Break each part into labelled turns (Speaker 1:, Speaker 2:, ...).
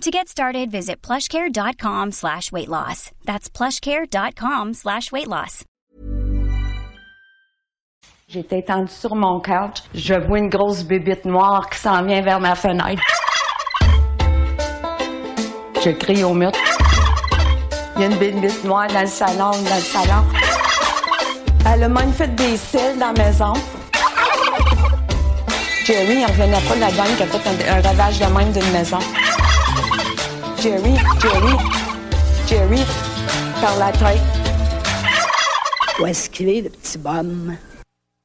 Speaker 1: To get started, visit plushcare.com slash weight loss. That's plushcare.com slash weight loss.
Speaker 2: J'étais étendue sur mon couch. Je vois une grosse bébite noire qui s'en vient vers ma fenêtre. Je crie au mur. Il y a une bébite noire dans le salon, dans le salon. Elle a même fait des cils dans la maison. Jerry, il revenait pas de la gang qui a fait un, un ravage de même d'une maison. Jerry, Jerry, Jerry, par la tête.
Speaker 3: Où est-ce qu'il est, le petit bonhomme?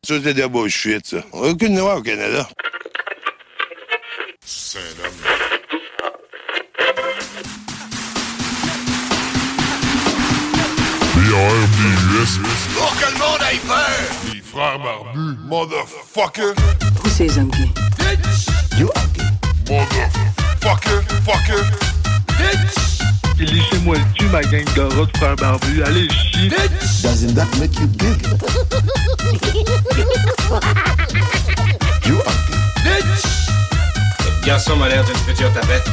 Speaker 4: Ça, c'est de la bullshit, ça. On a aucune loi au Canada. Pour que le monde aille peur! Les frères barbus, motherfucker!
Speaker 5: Où c'est les hommes gays?
Speaker 4: Bitch! You Motherfucker, fucker! Bitch!
Speaker 6: Laissez-moi le cul, ma gang de rats de frères barbus. Allez, chier!
Speaker 4: Bitch! Doesn't that make you gig? You Bitch!
Speaker 7: Votre garçon m'a l'air d'une future tapette.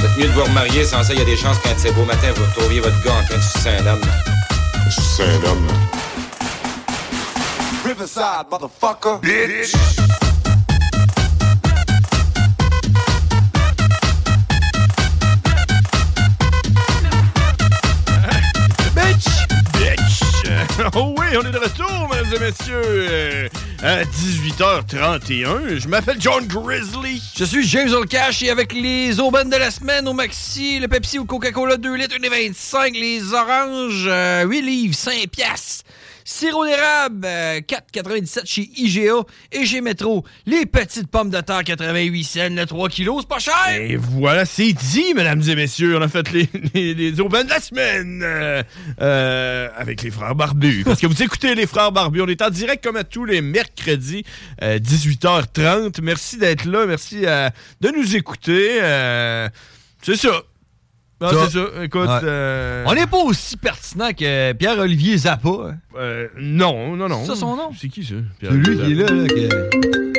Speaker 7: Faites mieux de vous remarier, sans ça, il y a des chances qu'un de ces beaux matins, vous retrouviez votre gars en train de sucer un homme.
Speaker 4: Sucer un homme?
Speaker 8: Riverside, motherfucker. Bitch.
Speaker 9: Bitch! Oh oui, on est de retour, mesdames et messieurs, euh, à 18h31. Je m'appelle John Grizzly.
Speaker 10: Je suis James Olcash et avec les aubaines de la semaine au maxi, le Pepsi ou Coca-Cola 2 litres, 1,25, les oranges, euh, 8 livres, 5 piastres. Sirop d'érable, euh, 4,97 chez IGA et chez Metro. Les petites pommes de terre, 88 cents, le 3 kilos, c'est pas cher!
Speaker 9: Et voilà, c'est dit, mesdames et messieurs. On a fait les, les, les aubaines de la semaine euh, euh, avec les frères barbus. Parce que vous écoutez les frères barbus. On est en direct comme à tous les mercredis, euh, 18h30. Merci d'être là. Merci euh, de nous écouter. euh, c'est ça. Non,
Speaker 10: Ça.
Speaker 9: c'est ça. Écoute.
Speaker 10: Ouais.
Speaker 9: euh,
Speaker 10: On n'est pas aussi pertinent que Pierre-Olivier Zappa.
Speaker 9: euh, non, non, non.
Speaker 10: C'est ça son nom?
Speaker 9: C'est qui ça?
Speaker 10: C'est lui qui est là, là, que-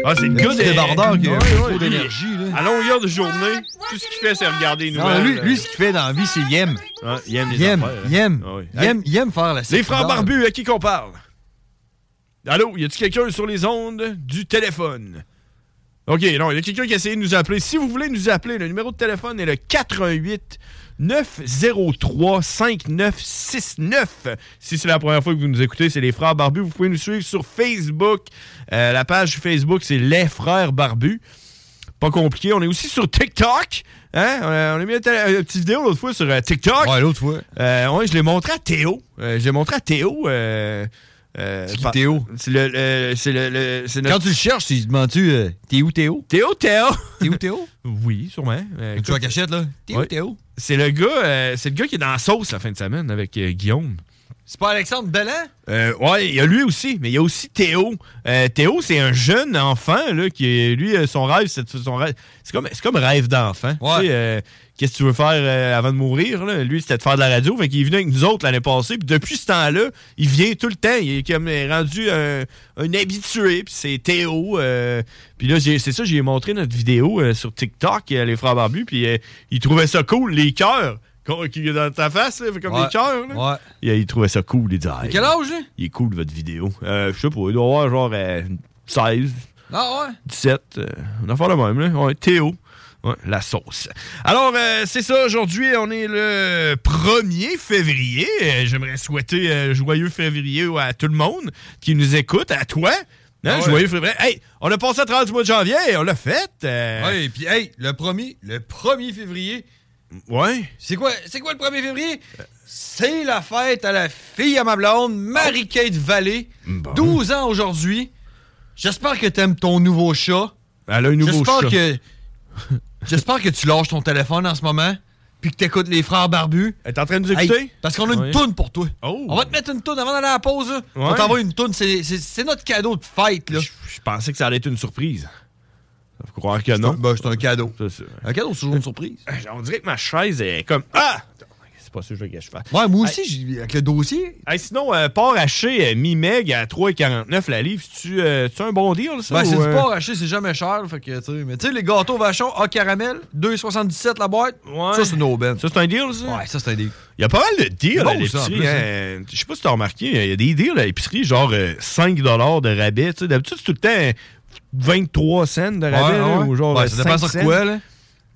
Speaker 9: Ah, c'est le
Speaker 10: Le
Speaker 9: gars
Speaker 10: petit
Speaker 9: des-
Speaker 10: débardeur Ah, qui a
Speaker 9: Ouais,
Speaker 10: trop
Speaker 9: ouais, lui,
Speaker 10: d'énergie, là.
Speaker 9: À longueur de journée, tout ce qu'il fait, c'est regarder les
Speaker 10: Non,
Speaker 9: nouvelles.
Speaker 10: lui,
Speaker 9: euh.
Speaker 10: lui, ce qu'il fait dans la vie, c'est il aime.
Speaker 9: Ouais, il aime les
Speaker 10: Il aime,
Speaker 9: affaires, hein.
Speaker 10: il aime,
Speaker 9: Ah oui.
Speaker 10: il aime, il aime faire la
Speaker 9: Les
Speaker 10: sécurité.
Speaker 9: frères barbus, à qui qu'on parle? Allô, y a-tu quelqu'un sur les ondes du téléphone? OK, non, y a quelqu'un qui a essayé de nous appeler. Si vous voulez nous appeler, le numéro de téléphone est le 88 903 5969. Si c'est la première fois que vous nous écoutez, c'est les frères barbus. Vous pouvez nous suivre sur Facebook. Euh, la page Facebook, c'est les frères barbus. Pas compliqué. On est aussi sur TikTok. Hein? On a, on a mis une télé- une petite vidéo l'autre fois sur euh, TikTok.
Speaker 10: Ouais, l'autre fois.
Speaker 9: Euh, ouais, je l'ai montré à Théo. Euh, je l'ai montré à Théo. euh, euh,
Speaker 10: C'est qui,
Speaker 9: par-
Speaker 10: Théo?
Speaker 9: C'est le, le- c'est le, le- c'est notre-
Speaker 10: Quand tu le cherches, il te demande-tu, euh, t'es où Théo?
Speaker 9: Théo, Théo.
Speaker 10: T'es où Théo?
Speaker 9: Oui, sûrement.
Speaker 10: Tu
Speaker 9: Euh, écoute,
Speaker 10: vois la cachette, là? T'es où
Speaker 9: Ouais.
Speaker 10: Théo?
Speaker 9: c'est le gars, euh, c'est le gars qui est dans la sauce la fin de semaine avec euh, Guillaume.
Speaker 10: C'est pas Alexandre Belland?
Speaker 9: Euh, ouais, il y a lui aussi, mais il y a aussi Théo. Euh, Théo, c'est un jeune enfant là, qui est- lui euh, son rêve, c'est son rêve. C'est comme c'est comme rêve d'enfant.
Speaker 10: Ouais.
Speaker 9: Tu sais, euh, Qu'est-ce que tu veux faire euh, avant de mourir là? Lui, c'était de faire de la radio, fait qu'il est venu avec nous autres l'année passée. Puis depuis ce temps-là, il vient tout le temps. Il est comme euh, rendu un, un habitué. Puis c'est Théo. euh, puis là, j'ai- c'est ça, j'ai montré notre vidéo euh, sur TikTok euh, les frères barbus. Puis euh, il trouvait ça cool les cœurs qu'on- qu'il y a dans ta face, là, comme
Speaker 10: Ouais.
Speaker 9: des cœurs. là.
Speaker 10: Ouais.
Speaker 9: Il, il trouvait ça cool, il disait. Ah,
Speaker 10: Quel âge, là?
Speaker 9: il est cool, votre vidéo. Euh, je sais pas, il doit avoir genre euh, 16,
Speaker 10: Ah ouais?
Speaker 9: 17, euh, une affaire de même, là. Ouais, Théo. Ouais, la sauce. Alors, euh, c'est ça, aujourd'hui, on est le 1er février. Euh, J'aimerais souhaiter euh, joyeux février à tout le monde qui nous écoute, à toi. Hein,
Speaker 10: ouais.
Speaker 9: Joyeux février. Hey, on a passé à 30 du mois de janvier, on l'a fait. euh,
Speaker 10: Ouais, et puis, hey, le premier, le 1er février,
Speaker 9: ouais.
Speaker 10: c'est quoi, c'est quoi le 1er février? C'est la fête à la fille à ma blonde, Marie-Kate Vallée, 12 ans aujourd'hui. J'espère que t'aimes ton nouveau chat.
Speaker 9: Elle a un nouveau
Speaker 10: J'espère
Speaker 9: chat.
Speaker 10: que. J'espère que tu lâches ton téléphone en ce moment. puis que t'écoutes les frères barbus.
Speaker 9: T'es en train de nous écouter?
Speaker 10: Hey, parce qu'on a une
Speaker 9: Oui.
Speaker 10: toune pour toi.
Speaker 9: Oh.
Speaker 10: On va te mettre une toune avant d'aller à la pause. là. On
Speaker 9: Ouais.
Speaker 10: t'envoie une toune. C'est- C'est c'est notre cadeau de fête. Là.
Speaker 9: Je je pensais que ça allait être une surprise. Faut croire que non.
Speaker 10: Ben, c'est un cadeau.
Speaker 9: Ça, c'est-
Speaker 10: Un cadeau, c'est toujours une surprise.
Speaker 9: On dirait que ma chaise est comme. Ah! C'est pas sûr que je veux que je fasse.
Speaker 10: Ouais, moi aussi, j'ai- avec le dossier.
Speaker 9: Hey, sinon, euh, port haché euh, mi-meg à 3,49 la livre. C'est-tu euh, c'est-tu un bon deal, ça?
Speaker 10: Ben, c'est
Speaker 9: ou,
Speaker 10: du
Speaker 9: euh,
Speaker 10: porc haché, c'est jamais cher. Fait que, tu sais, mais tu sais, les gâteaux vachons à caramel, 2,77 la boîte.
Speaker 9: Ouais.
Speaker 10: Ça, c'est une aubaine.
Speaker 9: Ça, c'est un deal, ça?
Speaker 10: Ouais, ça, c'est un dé.
Speaker 9: Il y a pas mal de deals
Speaker 10: Bon, ça,
Speaker 9: à
Speaker 10: en
Speaker 9: l'épicerie.
Speaker 10: plus, hein.
Speaker 9: hein. Je sais pas si t'as remarqué, il y a des deals à l'épicerie, genre euh, 5 de rabais. Tu sais, D'habitude, c'est tout le temps euh, 23 cents de rabais. là, Ou genre,
Speaker 10: Ouais,
Speaker 9: euh,
Speaker 10: ça dépend
Speaker 9: 5
Speaker 10: sur quoi,
Speaker 9: cents.
Speaker 10: là.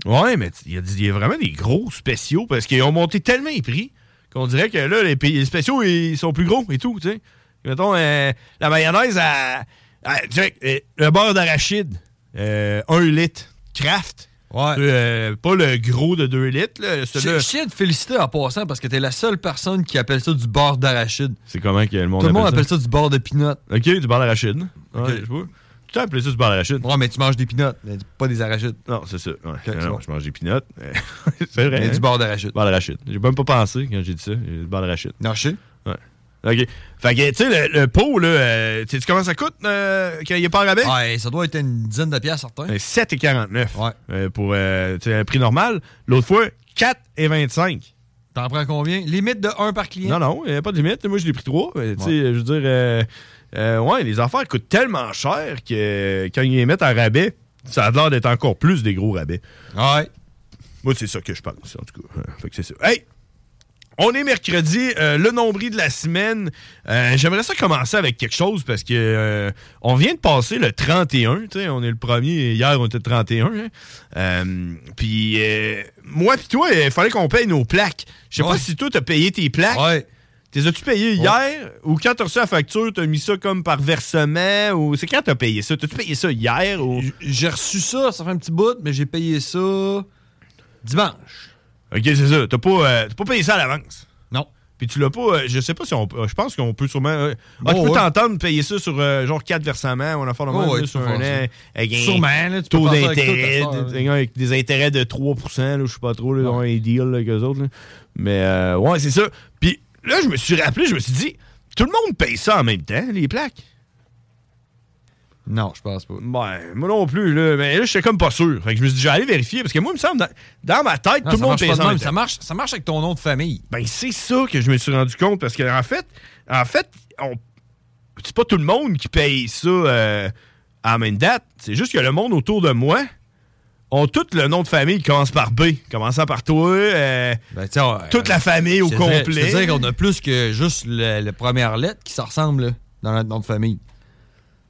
Speaker 9: Ouais, mais il y, a des- il y a vraiment des gros spéciaux parce qu'ils ont monté tellement les prix qu'on dirait que là, les, pays- les spéciaux, ils sont plus gros et tout, tu sais. Mettons, euh, la mayonnaise à. à- tu sais, euh, le beurre d'arachide, 1 litre. Kraft.
Speaker 10: Ouais.
Speaker 9: Euh, pas le gros de 2 litres, là.
Speaker 10: Je
Speaker 9: celui-là.
Speaker 10: je tiens à te féliciter en passant parce que t'es la seule personne qui appelle ça du beurre d'arachide.
Speaker 9: C'est comment que le monde
Speaker 10: Tout le monde appelle ça du beurre de peanut.
Speaker 9: Ok, du beurre d'arachide.
Speaker 10: Ok.
Speaker 9: Ok, je sais pas. Tu t'as appelé ça du beurre d'arachide?
Speaker 10: Ouais, mais tu manges des peanuts, mais pas des arachides.
Speaker 9: Non, c'est ça. Ouais.
Speaker 10: c'est
Speaker 9: Non,
Speaker 10: bon.
Speaker 9: je mange des pinottes. c'est vrai.
Speaker 10: Mais
Speaker 9: hein?
Speaker 10: du beurre d'arachide.
Speaker 9: Beurre d'arachide. J'ai même pas pensé quand j'ai dit ça. euh, Du beurre d'arachide.
Speaker 10: Non, je sais.
Speaker 9: Ouais. Ok. Fait que, tu sais, le, le pot, là, euh, tu sais comment ça coûte euh, quand il est pas en rabais?
Speaker 10: Ouais, ça doit être une dizaine de piastres, certain.
Speaker 9: Euh, 7,49
Speaker 10: Ah. Ouais.
Speaker 9: euh, pour euh, tu sais, un prix normal. L'autre fois, 4,25.
Speaker 10: T'en prends combien? Limite de 1 par client.
Speaker 9: Non, non, il n'y a pas de limite. Moi, je l'ai pris trois. Euh, Tu sais, je veux dire, euh, euh, ouais, les affaires coûtent tellement cher que euh, quand ils les mettent en rabais, ça a l'air d'être encore plus des gros rabais.
Speaker 10: Ouais.
Speaker 9: Moi, c'est ça que je pense, en tout cas. Euh, Fait que c'est ça. Hey! On est mercredi, euh, le nombril de la semaine. Euh, J'aimerais ça commencer avec quelque chose parce que euh, on vient de passer le 31. tu sais, on est le premier. Hier, on était le 31. hein. Euh, puis euh, moi puis toi, il fallait qu'on paye nos plaques. Je sais
Speaker 10: Ouais.
Speaker 9: pas si toi, t'as payé tes plaques.
Speaker 10: Ouais.
Speaker 9: T'es as-tu payé hier ou quand t'as reçu la facture, t'as mis ça comme par versement ou c'est quand t'as payé ça? T'as-tu payé ça hier ou.
Speaker 10: J- J'ai reçu ça, ça fait un petit bout, mais j'ai payé ça dimanche.
Speaker 9: Ok, c'est ça. T'as pas, euh, t'as pas payé ça à l'avance.
Speaker 10: Non.
Speaker 9: Puis tu l'as pas. euh, je sais pas si on. euh, je pense qu'on peut sûrement. euh, ah,
Speaker 10: Oh,
Speaker 9: tu peux
Speaker 10: ouais.
Speaker 9: t'entendre payer ça sur euh, genre 4 versements. On a fait le
Speaker 10: Oh,
Speaker 9: même
Speaker 10: ouais,
Speaker 9: là,
Speaker 10: tu
Speaker 9: sur
Speaker 10: peux
Speaker 9: un
Speaker 10: faire ça.
Speaker 9: an. Avec un
Speaker 10: Sûrement, là, tu peux
Speaker 9: Taux
Speaker 10: faire ça avec
Speaker 9: d'intérêt.
Speaker 10: tout, à cette heure,
Speaker 9: des- avec des intérêts de 3 là, Je sais pas trop. Là, Ils ont un deal là, qu'eux autres. là. Mais euh, ouais, c'est ça. Puis là, je me suis rappelé. Je me suis dit. Tout le monde paye ça en même temps, les plaques.
Speaker 10: Non, je pense pas.
Speaker 9: Ben, moi non plus, là. Mais là, j'étais comme pas sûr. Fait que je me suis dit, j'allais vérifier. Parce que moi, il me semble, dans, dans ma tête,
Speaker 10: Non,
Speaker 9: tout
Speaker 10: ça
Speaker 9: le monde
Speaker 10: marche
Speaker 9: paye
Speaker 10: pas
Speaker 9: ça
Speaker 10: de
Speaker 9: en
Speaker 10: même.
Speaker 9: même temps.
Speaker 10: Ça marche, ça marche avec ton nom de famille.
Speaker 9: Ben, c'est ça que je me suis rendu compte parce que en fait, en fait, on... c'est pas tout le monde qui paye ça euh, à la même date. C'est juste que le monde autour de moi ont tout le nom de famille qui commence par B, commençant par toi, euh,
Speaker 10: Ben, tiens, euh,
Speaker 9: toute la famille au
Speaker 10: je te dirais-
Speaker 9: complet.
Speaker 10: Je veux dire qu'on a plus que juste le- la première lettre qui se ressemble là, dans notre nom de famille.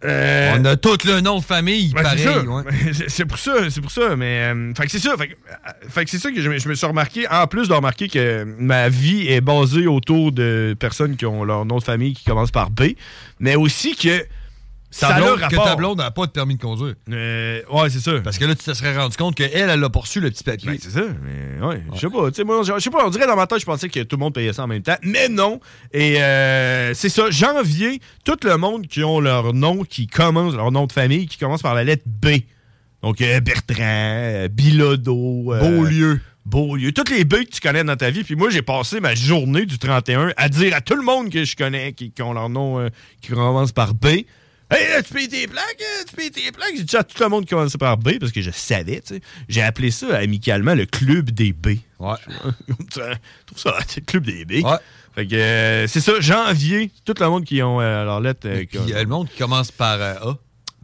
Speaker 9: Euh,
Speaker 10: On a tout le nom de famille
Speaker 9: ben,
Speaker 10: pareil.
Speaker 9: c'est ça.
Speaker 10: ouais.
Speaker 9: C'est- C'est pour ça, c'est pour ça. Mais euh, fait que c'est ça. Fait que, euh, fait que c'est ça que je, me- je me suis remarqué. En plus de remarquer que ma vie est basée autour de personnes qui ont leur nom de famille qui commence par B, mais aussi que
Speaker 10: Ta
Speaker 9: ça a
Speaker 10: blonde- que
Speaker 9: rapport.
Speaker 10: ta blonde n'a pas de permis de conduire.
Speaker 9: Euh, ouais, c'est ça.
Speaker 10: Parce que là, tu te serais rendu compte qu'elle, elle a poursu le petit papier.
Speaker 9: Ben, c'est ça, mais ouais, je sais pas. tu sais, moi, je je sais pas, on dirait dans ma tête, je pensais que tout le monde payait ça en même temps, mais non. Et euh, c'est ça, janvier, tout le monde qui ont leur nom qui commence, leur nom de famille qui commence par la lettre B. Donc euh, Bertrand, euh, Bilodeau, euh,
Speaker 10: Beaulieu.
Speaker 9: Beaulieu, toutes les B que tu connais dans ta vie. Puis moi, j'ai passé ma journée du 31 à dire à tout le monde que je connais qui, qui ont leur nom euh, qui commence par B. Hey, là, tu payes tes plaques, hein, tu payes tes plaques. J'ai dit à tout le monde qui commençait par B parce que je savais, tu sais. J'ai appelé ça amicalement le club des B.
Speaker 10: Ouais.
Speaker 9: Je trouve ça, c'est le club des B.
Speaker 10: Ouais.
Speaker 9: Fait que euh, c'est ça, janvier, tout le monde qui ont euh, leur lettre euh, qui
Speaker 10: Puis
Speaker 9: ont-
Speaker 10: euh, le monde qui commence par euh, A.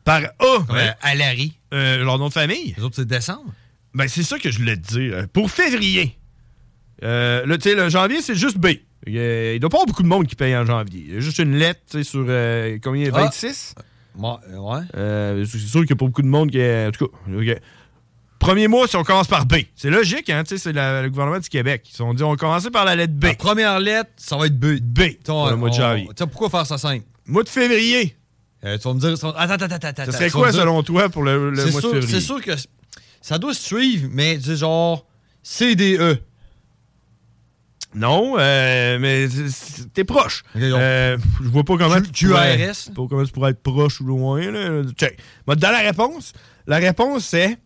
Speaker 9: par A,
Speaker 10: Comme
Speaker 9: ouais,
Speaker 10: euh, Alary.
Speaker 9: euh, leur nom de famille.
Speaker 10: Les autres, c'est décembre.
Speaker 9: Ben, c'est ça que je voulais te dire. Pour février, euh, le, tu sais, le janvier, c'est juste B. Il y a- il doit pas avoir beaucoup de monde qui paye en janvier. Il y a juste une lettre tu sais, sur euh, combien
Speaker 10: Ah.
Speaker 9: 26.
Speaker 10: Ouais. euh, ouais.
Speaker 9: Euh, c'est sûr qu'il n'y a pas beaucoup de monde qui. En tout cas, ok. premier mois, si on commence par B. C'est logique, hein? tu sais, C'est la- le gouvernement du Québec. Ils ont dit on commençait par la lettre B.
Speaker 10: La première lettre, ça va être B.
Speaker 9: B.
Speaker 10: Ton-
Speaker 9: pour le mois de
Speaker 10: on-
Speaker 9: janvier.
Speaker 10: Tu sais, pourquoi faire ça simple?
Speaker 9: Mois de février.
Speaker 10: Euh, tu vas me dire. ça- Attends, attends, attends. attends
Speaker 9: Ce serait
Speaker 10: tu vas me
Speaker 9: quoi,
Speaker 10: dire-
Speaker 9: selon toi, pour le, le
Speaker 10: C'est
Speaker 9: mois
Speaker 10: sûr-
Speaker 9: de février?
Speaker 10: C'est sûr que c- ça doit se suivre, mais du genre E. CDE.
Speaker 9: Non, euh, mais c'est- c'est- t'es proche.
Speaker 10: Ok, donc.
Speaker 9: Euh, je vois pas comment
Speaker 10: Q-
Speaker 9: pourrais-
Speaker 10: QRS.
Speaker 9: pas comment tu pourrais être proche ou loin. Là. Check. Moi, Dans la réponse, la réponse c'est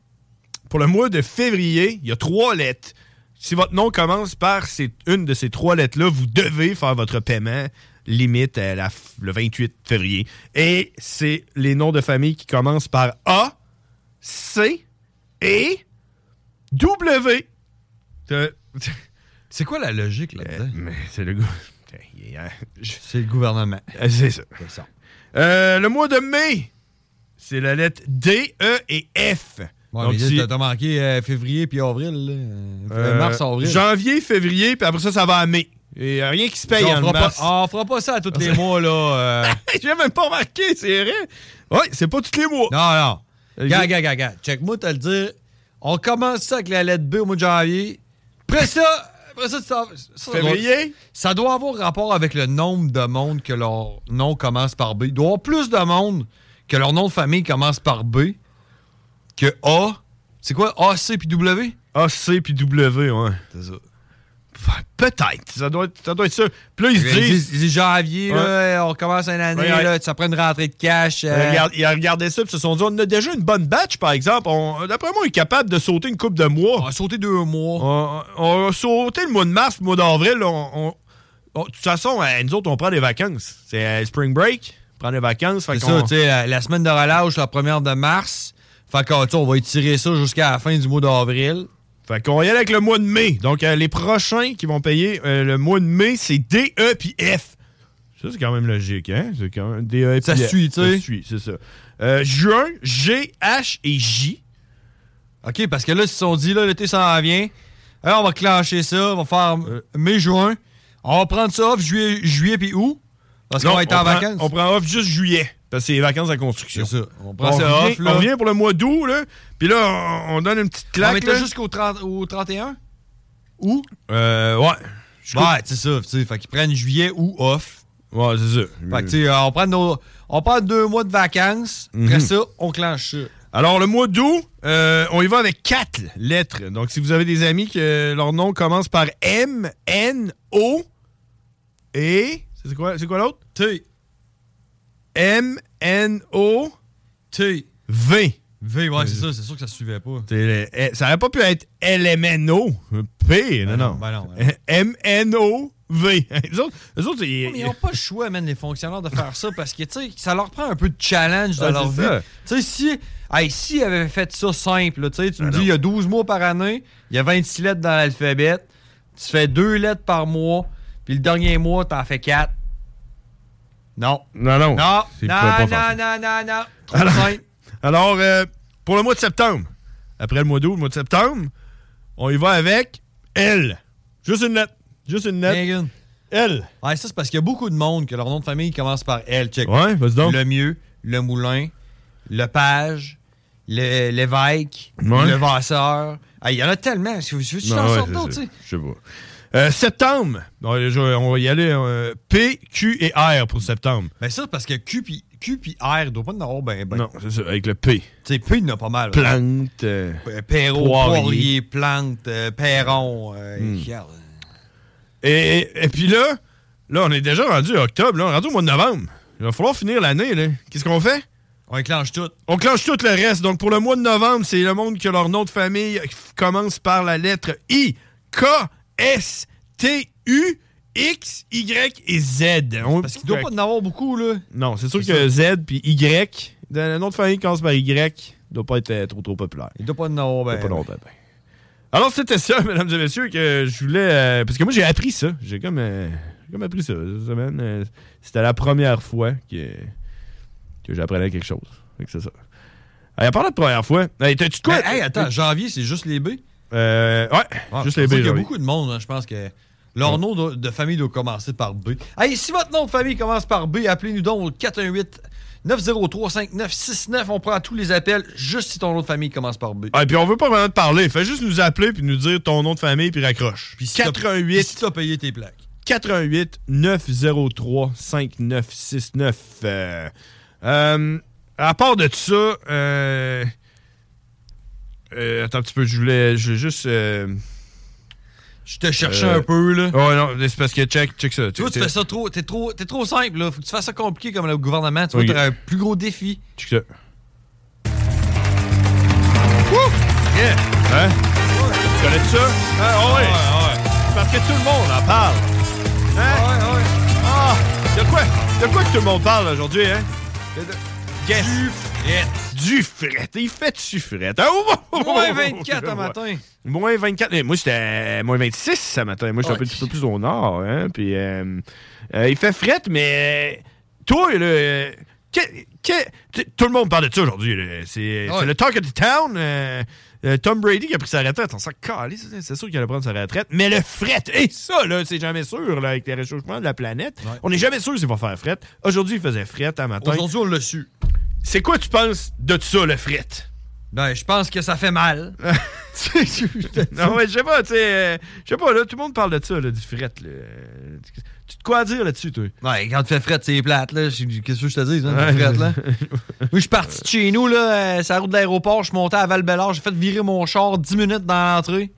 Speaker 9: pour le mois de février, il y a trois lettres. Si votre nom commence par ces- une de ces trois lettres-là, vous devez faire votre paiement limite à la f- le 28 février. Et c'est les noms de famille qui commencent par A, C et W. Euh,
Speaker 10: C'est quoi la logique là-dedans?
Speaker 9: mais c'est le goût. Il est- je-
Speaker 10: C'est le gouvernement.
Speaker 9: euh, C'est ça.
Speaker 10: C'est ça.
Speaker 9: Euh, le mois de mai, c'est la lettre D, E et F.
Speaker 10: Ouais,
Speaker 9: Donc,
Speaker 10: mais là,
Speaker 9: si-
Speaker 10: t'as- t'as manqué euh, février puis avril. là. Euh,
Speaker 9: euh,
Speaker 10: mars, avril.
Speaker 9: Janvier, février, puis après ça, ça va à mai. Et euh, rien qui se paye
Speaker 10: on,
Speaker 9: en
Speaker 10: fera pas,
Speaker 9: mars.
Speaker 10: on fera pas ça à tous les mois, là. euh.
Speaker 9: J'ai même pas remarqué, c'est vrai. Oui, c'est pas tous les mois.
Speaker 10: Non, non.
Speaker 9: Euh,
Speaker 10: Gars,
Speaker 9: je-
Speaker 10: gars, gars, gars. Check-moi, te le dire. On commence ça avec la lettre B au mois de janvier. Après ça, après ça, tu t'en- ça, ça doit-
Speaker 9: Février?
Speaker 10: Ça doit avoir rapport avec le nombre de monde que leur nom commence par B. Il doit y avoir plus de monde que leur nom de famille commence par B que A. C'est quoi A, C puis W?
Speaker 9: A, C, puis W, ouais.
Speaker 10: C'est ça.
Speaker 9: Enfin, Peut-être. Ça doit, être- ça doit être ça. Puis là, ils se
Speaker 10: Ils
Speaker 9: disent.
Speaker 10: disent, ils disent janvier, là, on commence une année,
Speaker 9: Ouais, ouais.
Speaker 10: là, ça prend une rentrée de cash. euh,
Speaker 9: euh, regarde- Ils regardaient ça, puis se sont dit on a déjà une bonne batch, par exemple. On- D'après moi, on est capable de sauter une coupe de mois.
Speaker 10: euh, on va sauter deux mois.
Speaker 9: On, on a sauté le mois de mars, le mois d'avril. on- on- on- de toute façon, euh, nous autres, on prend des vacances. C'est euh, spring break, on prend des vacances. fait
Speaker 10: C'est
Speaker 9: qu'on-
Speaker 10: ça, tu sais, la, la semaine de relâche, la première de mars. Fait qu'on tu sais, on va étirer ça jusqu'à la fin du mois d'avril.
Speaker 9: fait qu'on y aller avec le mois de mai. Donc, euh, les prochains qui vont payer euh, le mois de mai, c'est D, E puis F. Ça, c'est quand même logique, hein? C'est quand même D, E,
Speaker 10: Ça
Speaker 9: puis F.
Speaker 10: suit, tu sais.
Speaker 9: Ça suit, c'est ça. Euh, juin, G, H et J.
Speaker 10: OK, parce que là, ils se sont dit, là, l'été s'en vient. Alors, on va clencher ça. On va faire
Speaker 9: Euh.
Speaker 10: mai-juin. On va prendre ça off juillet, juillet puis août. Parce qu'on
Speaker 9: Non,
Speaker 10: va être en
Speaker 9: prend-
Speaker 10: vacances.
Speaker 9: On prend off juste juillet. Parce que c'est les vacances à construction.
Speaker 10: C'est ça. On prend
Speaker 9: On,
Speaker 10: ça
Speaker 9: revient,
Speaker 10: off, là.
Speaker 9: on revient Hein, pour le mois d'août, là. Puis là, on, on donne une petite
Speaker 10: On
Speaker 9: claque.
Speaker 10: mettait
Speaker 9: là.
Speaker 10: jusqu'au 30 au 31? Août?
Speaker 9: Euh, ouais. Je
Speaker 10: Ouais, c'est ça. tu sais, Fait qu'ils prennent juillet ou off.
Speaker 9: coupe- Ouais, c'est ça.
Speaker 10: Fait que, tu sais, euh, on prend, nos, on prend deux mois de vacances. Après ça, on clenche ça.
Speaker 9: Alors, le mois d'août, euh, on y va avec quatre lettres. Donc, si vous avez des amis que leur nom commence par M, N, O et. C'est quoi, c'est quoi l'autre?
Speaker 10: T,
Speaker 9: M, N, O,
Speaker 10: T,
Speaker 9: V.
Speaker 10: V, ouais, c'est ça. C'est sûr que ça se suivait pas.
Speaker 9: C'est le- eh, ça n'aurait pas pu être L, M, N, O, P. Non,
Speaker 10: Ben non,
Speaker 9: non.
Speaker 10: ben non, ben non.
Speaker 9: M, N, O, V. Les autres, les autres,
Speaker 10: Ouais,
Speaker 9: ils-
Speaker 10: mais ils n'ont pas le choix, man, les fonctionnaires, de faire ça parce que, tu sais, ça leur prend un peu de challenge dans
Speaker 9: Ouais,
Speaker 10: leur
Speaker 9: c'est
Speaker 10: vie.
Speaker 9: ça.
Speaker 10: Tu sais, si, hey, s'ils avaient fait ça simple, là, tu sais, tu me dis, il y a 12 mois par année, il y a 26 lettres dans l'alphabet, tu fais deux lettres par mois, puis le dernier mois, t'en fais quatre. Non.
Speaker 9: Non, non.
Speaker 10: Non,
Speaker 9: C'est-
Speaker 10: non,
Speaker 9: ils pouvaient pas
Speaker 10: non,
Speaker 9: faire ça.
Speaker 10: non, non, non, Trop
Speaker 9: Alors-
Speaker 10: simple.
Speaker 9: Alors, euh, pour le mois de septembre, après le mois d'août, le mois de septembre, on y va avec L. Juste une lettre. Juste une lettre.
Speaker 10: Megan.
Speaker 9: L.
Speaker 10: Ouais, ça, c'est parce qu'il y a beaucoup de monde que leur nom de famille commence par L. Check.
Speaker 9: Ouais, vas-y donc.
Speaker 10: Le Mieux, le Moulin, le Page, le- l'évêque,
Speaker 9: Ouais.
Speaker 10: le Vasseur. Ah, Il y en a tellement. Si vous si tu
Speaker 9: Ah
Speaker 10: t'en
Speaker 9: ouais,
Speaker 10: sortes
Speaker 9: c'est
Speaker 10: d'autres,
Speaker 9: ça.
Speaker 10: tu sais.
Speaker 9: Je sais pas. Euh, septembre. Non, je- on va y aller. euh, P, Q et R pour septembre.
Speaker 10: Ben ça, parce que Q puis, Q puis R, il doit pas en avoir ben ben.
Speaker 9: Non, c'est ça, avec le P.
Speaker 10: Tu sais, P, il y en a pas mal. hein.
Speaker 9: Plante. euh,
Speaker 10: Euh, Perrault,
Speaker 9: Poirier.
Speaker 10: Poirier, Plante, euh, Perron. euh, regarde.
Speaker 9: Et, et- et puis là, là, on est déjà rendu à octobre. Là, on est rendu au mois de novembre. Il va falloir finir l'année. là. Qu'est-ce qu'on fait?
Speaker 10: On éclenche tout.
Speaker 9: On clenche tout le reste. Donc, pour le mois de novembre, c'est le monde que leur nom de famille f- commence par la lettre I, K, S, T, U, X, Y et Z. On-
Speaker 10: Parce qu'il doit pas en avoir beaucoup, là.
Speaker 9: Non, c'est sûr
Speaker 10: C'est
Speaker 9: que Z puis Y, dans le nom de famille qui commence par Y, doit pas être euh, trop, trop populaire.
Speaker 10: Il doit pas en avoir ben.
Speaker 9: Pas
Speaker 10: ben.
Speaker 9: longtemps, ben. Alors, c'était ça, mesdames et messieurs, que je voulais. euh, parce que moi, j'ai appris ça. J'ai comme, euh, j'ai comme appris ça cette semaine. Euh, c'était la première fois que, que j'apprenais quelque chose. Fait que c'est ça. Hey, à part la première fois. Hey, t'as-tu de quoi?
Speaker 10: Ben, hey, attends, janvier, c'est juste les B.
Speaker 9: Euh, ouais,
Speaker 10: Ouais,
Speaker 9: juste
Speaker 10: c'est
Speaker 9: les
Speaker 10: pour ça
Speaker 9: bébés.
Speaker 10: qu'il y a beaucoup de monde, hein, je pense que. Leur nom de, de famille doit commencer par B. Hey, si votre nom de famille commence par B, appelez-nous donc au 418-903-5969. On prend tous les appels juste si ton nom de famille commence par B.
Speaker 9: Ah, et puis on veut pas vraiment te parler. Fais juste nous appeler puis nous dire ton nom de famille puis raccroche. Puis
Speaker 10: si t'as- puis
Speaker 9: 88
Speaker 10: Si t'as payé tes plaques.
Speaker 9: 88 903 5969. Euh, euh, à part de ça, euh, euh, attends un petit peu, je voulais, je voulais juste. euh,
Speaker 10: Je te cherchais
Speaker 9: Euh,
Speaker 10: un peu, là.
Speaker 9: Oh non, c'est parce que check, check ça.
Speaker 10: Tu vois, tu fais ça trop. T'es trop, t'es trop simple, là. Faut que tu fasses ça compliqué comme le gouvernement. Tu vois,
Speaker 9: Ok.
Speaker 10: t'aurais un plus gros défi.
Speaker 9: Check ça. Wouh! Yeah! Hein? Connais-tu ça? Hein? Ah, ouais. Parce que tout le monde en parle. Hein? Ah, de quoi, de quoi que tout le monde parle aujourd'hui, hein? Yes. Du fret. Du fret. Il fait du fret. Ah, oh, oh, oh,
Speaker 10: Moins
Speaker 9: oh,
Speaker 10: 24
Speaker 9: oh,
Speaker 10: un matin.
Speaker 9: Moins 24. Eh, Moi, j'étais moins 26 ce matin. Moi, j'étais un
Speaker 10: Ouais.
Speaker 9: petit peu plus au nord. Hein? Puis, euh, euh, il fait fret, mais euh, toi, là, euh, que- que- tu- tout le monde parle de ça aujourd'hui. là. C'est c'est
Speaker 10: Ouais.
Speaker 9: le talk of the town. euh, euh, Tom Brady qui a pris sa retraite. On s'en calisse, hein, c'est- C'est sûr qu'il allait prendre sa retraite. Mais le fret, et ça, là, c'est jamais sûr là, avec les réchauffements de la planète.
Speaker 10: Ouais.
Speaker 9: On n'est jamais sûr s'il va faire fret. Aujourd'hui, il faisait fret à matin.
Speaker 10: Aujourd'hui, on l'a su.
Speaker 9: C'est quoi tu penses de ça, le fret?
Speaker 10: Ben, je pense que ça fait mal.
Speaker 9: non, mais je sais pas, tu sais. euh, je sais pas, là, tout le monde parle de ça, là, du fret. Là. Euh, Tu te quoi à dire là-dessus, toi?
Speaker 10: Ouais, quand tu fais fret, c'est plate, là. Je- Qu'est-ce que je te dis, hein,
Speaker 9: Ouais.
Speaker 10: fret, là? Moi, je suis parti de chez nous, là, euh, sur la route de l'aéroport. Je suis monté à val j'ai fait virer mon char 10 minutes dans l'entrée.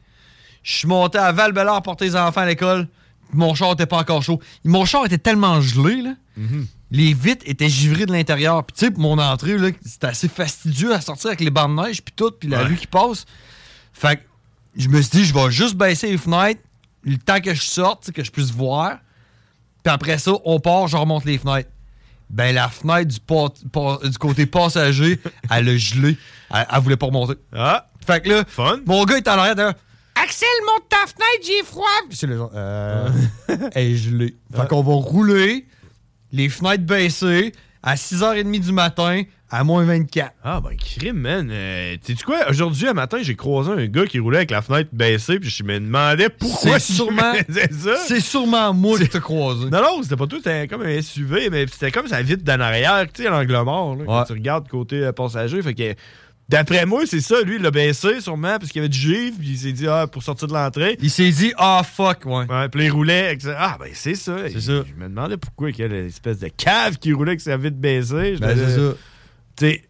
Speaker 10: Je suis monté à val porter les enfants à l'école. Mon char était pas encore chaud. Mon char était tellement gelé, là. Les vitres étaient givrées de l'intérieur. Puis, tu sais, pour mon entrée, là, c'était assez fastidieux à sortir avec les bandes de neige, puis tout, puis la
Speaker 9: Ouais.
Speaker 10: vue qui passe. Fait que je me suis dit, je vais juste baisser les fenêtres le temps que je sorte, tu sais, que je puisse voir. Puis après ça, on part, je remonte les fenêtres. Ben, la fenêtre du, pas- pas- du côté passager, elle a gelé. Elle, elle voulait pas remonter.
Speaker 9: Ah,
Speaker 10: Fait que là,
Speaker 9: fun.
Speaker 10: mon gars est en arrière d'ailleurs. Axel, monte ta fenêtre, j'ai froid. Puis C'est le genre. Euh, elle est gelée. Fait qu'on va rouler, les fenêtres baissées, à 6h30 du matin, à moins 24.
Speaker 9: Ah, ben, crime, man. Euh, tu sais quoi? Aujourd'hui, à matin, j'ai croisé un gars qui roulait avec la fenêtre baissée, puis je me demandais pourquoi
Speaker 10: C'est
Speaker 9: il
Speaker 10: sûrement-
Speaker 9: faisait ça.
Speaker 10: C'est sûrement moi qui t'ai croisé.
Speaker 9: Non, non, c'était pas tout, c'était comme un SUV, mais c'était comme sa vitre d'en arrière, tu sais, à l'angle mort, là, quand
Speaker 10: Ouais.
Speaker 9: tu regardes côté euh, passager. Fait que, d'après moi, c'est ça, lui, il l'a baissé sûrement, parce qu'il y avait du givre, puis il s'est dit, ah, pour sortir de l'entrée.
Speaker 10: Il s'est dit, ah fuck, ouais.
Speaker 9: Ouais, puis il roulait. avec sa- Ah, ben c'est ça.
Speaker 10: C'est ça.
Speaker 9: Je me demandais pourquoi quelle espèce de cave qui roulait avec sa vitre baissée. Je
Speaker 10: Ben,
Speaker 9: me-
Speaker 10: c'est ça.
Speaker 9: T'sais,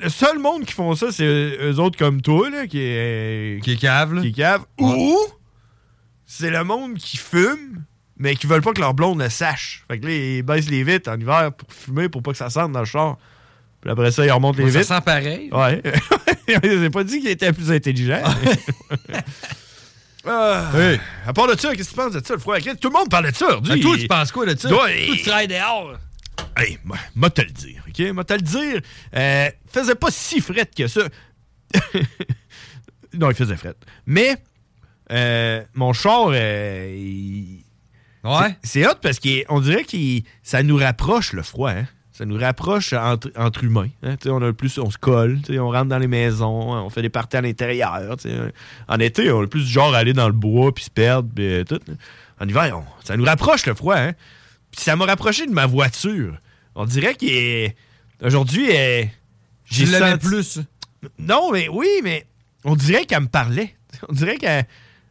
Speaker 9: le seul monde qui font ça, c'est eux autres comme toi, là, qui est,
Speaker 10: Qui est cave, là.
Speaker 9: qui est cave. Ou c'est le monde qui fume, mais qui veulent pas que leur blonde le sache. Fait que là, ils baissent les vitres en hiver pour fumer, pour pas que ça sente dans le char. Puis après ça, ils remontent les
Speaker 10: Ouais, ça
Speaker 9: vitres.
Speaker 10: sent pareil.
Speaker 9: Ouais. J'ai pas dit qu'il était plus intelligent. Ah. Hey, À part de ça, qu'est-ce que tu penses de ça, le froid? Tout le monde parle de ça
Speaker 10: Ben,
Speaker 9: aujourd'hui.
Speaker 10: toi, tu penses quoi de ça?
Speaker 9: Toi, il-
Speaker 10: Toi, tu travailles dehors.
Speaker 9: Hey, moi- moi te le dire, OK? Moi te le dire. Euh, faisait pas si fret que ça. non, il faisait fret. Mais euh, mon char, euh, il-
Speaker 10: Ouais.
Speaker 9: c'est c'est hot parce qu'on dirait que ça nous rapproche le froid. hein. Ça nous rapproche entre, entre humains. hein. Tu sais, On, a le plus, on se colle, tu sais, on rentre dans les maisons, hein, on fait des parties à l'intérieur. tu sais. hein. En été, on a le plus du genre à aller dans le bois puis se perdre. puis, euh, tout. En hiver, on- ça nous rapproche le froid. hein. Puis ça m'a rapproché de ma voiture. On dirait qu'aujourd'hui, eh, j'ai
Speaker 10: Je l'aimais
Speaker 9: senti-
Speaker 10: plus.
Speaker 9: non, mais oui, mais on dirait qu'elle me parlait. On dirait qu'elle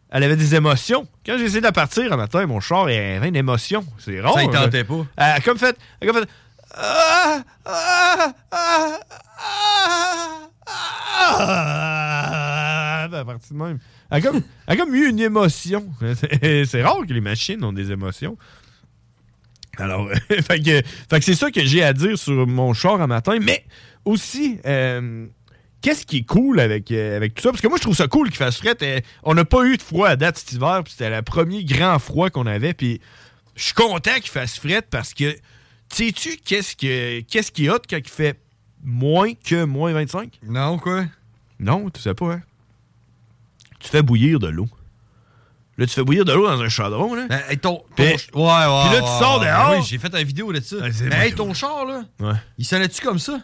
Speaker 9: elle avait des émotions. Quand j'ai essayé de la partir un matin, mon char il avait une émotion. C'est rare.
Speaker 10: Ça, il tentait
Speaker 9: là.
Speaker 10: pas.
Speaker 9: Elle a comme fait. Elle a comme fait. Ah, ah, ah, ah, ah, Elle est partie de même. Elle a comme, elle a comme eu une émotion. C'est c'est rare que les machines ont des émotions. Alors, fait que, fait que c'est ça que j'ai à dire sur mon char à matin. Mais aussi, euh, qu'est-ce qui est cool avec, euh, avec tout ça? Parce que moi, je trouve ça cool qu'il fasse fret. Euh, on n'a pas eu de froid à date cet hiver, puis c'était le premier grand froid qu'on avait. Puis je suis content qu'il fasse fret parce que, sais-tu, qu'est-ce, que, qu'est-ce qui est hot quand il fait moins que moins 25?
Speaker 10: Non, quoi?
Speaker 9: Non, tu sais pas, hein? Tu fais bouillir de l'eau. Là, tu fais bouillir de l'eau dans un chaudron, là.
Speaker 10: Ben, hey, ton, ton
Speaker 9: Puis-
Speaker 10: ch- ouais, ouais. Puis
Speaker 9: là, tu sors dehors.
Speaker 10: Oui, j'ai fait une vidéo de ça.
Speaker 9: Ouais, c'est
Speaker 10: Mais hey,
Speaker 9: bon.
Speaker 10: ton char, là,
Speaker 9: Ouais.
Speaker 10: il sonnait-tu comme ça?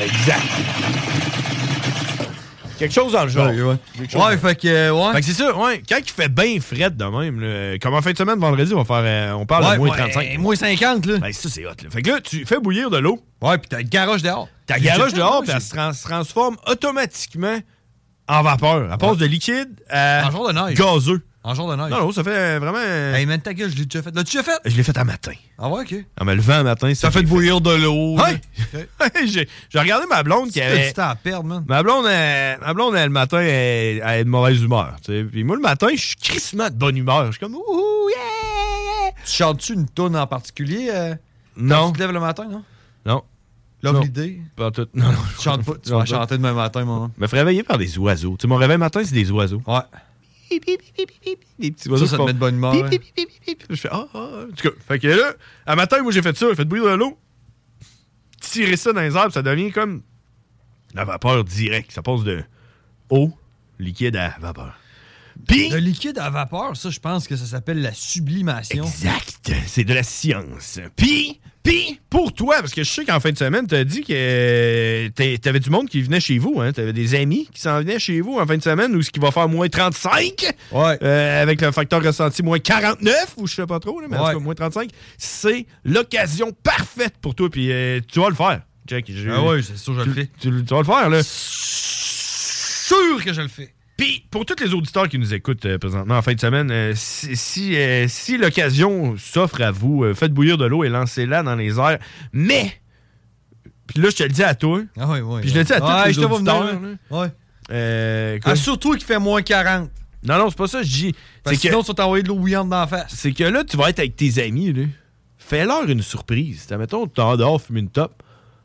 Speaker 9: Exact. Quelque chose dans le genre.
Speaker 10: ouais. Ouais, fait que, euh, ouais.
Speaker 9: Fait que c'est ça, ouais. Quand il fait bien fret de même, là, comme en fin de semaine, vendredi, on, va faire, euh, on parle
Speaker 10: ouais,
Speaker 9: de moins
Speaker 10: ouais,
Speaker 9: 35.
Speaker 10: euh, moins 50, là.
Speaker 9: Ben, ça, c'est hot. Là. Fait que là, tu fais bouillir de l'eau,
Speaker 10: Ouais, puis t'as le garage dehors.
Speaker 9: ta
Speaker 10: J'ai-
Speaker 9: garage
Speaker 10: j'ai-
Speaker 9: dehors,
Speaker 10: j'ai-
Speaker 9: puis elle se, trans- se transforme automatiquement en vapeur. Elle passe de liquide à
Speaker 10: En genre de neige.
Speaker 9: gazeux.
Speaker 10: En jour de neige.
Speaker 9: Non, non, ça fait vraiment.
Speaker 10: Hey, man, ta gueule, je l'ai déjà fait. L'as-tu déjà fait?
Speaker 9: Je l'ai fait à matin.
Speaker 10: Ah ouais, ok.
Speaker 9: En me levant à matin, ça
Speaker 10: T'as fait bouillir de l'eau.
Speaker 9: Ouais. Hey, j'ai j'ai regardé ma blonde qui
Speaker 10: T'as
Speaker 9: avait.
Speaker 10: du temps à perdre, man.
Speaker 9: Ma blonde, elle- ma blonde, elle, le matin, elle, elle est de mauvaise humeur. tu sais. Puis moi, le matin, je suis crissement de bonne humeur. Je suis comme, ouh, yeah, yeah.
Speaker 10: Tu chantes-tu une toune en particulier? euh, quand
Speaker 9: Non,
Speaker 10: Tu te lèves le matin, non?
Speaker 9: non, Non.
Speaker 10: Love l'idée.
Speaker 9: pas en tout. Non, non.
Speaker 10: Tu chantes pas. Tu
Speaker 9: Non,
Speaker 10: vas
Speaker 9: pas.
Speaker 10: chanter demain matin, mon homme.
Speaker 9: Je me fais réveiller par des oiseaux. Tu sais, mon réveil matin, c'est des oiseaux.
Speaker 10: Ouais.
Speaker 9: Des
Speaker 10: Ah.
Speaker 9: petits
Speaker 10: Ça,
Speaker 9: oiseaux.
Speaker 10: ça
Speaker 9: qui
Speaker 10: te
Speaker 9: font
Speaker 10: met de bonne humeur.
Speaker 9: pip,
Speaker 10: hein.
Speaker 9: pip, pip, pip, pip. Je fais, ah, ah. ah. En tout cas, fait que là, à matin, moi, j'ai fait ça. J'ai fait bouillir de l'eau. Tirer ça dans les arbres, ça devient comme la vapeur directe. Ça passe de eau liquide à vapeur. Puis,
Speaker 10: De liquide à vapeur, ça, je pense que ça s'appelle la sublimation.
Speaker 9: Exact. C'est de la science. Puis, puis, pour toi, parce que je sais qu'en fin de semaine, t'as dit que euh, t'es- t'avais du monde qui venait chez vous. Hein? T'avais des amis qui s'en venaient chez vous en fin de semaine ou ce qui va faire moins 35.
Speaker 10: Ouais.
Speaker 9: euh, avec le facteur ressenti moins 49 ou je sais pas trop, là, mais en
Speaker 10: Ouais.
Speaker 9: tout cas, moins 35. C'est l'occasion parfaite pour toi. Puis euh, tu vas le faire. Jack, je-
Speaker 10: Ah ouais, c'est sûr que je le
Speaker 9: tu,
Speaker 10: fais.
Speaker 9: tu- tu vas le faire, là.
Speaker 10: Sûr que je le fais.
Speaker 9: Puis, pour tous les auditeurs qui nous écoutent euh, présentement en fin de semaine, euh, si, si, euh, si l'occasion s'offre à vous, euh, faites bouillir de l'eau et lancez-la dans les airs. Mais, puis là, je te le dis à toi,
Speaker 10: Ah ouais, ouais.
Speaker 9: Puis je le dis à tous
Speaker 10: ouais,
Speaker 9: les
Speaker 10: je te vois
Speaker 9: auditeurs,
Speaker 10: venir, là. Ouais.
Speaker 9: euh, quoi?
Speaker 10: Ah, surtout qu'il fait moins 40.
Speaker 9: non, non, c'est pas ça, je dis.
Speaker 10: Parce
Speaker 9: C'est
Speaker 10: que
Speaker 9: que,
Speaker 10: sinon, tu vas t'envoyer de l'eau bouillante dans la face.
Speaker 9: c'est que là, tu vas être avec tes amis, là. Fais-leur une surprise. T'as, mettons, t'es en dehors, fume une top.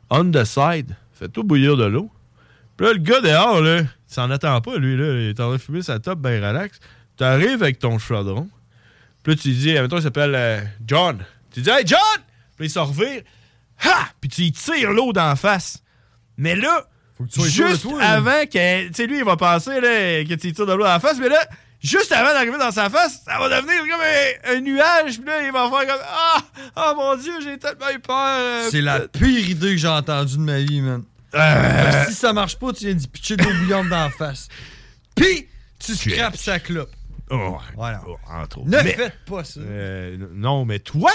Speaker 9: On the side, fais-toi bouillir de l'eau. Puis là, le gars dehors, là, il s'en attend pas, lui, là. Il est en train de fumer sa top, ben relax. T'arrives avec ton chaudron. Puis là, tu dis, admettons, il s'appelle euh, John. Tu dis, hey, John! Puis il s'en revire. Ha! Puis tu lui tires l'eau d'en face. Mais là,
Speaker 10: que tu sois sûr de
Speaker 9: juste
Speaker 10: toi, là.
Speaker 9: avant que. Tu sais, lui, il va penser là, que tu lui tires de l'eau d'en face. Mais là, juste avant d'arriver dans sa face, ça va devenir comme un, un nuage. Puis là, il va faire comme Ah! Ah mon Dieu, j'ai tellement eu peur. euh,
Speaker 10: C'est la pire idée que j'ai entendue de ma vie, man.
Speaker 9: Euh.
Speaker 10: Parce que Si ça marche pas, tu viens d'y pitcher de l'eau bouillante dans la face. Puis, tu scrapes sa clope.
Speaker 9: Oh,
Speaker 10: Voilà.
Speaker 9: oh, entre autres.
Speaker 10: Ne
Speaker 9: Mais-
Speaker 10: faites pas ça.
Speaker 9: Euh, n- non, mais toi,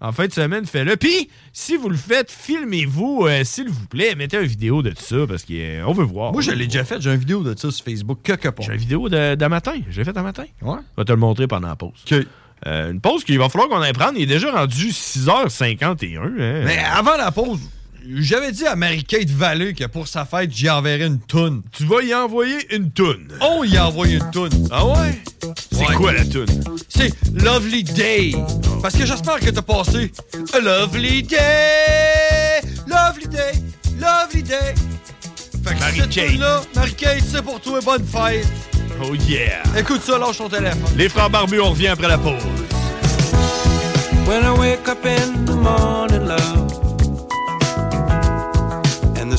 Speaker 9: en fin de semaine, fais-le. Puis, si vous le faites, filmez-vous, euh, s'il vous plaît. Mettez une vidéo de ça parce qu'on veut voir.
Speaker 10: Moi, je
Speaker 9: On veut
Speaker 10: l'ai déjà
Speaker 9: voir.
Speaker 10: fait. J'ai une vidéo de ça sur Facebook. Que que pas.
Speaker 9: J'ai une vidéo de- d'un matin. Je l'ai faite un matin.
Speaker 10: Ouais.
Speaker 9: Je vais te le montrer pendant la pause.
Speaker 10: OK.
Speaker 9: Euh, une pause qu'il va falloir qu'on aille prendre. Il est déjà rendu 6h51. hein.
Speaker 10: Mais avant la pause, j'avais dit à Marie-Kate Vallée que pour sa fête, j'y enverrais une toune.
Speaker 9: Tu vas y envoyer une toune.
Speaker 10: On y a envoyé une toune.
Speaker 9: Ah ouais? C'est
Speaker 10: Oh! Ouais.
Speaker 9: quoi la toune?
Speaker 10: C'est Lovely Day. Parce que j'espère que t'as passé a Lovely Day. Lovely Day. Lovely Day. Fait que
Speaker 9: Marie-Kate.
Speaker 10: cette toune-là, Marie-Kate, c'est pour toi. Bonne fête.
Speaker 9: Oh yeah!
Speaker 10: Écoute ça, lâche ton téléphone.
Speaker 9: Les frères barbus, on revient après la pause.
Speaker 8: When I wake up in the morning, love, and the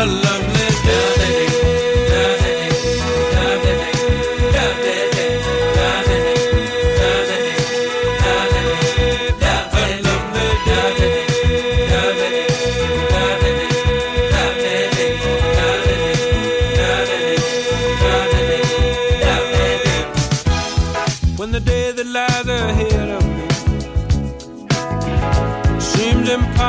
Speaker 8: a lovely day. A lovely when the day that lies ahead of me seems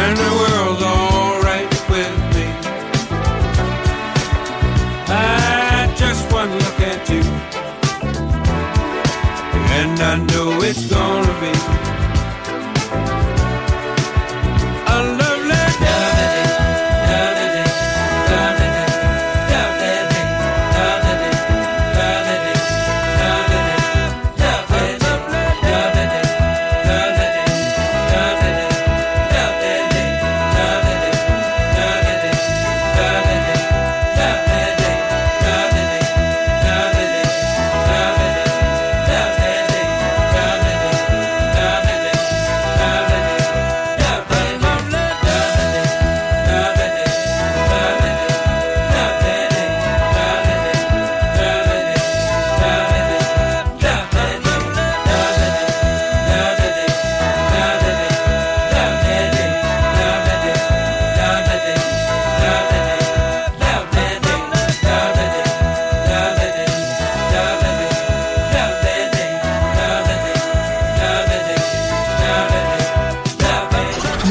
Speaker 8: and the world's alright with me. I just one look at you, and I know it's gonna be. a lovely day.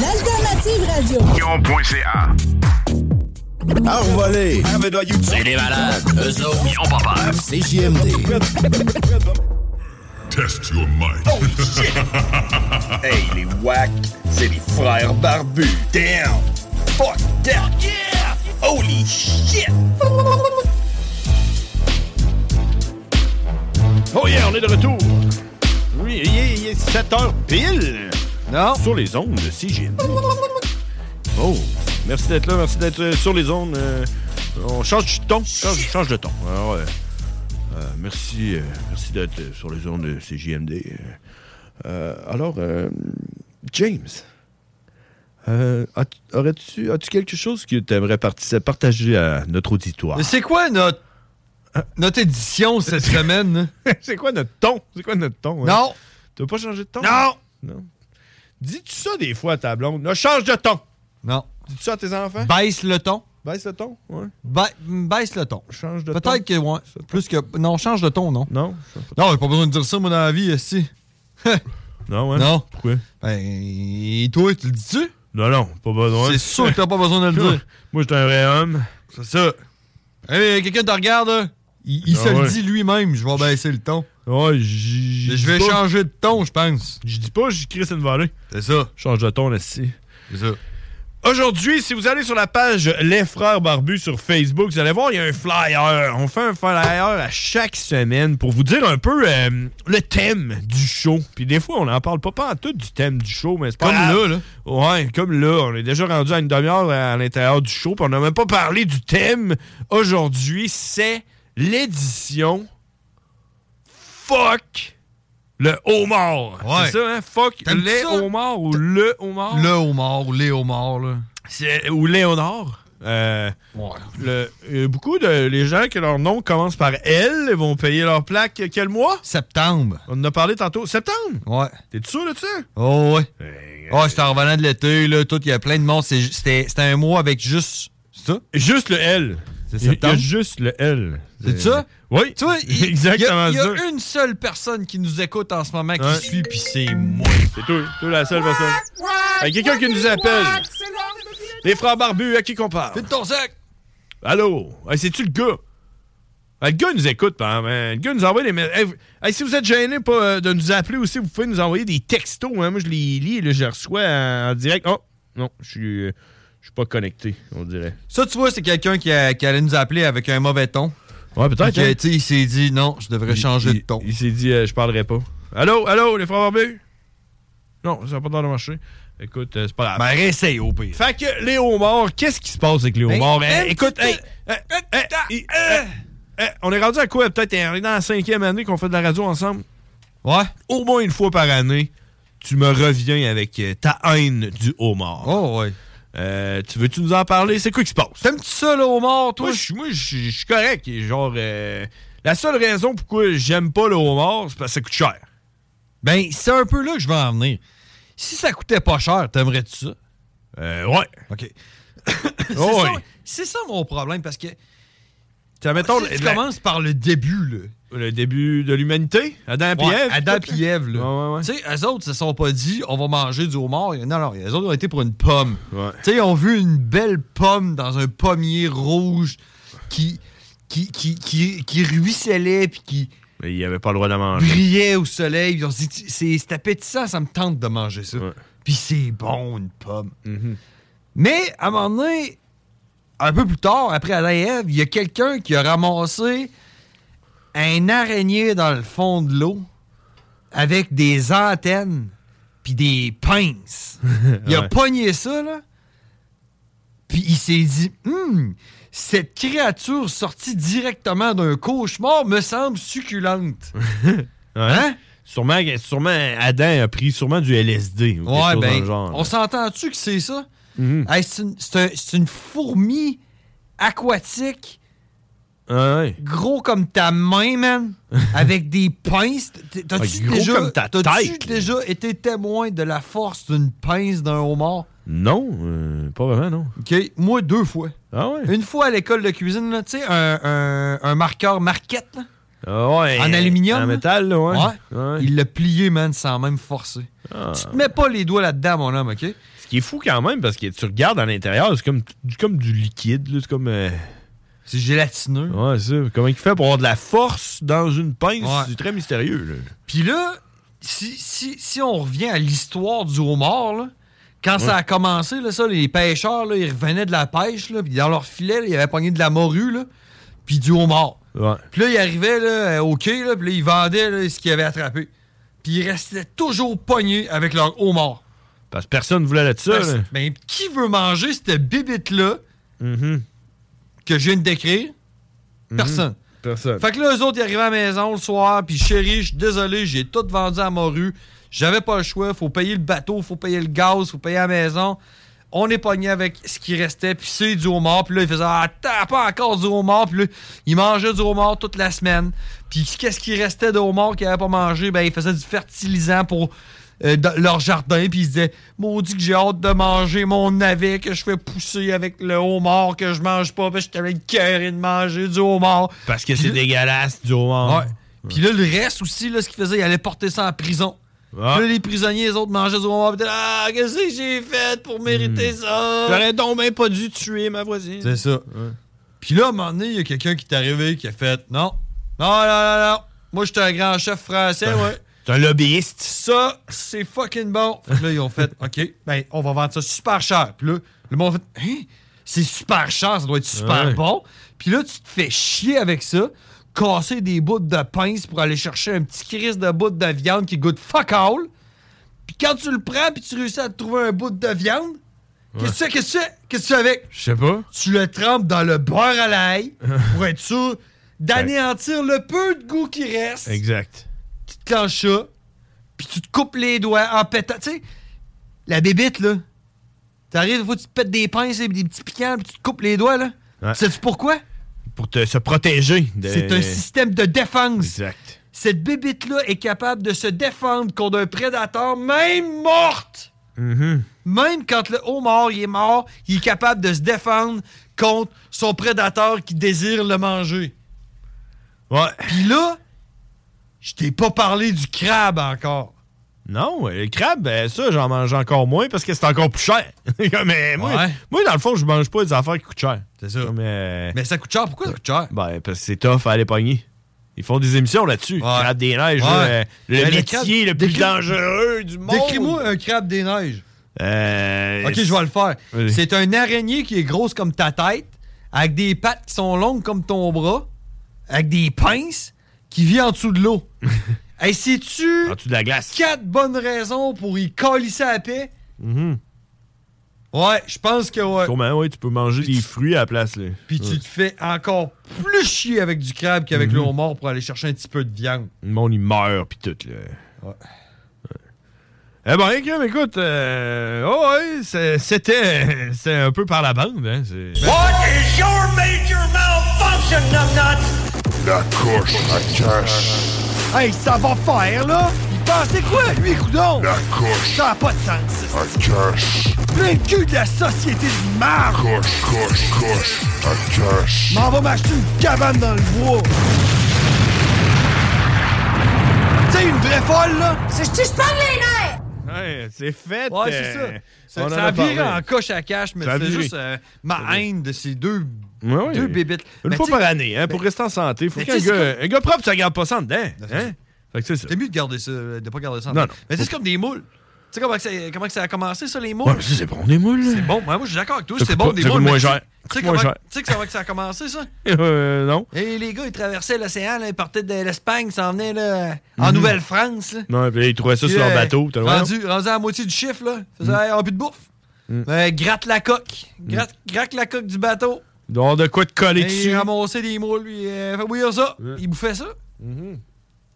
Speaker 5: L'alternative radio.
Speaker 11: Envolé!
Speaker 12: C'est les malades. Eux autres, ils ont pas peur.
Speaker 11: CJMD.
Speaker 4: Test your mind.
Speaker 12: hey, les wack, c'est les frères barbus. Damn! Fuck that! Yeah! Holy shit!
Speaker 9: Oh yeah, on est de retour. Oui, il est, 7 heures pile. Non. Sur les ondes de CGM. Oh, merci d'être là, merci d'être euh, sur les ondes. euh, on change de ton, change, change de ton. Alors, euh, euh, merci, euh, merci d'être euh, sur les ondes de CJMD. Euh, euh, alors, euh, James, euh, as-tu- aurais-tu, as-tu quelque chose que tu aimerais partager à notre auditoire?
Speaker 10: Mais c'est quoi notre, notre édition cette semaine?
Speaker 9: c'est quoi notre ton? C'est quoi notre ton? hein?
Speaker 10: Non!
Speaker 9: Tu veux pas changer de ton?
Speaker 10: Non!
Speaker 9: Non. Dis-tu ça des fois à ta blonde? Là, change de ton!
Speaker 10: Non.
Speaker 9: Dis-tu ça à tes enfants?
Speaker 10: Baisse le ton.
Speaker 9: Baisse le ton? Ouais.
Speaker 10: Ba- baisse le ton.
Speaker 9: Change de ton.
Speaker 10: Peut-être que, ouais, plus que. Non, change de ton, non?
Speaker 9: Non?
Speaker 10: Non, j'ai pas besoin de dire ça, moi, dans la vie, si.
Speaker 9: Non, ouais.
Speaker 10: Non.
Speaker 9: Pourquoi?
Speaker 10: Ben, et toi, tu le dis-tu?
Speaker 9: Non, non, pas besoin.
Speaker 10: C'est sûr que t'as pas besoin de le dire.
Speaker 9: Moi, j'étais un vrai homme.
Speaker 10: C'est ça. Eh, mais quelqu'un te regarde, là. Il, il
Speaker 9: Ah
Speaker 10: se le
Speaker 9: ouais.
Speaker 10: dit lui-même, je vais baisser le ton.
Speaker 9: Ouais, j'y- j'y
Speaker 10: Je vais
Speaker 9: dis pas-
Speaker 10: changer de ton, je pense.
Speaker 9: Je dis pas, j'y crie une vallée.
Speaker 10: C'est ça.
Speaker 9: Change de ton, là-ci.
Speaker 10: C'est ça.
Speaker 9: Aujourd'hui, si vous allez sur la page Les Frères Barbus sur Facebook, vous allez voir, il y a un flyer. On fait un flyer à chaque semaine pour vous dire un peu euh, le thème du show. Puis des fois, on n'en parle pas, pas en tout du thème du show, mais c'est pas
Speaker 10: Comme
Speaker 9: grave.
Speaker 10: là, là.
Speaker 9: Ouais, comme là, on est déjà rendu à une demi-heure à l'intérieur du show, puis on n'a même pas parlé du thème. Aujourd'hui, c'est l'édition Fuck le homard.
Speaker 10: Ouais.
Speaker 9: C'est ça, hein? Fuck
Speaker 10: T'aimes-tu
Speaker 9: les
Speaker 10: ça?
Speaker 9: homards ou le homard?
Speaker 10: Le homard, les homards, là.
Speaker 9: C'est- Ou Léonard. Euh,
Speaker 10: Ouais.
Speaker 9: le- euh, beaucoup de les gens que leur nom commence par L ils vont payer leur plaque quel mois?
Speaker 10: Septembre.
Speaker 9: On en a parlé tantôt. Septembre?
Speaker 10: Ouais.
Speaker 9: T'es sûr de ça?
Speaker 10: Oh, ouais. Ah, c'était en revenant de l'été, là, tout, il y a plein de monde. C'est ju- C'était c'était un mois avec juste. C'est ça?
Speaker 9: Juste le L.
Speaker 10: C'est
Speaker 9: Il y a- Il y
Speaker 10: septembre?
Speaker 9: a juste le L.
Speaker 10: C'est ça?
Speaker 9: Oui.
Speaker 10: Tu vois, il-
Speaker 9: exactement
Speaker 10: Il y a,
Speaker 9: ça.
Speaker 10: il y a une seule personne qui nous écoute en ce moment qui
Speaker 9: Ouais.
Speaker 10: suit, puis c'est moi.
Speaker 9: C'est toi, toi la seule personne. Il y a quelqu'un qui nous appelle. Les frères barbus, à qui qu'on parle?
Speaker 10: Fais de ton sac!
Speaker 9: Allô? Hey, C'est-tu le gars? Hey, le gars nous écoute, par exemple, hein. Le gars nous envoie des messages. Hey, vous- hey, si vous êtes gêné pas, euh, de nous appeler aussi, vous pouvez nous envoyer des textos. hein. Moi, je les lis et là, je les reçois en, en direct. Oh, non, je suis euh, je suis pas connecté, on dirait.
Speaker 10: Ça, tu vois, c'est quelqu'un qui, a- qui allait nous appeler avec un mauvais ton.
Speaker 9: Ouais,
Speaker 10: Fait que,
Speaker 9: hein.
Speaker 10: tu sais, il s'est dit, non, je devrais changer
Speaker 9: il,
Speaker 10: de ton.
Speaker 9: Il, s'est dit, euh, je parlerai pas. Allô, allô, les frères barbus? Non, ça n'a pas l'air de marcher. Écoute, euh, c'est pas grave.
Speaker 10: Ben, réessaye au pire.
Speaker 9: Fait que les homards, qu'est-ce qui se passe avec les
Speaker 10: Ben,
Speaker 9: homards?
Speaker 10: un
Speaker 9: Hein,
Speaker 10: petit
Speaker 9: écoute,
Speaker 10: peu-
Speaker 9: hey, hey, hey, hey,
Speaker 10: euh.
Speaker 9: hey, hey, on est rendu à quoi? Peut-être on est dans la cinquième année qu'on fait de la radio ensemble.
Speaker 10: Ouais?
Speaker 9: Au moins une fois par année, tu me reviens avec euh, ta haine du homard.
Speaker 10: Oh, ouais.
Speaker 9: Euh, tu veux-tu nous en parler? C'est quoi qui se passe?
Speaker 10: T'aimes-tu ça, le homard, toi?
Speaker 9: Moi, je suis- moi, je suis je suis correct. Et Genre, euh, la seule raison pourquoi j'aime pas le homard, c'est parce que ça coûte cher.
Speaker 10: Ben, c'est un peu là que je vais en venir. Si ça coûtait pas cher, t'aimerais-tu ça?
Speaker 9: Euh, ouais.
Speaker 10: OK. c'est
Speaker 9: Oh,
Speaker 10: ça,
Speaker 9: ouais.
Speaker 10: c'est ça mon problème, parce que
Speaker 9: Tiens, mettons,
Speaker 10: Si tu
Speaker 9: la-
Speaker 10: commences par le début, là.
Speaker 9: Le début de l'humanité? Adam et
Speaker 10: Ouais,
Speaker 9: Ève?
Speaker 10: Adam
Speaker 9: tout ça?
Speaker 10: et Ève, là. Tu sais, eux autres, se sont pas dit, on va manger du homard. Non, non, eux autres ont été pour une pomme. Tu sais, ils ont vu une belle pomme dans un pommier rouge qui, qui, qui, qui, qui ruisselait puis qui
Speaker 9: Mais il avait pas le droit de manger.
Speaker 10: brillait au soleil. Ils ont dit, c'est c'est appétissant, ça me tente de manger ça. Puis c'est bon, une pomme. Mais à un moment donné, un peu plus tard, après Adam et Ève, il y a quelqu'un qui a ramassé un araignée dans le fond de l'eau avec des antennes puis des pinces. Il a
Speaker 9: Ouais.
Speaker 10: pogné ça, là. Puis il s'est dit, Hum, cette créature sortie directement d'un cauchemar me semble succulente.
Speaker 9: Hein? Sûrement, sûrement, Adam a pris sûrement du LSD ou quelque
Speaker 10: Ouais,
Speaker 9: chose dans
Speaker 10: ben,
Speaker 9: le genre. Mm-hmm.
Speaker 10: on s'entend-tu que c'est ça? Hey, c'est une, c'est un- c'est une fourmi aquatique, gros comme ta main, man, avec des pinces. T- T'as-tu
Speaker 9: Ah, gros
Speaker 10: déjà,
Speaker 9: comme ta
Speaker 10: t'as-tu
Speaker 9: tête,
Speaker 10: déjà été témoin de la force d'une pince d'un homard?
Speaker 9: Non, euh, pas vraiment, non. Ah
Speaker 10: OK, moi, deux fois. Une fois à l'école de cuisine, là, tu sais, un, un- un marqueur marquette, là,
Speaker 9: Ah ouais,
Speaker 10: en aluminium.
Speaker 9: En
Speaker 10: là.
Speaker 9: métal, là, ouais. Ah.
Speaker 10: Ouais. Il l'a plié, man, sans même forcer. Tu te mets pas les doigts là-dedans, mon homme, OK?
Speaker 9: Ce qui est fou quand même, parce que tu regardes à l'intérieur, c'est comme, du- comme du liquide, là, c'est comme... euh,
Speaker 10: C'est gélatineux.
Speaker 9: Ouais, c'est ça. Comment il fait pour avoir de la force dans une pince?
Speaker 10: Ouais.
Speaker 9: C'est très mystérieux, là.
Speaker 10: Puis là, si, si- si on revient à l'histoire du homard, là, quand ça
Speaker 9: Ouais.
Speaker 10: a commencé, là, ça, les pêcheurs, là, ils revenaient de la pêche, là, puis dans leur filet, là, ils avaient pogné de la morue, là, puis du homard.
Speaker 9: Ouais.
Speaker 10: Puis là, ils arrivaient là, euh, au quai, là, puis là, ils vendaient là, ce qu'ils avaient attrapé. Puis ils restaient toujours pognés avec leur homard.
Speaker 9: Parce que personne voulait là-dessus,
Speaker 10: Parce-
Speaker 9: là.
Speaker 10: Mais qui veut manger cette bibite-là
Speaker 9: Mm-hmm.
Speaker 10: que je viens de décrire? Personne.
Speaker 9: Personne.
Speaker 10: Fait que là, eux autres, ils arrivaient à la maison le soir, puis chérie, je suis désolé, j'ai tout vendu à morue. J'avais pas le choix, faut payer le bateau, faut payer le gaz, faut payer la maison. On est pogné avec ce qui restait, puis c'est du homard. Puis là, ils faisaient Ah, t'as pas encore du homard. Puis là, ils mangeaient du homard toute la semaine. Puis qu'est-ce qui restait de homard qu'ils avaient pas mangé? Ben, ils faisaient du fertilisant pour euh, dans leur jardin. Puis ils se disaient Maudit que j'ai hâte de manger mon navet que je fais pousser avec le homard que je mange pas. Parce que j'avais le cœur de manger du homard.
Speaker 9: Parce que c'est dégueulasse, du
Speaker 10: Ouais.
Speaker 9: homard.
Speaker 10: Puis là, le reste aussi, là, ce qu'il faisait, il allait porter ça en prison.
Speaker 9: Ah.
Speaker 10: Puis là, les prisonniers, les autres mangeaient du homard. puis étaient là, Ah, qu'est-ce que j'ai fait pour mériter ça?
Speaker 9: J'aurais donc même pas dû tuer ma voisine.
Speaker 10: C'est ça. Puis là, à un moment donné, il y a quelqu'un qui est arrivé qui a fait Non, non, non, non, non. Moi, j'étais un grand chef français, ouais.
Speaker 9: T'es un lobbyiste.
Speaker 10: Ça, c'est fucking bon. Fait que là, ils ont fait OK, ben, on va vendre ça super cher. Puis là, le monde a fait Hein? C'est super cher, ça doit être super
Speaker 9: Ouais.
Speaker 10: bon. Puis là, tu te fais chier avec ça, casser des bouts de pince pour aller chercher un petit crise de bout de viande qui goûte fuck all. Puis quand tu le prends, puis tu réussis à te trouver un bout de viande, qu'est-ce que tu fais? Qu'est-ce que tu fais? Qu'est-ce que tu fais avec?
Speaker 9: Je sais pas.
Speaker 10: tu le trempes dans le beurre à l'ail pour être sûr d'anéantir le peu de goût qui reste.
Speaker 9: Exact.
Speaker 10: Tu te clenches ça, puis tu te coupes les doigts en pétant. Tu sais, la bébite, là, t'arrives, faut que tu te pètes des pinces et des petits piquants, puis tu te coupes les doigts, là.
Speaker 9: Ouais.
Speaker 10: Sais-tu pourquoi?
Speaker 9: Pour te, se protéger. de-
Speaker 10: C'est un système de défense.
Speaker 9: Exact.
Speaker 10: Cette bébite-là est capable de se défendre contre un prédateur, même morte!
Speaker 9: Mhm.
Speaker 10: Même quand le homard il est mort, il est capable de se défendre contre son prédateur qui désire le manger.
Speaker 9: Ouais.
Speaker 10: Puis là, je t'ai pas parlé du crabe encore.
Speaker 9: Non, euh, le crabe, ben, ça, j'en mange encore moins parce que c'est encore plus cher. Mais moi,
Speaker 10: Ouais.
Speaker 9: moi, dans le fond, je mange pas des affaires qui coûtent cher.
Speaker 10: C'est ça.
Speaker 9: Mais,
Speaker 10: Mais ça coûte cher. Pourquoi ça coûte cher?
Speaker 9: Ben, parce que c'est tough à aller pogner. Ils font des émissions là-dessus. Crabe des neiges,
Speaker 10: Ouais.
Speaker 9: là, euh, le
Speaker 10: Mais le
Speaker 9: métier
Speaker 10: crabe-
Speaker 9: le, plus
Speaker 10: décris-
Speaker 9: dangereux du monde.
Speaker 10: Décris-moi un crabe des neiges.
Speaker 9: Euh,
Speaker 10: Ok, je vais le faire.
Speaker 9: Vas-y.
Speaker 10: C'est un araignée qui est grosse comme ta tête, avec des pattes qui sont longues comme ton bras, avec des pinces, qui vit en dessous de l'eau. hey, sais-tu
Speaker 9: En dessous de la glace.
Speaker 10: quatre bonnes raisons pour y calisser à paix?
Speaker 9: Mhm.
Speaker 10: Ouais, je pense que ouais.
Speaker 9: Sûrement, ouais, tu peux manger des fruits à la place. Là.
Speaker 10: Puis tu te fais encore plus chier avec du crabe qu'avec
Speaker 9: Mm-hmm.
Speaker 10: le homard pour aller chercher un petit peu de viande.
Speaker 9: Le monde, il meurt, puis tout. Là. Ouais. Eh ben, rien que, mais écoute, euh, oh, ouais, c'est- c'était c'était un peu par la bande. Hein, c'est-
Speaker 12: What is your major malfunction, numbnuts?
Speaker 4: La coche à cash.
Speaker 12: Hey, ça va faire, là?
Speaker 10: Pensez quoi, lui, coudon?
Speaker 4: La coche.
Speaker 10: Ça n'a pas de sens.
Speaker 4: Un cache.
Speaker 10: Plein de cul de la société de marre.
Speaker 4: Coche, coche, coche. Un cache.
Speaker 10: M'en va m'acheter une cabane dans le bois. Tu sais, une vraie folle, là. C'est je te les nerfs.
Speaker 9: Ouais, c'est fait.
Speaker 10: Ouais, c'est ça.
Speaker 9: euh,
Speaker 10: Ça,
Speaker 9: on en
Speaker 10: ça a
Speaker 9: a
Speaker 10: viré
Speaker 9: parlé.
Speaker 10: en coche à cache, mais
Speaker 9: Ça a
Speaker 10: c'est
Speaker 9: viré.
Speaker 10: juste euh, ma haine de ces deux,
Speaker 9: Ouais, ouais.
Speaker 10: deux bébites.
Speaker 9: Une
Speaker 10: Mais
Speaker 9: fois
Speaker 10: tu sais-
Speaker 9: par année, hein, pour rester en santé. Faut
Speaker 10: Mais
Speaker 9: qu'un
Speaker 10: tu sais,
Speaker 9: gars, un gars propre, ça garde pas ça en dedans.
Speaker 10: c'est
Speaker 9: Hein? Fait que c'est ça.
Speaker 10: C'est mieux de garder ça, euh, de pas garder ça. en
Speaker 9: Non,
Speaker 10: tête.
Speaker 9: non.
Speaker 10: Mais tu sais, c'est comme des moules. Tu sais comment, que ça, comment que ça a commencé, ça, les moules?
Speaker 9: Ouais, mais ça, c'est bon, des moules.
Speaker 10: C'est bon. ben, Moi, moi, je suis d'accord avec toi.
Speaker 9: Ça
Speaker 10: C'est
Speaker 9: coûte
Speaker 10: bon,
Speaker 9: pas-
Speaker 10: des
Speaker 9: ça coûte
Speaker 10: moules. mais
Speaker 9: moins
Speaker 10: tu-
Speaker 9: cher.
Speaker 10: Tu sais
Speaker 9: Moins
Speaker 10: comment,
Speaker 9: cher.
Speaker 10: tu sais comment que ça a commencé, ça?
Speaker 9: Euh, non.
Speaker 10: Et les gars, ils traversaient l'océan, là, ils partaient de l'Espagne, ils s'en venaient là, en
Speaker 9: Mhm.
Speaker 10: Nouvelle-France. là.
Speaker 9: Non, puis là, ils trouvaient ça
Speaker 10: Puis,
Speaker 9: sur leur
Speaker 10: euh,
Speaker 9: bateau. t'as le Mhm. droit,
Speaker 10: rendu, rendu à la moitié du chiffre, là. Faisait, hey, on a plus de bouffe.
Speaker 9: Mm.
Speaker 10: Ben, gratte la coque.
Speaker 9: Mhm.
Speaker 10: Gratte, gratte la coque du bateau.
Speaker 9: non? Ils doivent avoir de quoi te coller
Speaker 10: Et
Speaker 9: dessus.
Speaker 10: il ramassait des moules, lui. euh, fait bouillir ça. Il bouffait ça.
Speaker 9: Mhm.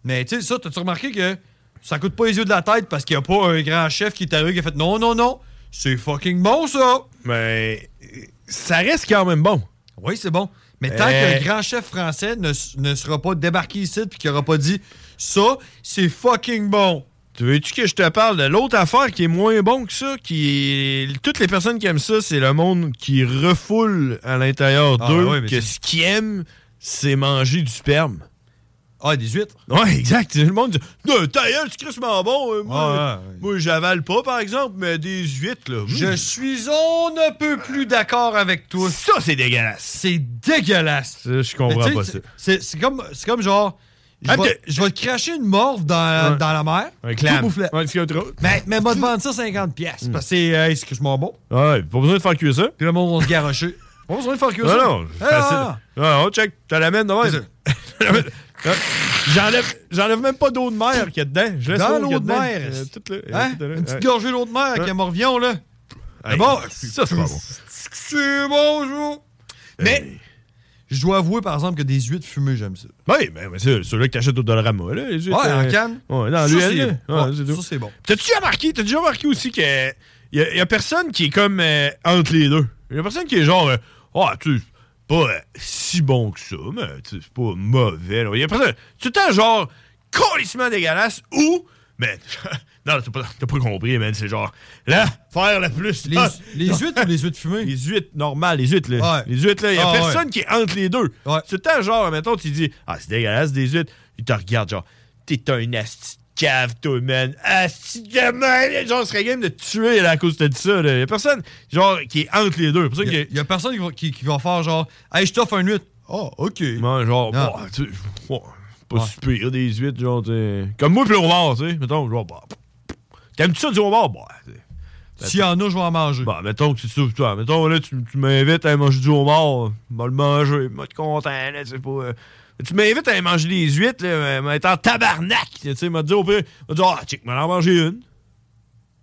Speaker 10: Mais tu sais, ça, t'as-tu remarqué que ça coûte pas les yeux de la tête parce qu'il y a pas un grand chef qui est arrivé qui a fait non, non, non. C'est fucking bon, ça.
Speaker 9: Mais euh, ça reste quand même bon.
Speaker 10: Oui, c'est bon. Mais tant
Speaker 9: Euh.
Speaker 10: qu'un grand chef français ne, s- ne sera pas débarqué ici puis qu'il aura pas dit ça, c'est fucking bon.
Speaker 9: Tu veux-tu que je te parle de l'autre affaire qui est moins bon que ça, qui est- Toutes les personnes qui aiment ça, c'est le monde qui refoule à l'intérieur
Speaker 10: Ah,
Speaker 9: d'eux
Speaker 10: ouais, mais
Speaker 9: que
Speaker 10: c'est-
Speaker 9: ce qu'ils aiment, c'est manger du sperme.
Speaker 10: Ah, 18.
Speaker 9: Ouais, exact. Le monde dit Non, ta gueule, c'est crissement bon. euh, moi,
Speaker 10: Ah, ouais, ouais.
Speaker 9: moi, j'avale pas, par exemple, mais des huîtres, là.
Speaker 10: Je
Speaker 9: mm.
Speaker 10: suis on ne peut plus d'accord avec toi.
Speaker 9: Ça, c'est dégueulasse.
Speaker 10: C'est dégueulasse.
Speaker 9: Ça, je
Speaker 10: Mais
Speaker 9: comprends
Speaker 10: tu
Speaker 9: pas
Speaker 10: sais,
Speaker 9: ça.
Speaker 10: C'est c'est comme, c'est comme genre. Je
Speaker 9: Ah,
Speaker 10: vais,
Speaker 9: t'es-
Speaker 10: je vais te cracher une morve dans, la-
Speaker 9: Ouais.
Speaker 10: dans la mer.
Speaker 9: Un
Speaker 10: tout
Speaker 9: clam.
Speaker 10: boufflet.
Speaker 9: Un petit autre.
Speaker 10: Mais, Ben, mais m'a demandé ça 50$. piastres, Parce que c'est euh, excuse-moi bon.
Speaker 9: Ouais, pas besoin de faire cuire ça.
Speaker 10: Puis le monde va se garocher. Pas besoin de faire que ça.
Speaker 9: Non, non,
Speaker 10: Ah,
Speaker 9: facile.
Speaker 10: ah,
Speaker 9: Non, non, check, je te l'amène demain. J'enlève, j'enlève même pas d'eau de mer qu'il y a dedans. Je laisse
Speaker 10: Dans
Speaker 9: l'eau qu'il y a
Speaker 10: l'eau de
Speaker 9: dedans.
Speaker 10: mer,
Speaker 9: Euh,
Speaker 10: est-ce-
Speaker 9: tout là,
Speaker 10: ah. Hein?
Speaker 9: tout là.
Speaker 10: Une petite
Speaker 9: Ouais.
Speaker 10: gorgée d'eau de mer avec
Speaker 9: Ouais.
Speaker 10: un morvion, là.
Speaker 9: Hey,
Speaker 10: bon,
Speaker 9: ça, c'est pas bon.
Speaker 10: C'est bonjour. Mais je dois avouer, par exemple, que des huîtres fumées, j'aime ça.
Speaker 9: Oui, mais, mais c'est ceux-là que t'achètes au Dollarama, là. les huîtres,
Speaker 10: Ouais, en
Speaker 9: euh,
Speaker 10: canne.
Speaker 9: Ouais,
Speaker 10: Ça,
Speaker 9: dans l'UL,
Speaker 10: c'est-
Speaker 9: là. Ouais,
Speaker 10: ouais,
Speaker 9: c'est tout.
Speaker 10: ça, c'est bon.
Speaker 9: T'as-tu déjà remarqué, t'as déjà remarqué aussi que y a, y a personne qui est comme euh, entre les deux. Y a personne qui est genre, euh, ah, tu sais, c'est pas euh, si bon que ça, mais tu sais, c'est pas mauvais. Là. Y a personne, tout le temps genre, colissement dégueulasse ou, mais, non, t'as pas, t'as pas compris, man, c'est genre, là, faire le plus.
Speaker 10: Les,
Speaker 9: Ah,
Speaker 10: les huîtres ou les huîtres fumées?
Speaker 9: les huîtres normales, les huîtres, là.
Speaker 10: Ouais.
Speaker 9: Les huîtres, là, il a
Speaker 10: Ah,
Speaker 9: personne qui est entre les deux.
Speaker 10: Ouais.
Speaker 9: C'est le temps, genre, mettons, tu dis Ah, c'est dégueulasse, des huîtres. Il te regarde, genre, t'es un asti de cave, toi, man. Asti de man. Genre, ce serait game de te tuer là, à cause de ça, là. Il a personne, genre, qui est entre les deux. C'est pour ça
Speaker 10: Il
Speaker 9: que.
Speaker 10: y a- il y, a personne qui va, qui, qui va faire genre Hey, je t'offre un huître. Ah, OK.
Speaker 9: Ouais,
Speaker 10: Non.
Speaker 9: genre, bah, tu sais, ouais, pas
Speaker 10: Ouais.
Speaker 9: si pire, des huîtres, genre, tu sais. Comme moi, puis le homard, tu sais. Mettons, genre, bah, T'aimes-tu ça du homard? Bah, tu sais.
Speaker 10: S'il y en a, je vais en manger.
Speaker 9: Bah, mettons que tu te souffles, toi. Mettons, là, tu, tu m'invites à manger du homard. Je le manger. Moi, je suis content, là, c'est pas. euh, Tu m'invites à aller manger des huîtres, là, euh, mais être en tabarnak. Tu sais, m'a dit au pire, m'a dit, ah, check, m'en en manger une.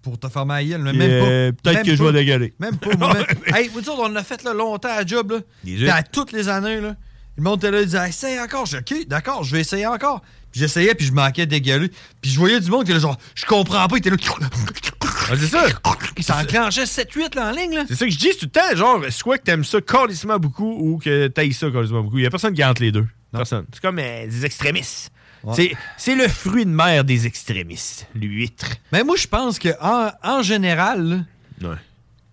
Speaker 10: Pour te faire ma gueule, mais
Speaker 9: Puis,
Speaker 10: même pas.
Speaker 9: euh, Peut-être
Speaker 10: Même
Speaker 9: que je
Speaker 10: pas.
Speaker 9: vais dégueuler.
Speaker 10: Même pas, moi. même- hey, vous dire, on en a fait là, longtemps à job, là.
Speaker 9: Des
Speaker 10: Puis à
Speaker 9: huîtres.
Speaker 10: toutes les années, là. Le monde était là, il disait, essaye encore. Je dis, OK, d'accord, je vais essayer encore. Puis j'essayais, puis je manquais de dégueuler. Puis je voyais du monde qui était là, genre, je comprends pas. Il était là.
Speaker 9: Ah, c'est ça.
Speaker 10: Il s'enclenchait 7-8 là en ligne, là.
Speaker 9: C'est ça que je dis c'est tout le temps. Genre, soit que t'aimes ça carrément beaucoup ou que t'ailles ça carrément beaucoup. Il y a personne qui est entre les deux. Personne. C'est comme euh, des extrémistes. C'est- C'est le fruit de mer des extrémistes, l'huître.
Speaker 10: Mais moi, je pense que en, en général, là,
Speaker 9: Ouais.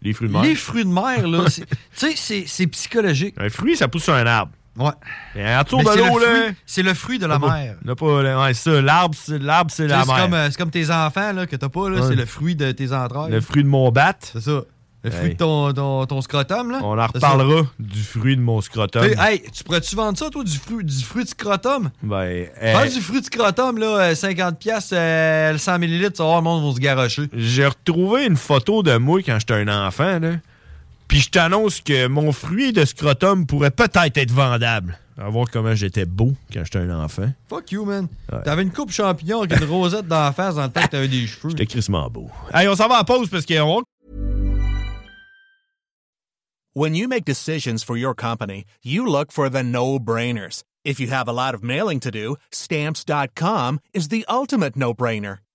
Speaker 9: Les fruits de mer.
Speaker 10: les fruits de mer, là, c'est- tu sais, c'est- c'est psychologique.
Speaker 9: Un fruit, ça pousse sur un arbre.
Speaker 10: Ouais.
Speaker 9: Mais en dessous
Speaker 10: Mais
Speaker 9: de
Speaker 10: c'est le
Speaker 9: l'eau, là.
Speaker 10: fruit- C'est le fruit de la
Speaker 9: T'as pas-
Speaker 10: mer.
Speaker 9: t'as pas- là, ouais, ça, l'arbre, c'est, l'arbre, c'est
Speaker 10: Tu sais,
Speaker 9: la
Speaker 10: C'est
Speaker 9: mer.
Speaker 10: comme, euh, c'est comme tes enfants là, que t'as pas, là,
Speaker 9: Ouais.
Speaker 10: c'est le fruit de tes entrailles.
Speaker 9: Le fruit de mon bat.
Speaker 10: C'est ça. Le fruit
Speaker 9: Hey.
Speaker 10: de ton, ton, ton scrotum. Là.
Speaker 9: On en
Speaker 10: C'est ça.
Speaker 9: reparlera du fruit de mon scrotum.
Speaker 10: T'sais, hey, tu pourrais-tu vendre ça, toi, du fruit du fruit de scrotum?
Speaker 9: Ben,
Speaker 10: Vends
Speaker 9: euh,
Speaker 10: du fruit de scrotum, là, euh, 50$, piastres, euh, le 100 ml, tu vas voir, le monde va se garocher.
Speaker 9: j'ai retrouvé une photo de moi quand j'étais un enfant, là. Puis je t'annonce que mon fruit de scrotum pourrait peut-être être vendable. À voir comment j'étais beau quand j'étais un enfant.
Speaker 10: Fuck you, man. T'avais une coupe champignon avec une rosette dans la face dans le temps que t'avais des cheveux.
Speaker 9: J'étais crissement beau. Hey, on s'en va à pause parce qu'on va
Speaker 5: When you make decisions for your company, you look for the no brainers. If you have a lot of mailing to do, stamps.com is the ultimate no brainer.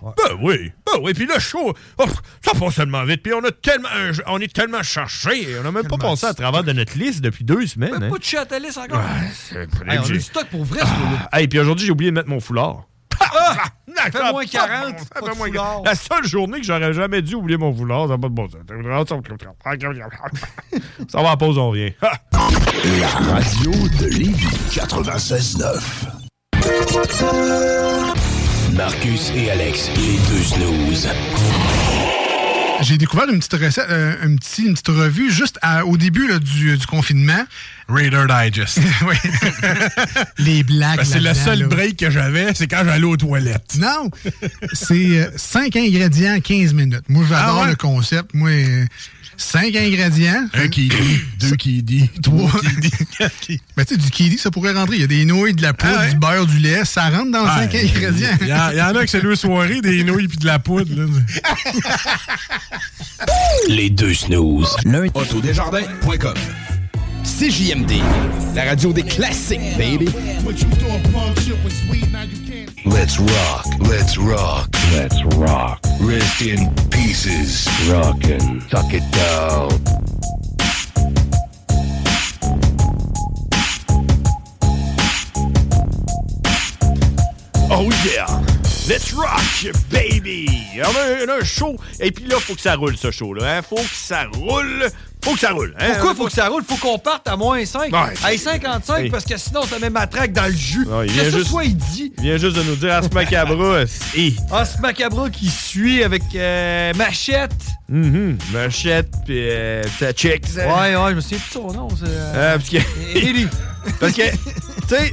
Speaker 9: Ben oui, ben oui, puis le show, oh, ça passe tellement vite, puis on a tellement, un- on est tellement chargé, on n'a même pas passé à travers de notre liste depuis deux semaines. hein.
Speaker 10: Pas de chat à ta liste encore.
Speaker 9: c'est
Speaker 10: Hey, on a
Speaker 9: j'ai-
Speaker 10: du stock pour vrai, ce gars-là.
Speaker 9: Hey, puis aujourd'hui, j'ai oublié de mettre mon foulard.
Speaker 10: Ah!
Speaker 9: ça
Speaker 10: Fait moins
Speaker 9: a
Speaker 10: 40, pas de foulard.
Speaker 9: La seule journée que j'aurais jamais dû oublier mon foulard, ça n'a pas de bon sens. Ça va en pause, on revient. Ah!
Speaker 11: La radio de Lévis 96.9. Marcus et Alex, les deux snooze.
Speaker 13: J'ai découvert une petite recette, euh, un petit- une petite revue juste à- au début là, du, du confinement.
Speaker 14: Raider Digest.
Speaker 13: oui. Les blagues.
Speaker 14: Ben, c'est le
Speaker 13: là-dedans,
Speaker 14: seul
Speaker 13: là.
Speaker 14: break que j'avais, c'est quand j'allais aux toilettes.
Speaker 13: Non! C'est 5 euh, ingrédients, 15 minutes. Moi, j'adore
Speaker 14: Ah ouais?
Speaker 13: le concept. Moi, 5 ingrédients.
Speaker 14: Un qui dit, deux qui dit, trois qui dit, quatre qui
Speaker 13: Ben, tu sais, du kiwi, ça pourrait rentrer. Il y a des nouilles, de la poudre, du beurre, du lait. Ça rentre dans 5 ingrédients.
Speaker 14: Ah, Il y, en- y en a que c'est deux soirées, des nouilles puis de la poudre. là.
Speaker 11: Les deux snooze. Lundi. Autodesjardins.com.
Speaker 12: CJMD, la radio des classiques, baby.
Speaker 11: Let's rock, let's rock, let's rock. Rest in pieces. Rockin'. Tuck it down.
Speaker 9: Oh yeah! Let's rock, baby! On a, on a un show, et puis là, faut que ça roule, ce show-là. Hein? Faut que ça roule! Faut que ça roule! Hein?
Speaker 10: Pourquoi faut que ça roule? Faut qu'on parte à moins 5.
Speaker 9: Ouais, c'est-
Speaker 10: à 55,
Speaker 9: Hey.
Speaker 10: parce que sinon, ça met ma traque dans le jus.
Speaker 9: Non, il vient
Speaker 10: Qu'est-ce que
Speaker 9: juste-
Speaker 10: soit il dit?
Speaker 9: Il vient juste de nous dire à ce macabre. Et...
Speaker 10: Ah, ce macabre qui suit avec euh, Machette.
Speaker 9: Mm-hmm. Machette, puis euh, ça check.
Speaker 10: Ouais,
Speaker 9: ça.
Speaker 10: ouais, je me souviens plus de son nom. c'est, euh,
Speaker 9: Euh, parce que. parce que, tu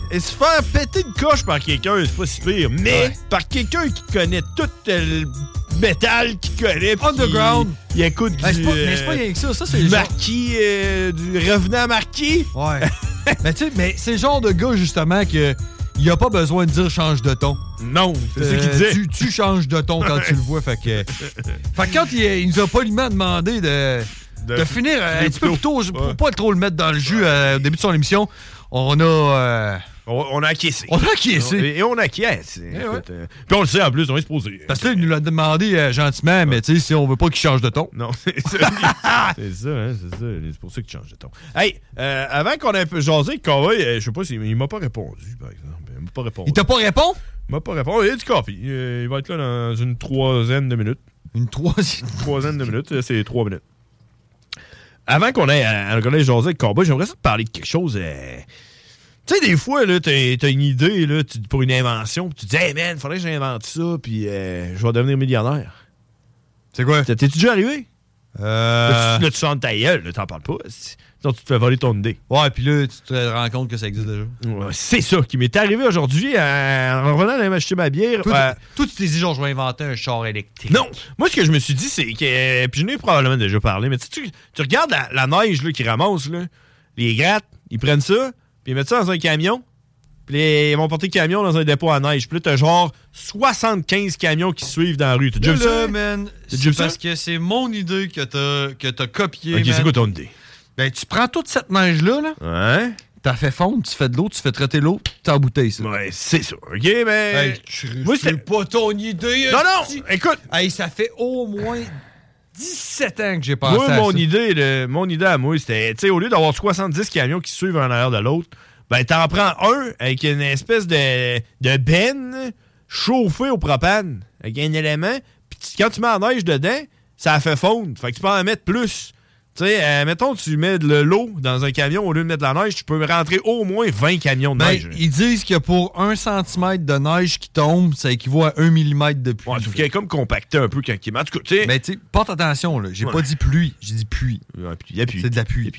Speaker 9: sais, se faire péter de coche par quelqu'un, c'est pas si pire, mais par quelqu'un qui connaît tout euh, le métal qu'il connaît. puis
Speaker 10: Underground.
Speaker 9: Il, il écoute
Speaker 10: Ben, c'est
Speaker 9: du.
Speaker 10: pas- mais
Speaker 9: euh,
Speaker 10: c'est pas rien que ça, ça, c'est
Speaker 9: du
Speaker 10: le genre-
Speaker 9: Marquis, euh, du revenant Marquis.
Speaker 10: Ouais. mais tu sais, mais c'est le genre de gars, justement, que il a pas besoin de dire change de ton.
Speaker 9: Non, c'est ça
Speaker 10: Euh,
Speaker 9: qu'il disait.
Speaker 10: Tu, tu changes de ton quand tu le vois, fait que. Fait que quand il, il nous a poliment demandé de,
Speaker 9: De-
Speaker 10: de, finir euh, un
Speaker 9: finir
Speaker 10: petit peu
Speaker 9: plus
Speaker 10: plus tôt, pour pas trop le mettre dans le jus euh, au début de son émission, on a. euh,
Speaker 9: On, on a acquiescé.
Speaker 10: On a acquiescé. Eh
Speaker 9: Et, et on acquiesce. Écoute, euh, puis on le sait en plus, on est supposé.
Speaker 10: Parce que là, il nous l'a demandé euh, gentiment, mais tu sais, si on veut pas qu'il change de ton.
Speaker 9: Non, c'est ça. c'est ça, hein, c'est ça. C'est pour ça qu'il change de ton. Hey, euh, avant qu'on ait un peu jasé avec Cowboy, euh, je sais pas s'il il m'a pas répondu, par exemple. Il m'a pas répondu. Il
Speaker 10: t'a pas répondu?
Speaker 9: Il m'a pas répondu. Il a du copy. Euh, il va être là dans une troisième de minutes.
Speaker 10: Une troisième?
Speaker 9: troisième de minutes. euh, C'est trois minutes. Avant qu'on ait, euh, qu'on ait jasé avec Cowboy, j'aimerais ça te parler de quelque chose... euh, tu sais, des fois, là, t'as t'as une idée là, tu- pour une invention, puis tu te dis, hey man, faudrait que j'invente ça, puis euh, je vais devenir millionnaire.
Speaker 10: C'est quoi?
Speaker 9: T'es-tu déjà arrivé? Là,
Speaker 10: Euh...
Speaker 9: tu- là, tu sors de ta gueule, là, t'en parles pas. si- Sinon, tu te fais voler ton idée.
Speaker 10: Ouais, puis là, tu te rends compte que ça existe déjà.
Speaker 9: Ouais, C'est ça qui m'est arrivé aujourd'hui euh, en revenant d'aller m'acheter ma bière.
Speaker 10: Toi,
Speaker 9: euh,
Speaker 10: tu- toi, tu t'es dit, genre, je vais inventer un char électrique.
Speaker 9: non, moi, ce que je me suis dit, c'est que. euh, Puis je n'ai probablement déjà parlé, mais tu, tu, tu regardes la, la neige là, qui ramasse, là, les grattes, ils prennent ça, puis ils mettent ça dans un camion, puis les- ils vont porter le camion dans un dépôt à neige. Puis là, t'as genre 75 camions qui suivent dans la rue. T'as déjà
Speaker 10: Là,
Speaker 9: vu ça?
Speaker 10: man,
Speaker 9: T'as déjà vu
Speaker 10: c'est
Speaker 9: ça?
Speaker 10: parce que c'est mon idée que t'as que t'as copié.
Speaker 9: Ok, c'est
Speaker 10: man.
Speaker 9: quoi ton Hein? idée?
Speaker 10: Ben, tu prends toute cette neige-là, là.
Speaker 9: Ouais.
Speaker 10: T'as fait fondre, tu fais de l'eau, tu fais traiter l'eau, t'embouteilles ça.
Speaker 9: Ouais, c'est ça. OK, mais.
Speaker 10: Moi, c'est pas ton idée.
Speaker 9: Non, non,
Speaker 10: écoute. Hey, ça fait au moins 17 ans que j'ai pensé
Speaker 9: Moi,
Speaker 10: à
Speaker 9: mon
Speaker 10: ça.
Speaker 9: idée, le- mon idée à moi, c'était, tu sais, au lieu d'avoir 70 camions qui se suivent un arrière de l'autre, ben, t'en prends un avec une espèce de, de benne chauffée au propane, avec un élément, puis tu- quand tu mets la neige dedans, ça fait fondre. Fait que tu peux en mettre plus. Tu sais, euh, mettons, tu mets de l'eau dans un camion, au lieu de mettre de la neige, tu peux rentrer au moins 20 camions de
Speaker 10: Ben,
Speaker 9: neige.
Speaker 10: ils disent que pour 1 cm de neige qui tombe, ça équivaut à 1 mm de pluie.
Speaker 9: Ouais, sauf qu'il est comme compacté un peu quand il est. En tout cas, tu sais.
Speaker 10: Mais tu sais, porte attention, là. J'ai
Speaker 9: Ouais.
Speaker 10: pas dit pluie, j'ai dit puits.
Speaker 9: C'est
Speaker 10: de la pluie.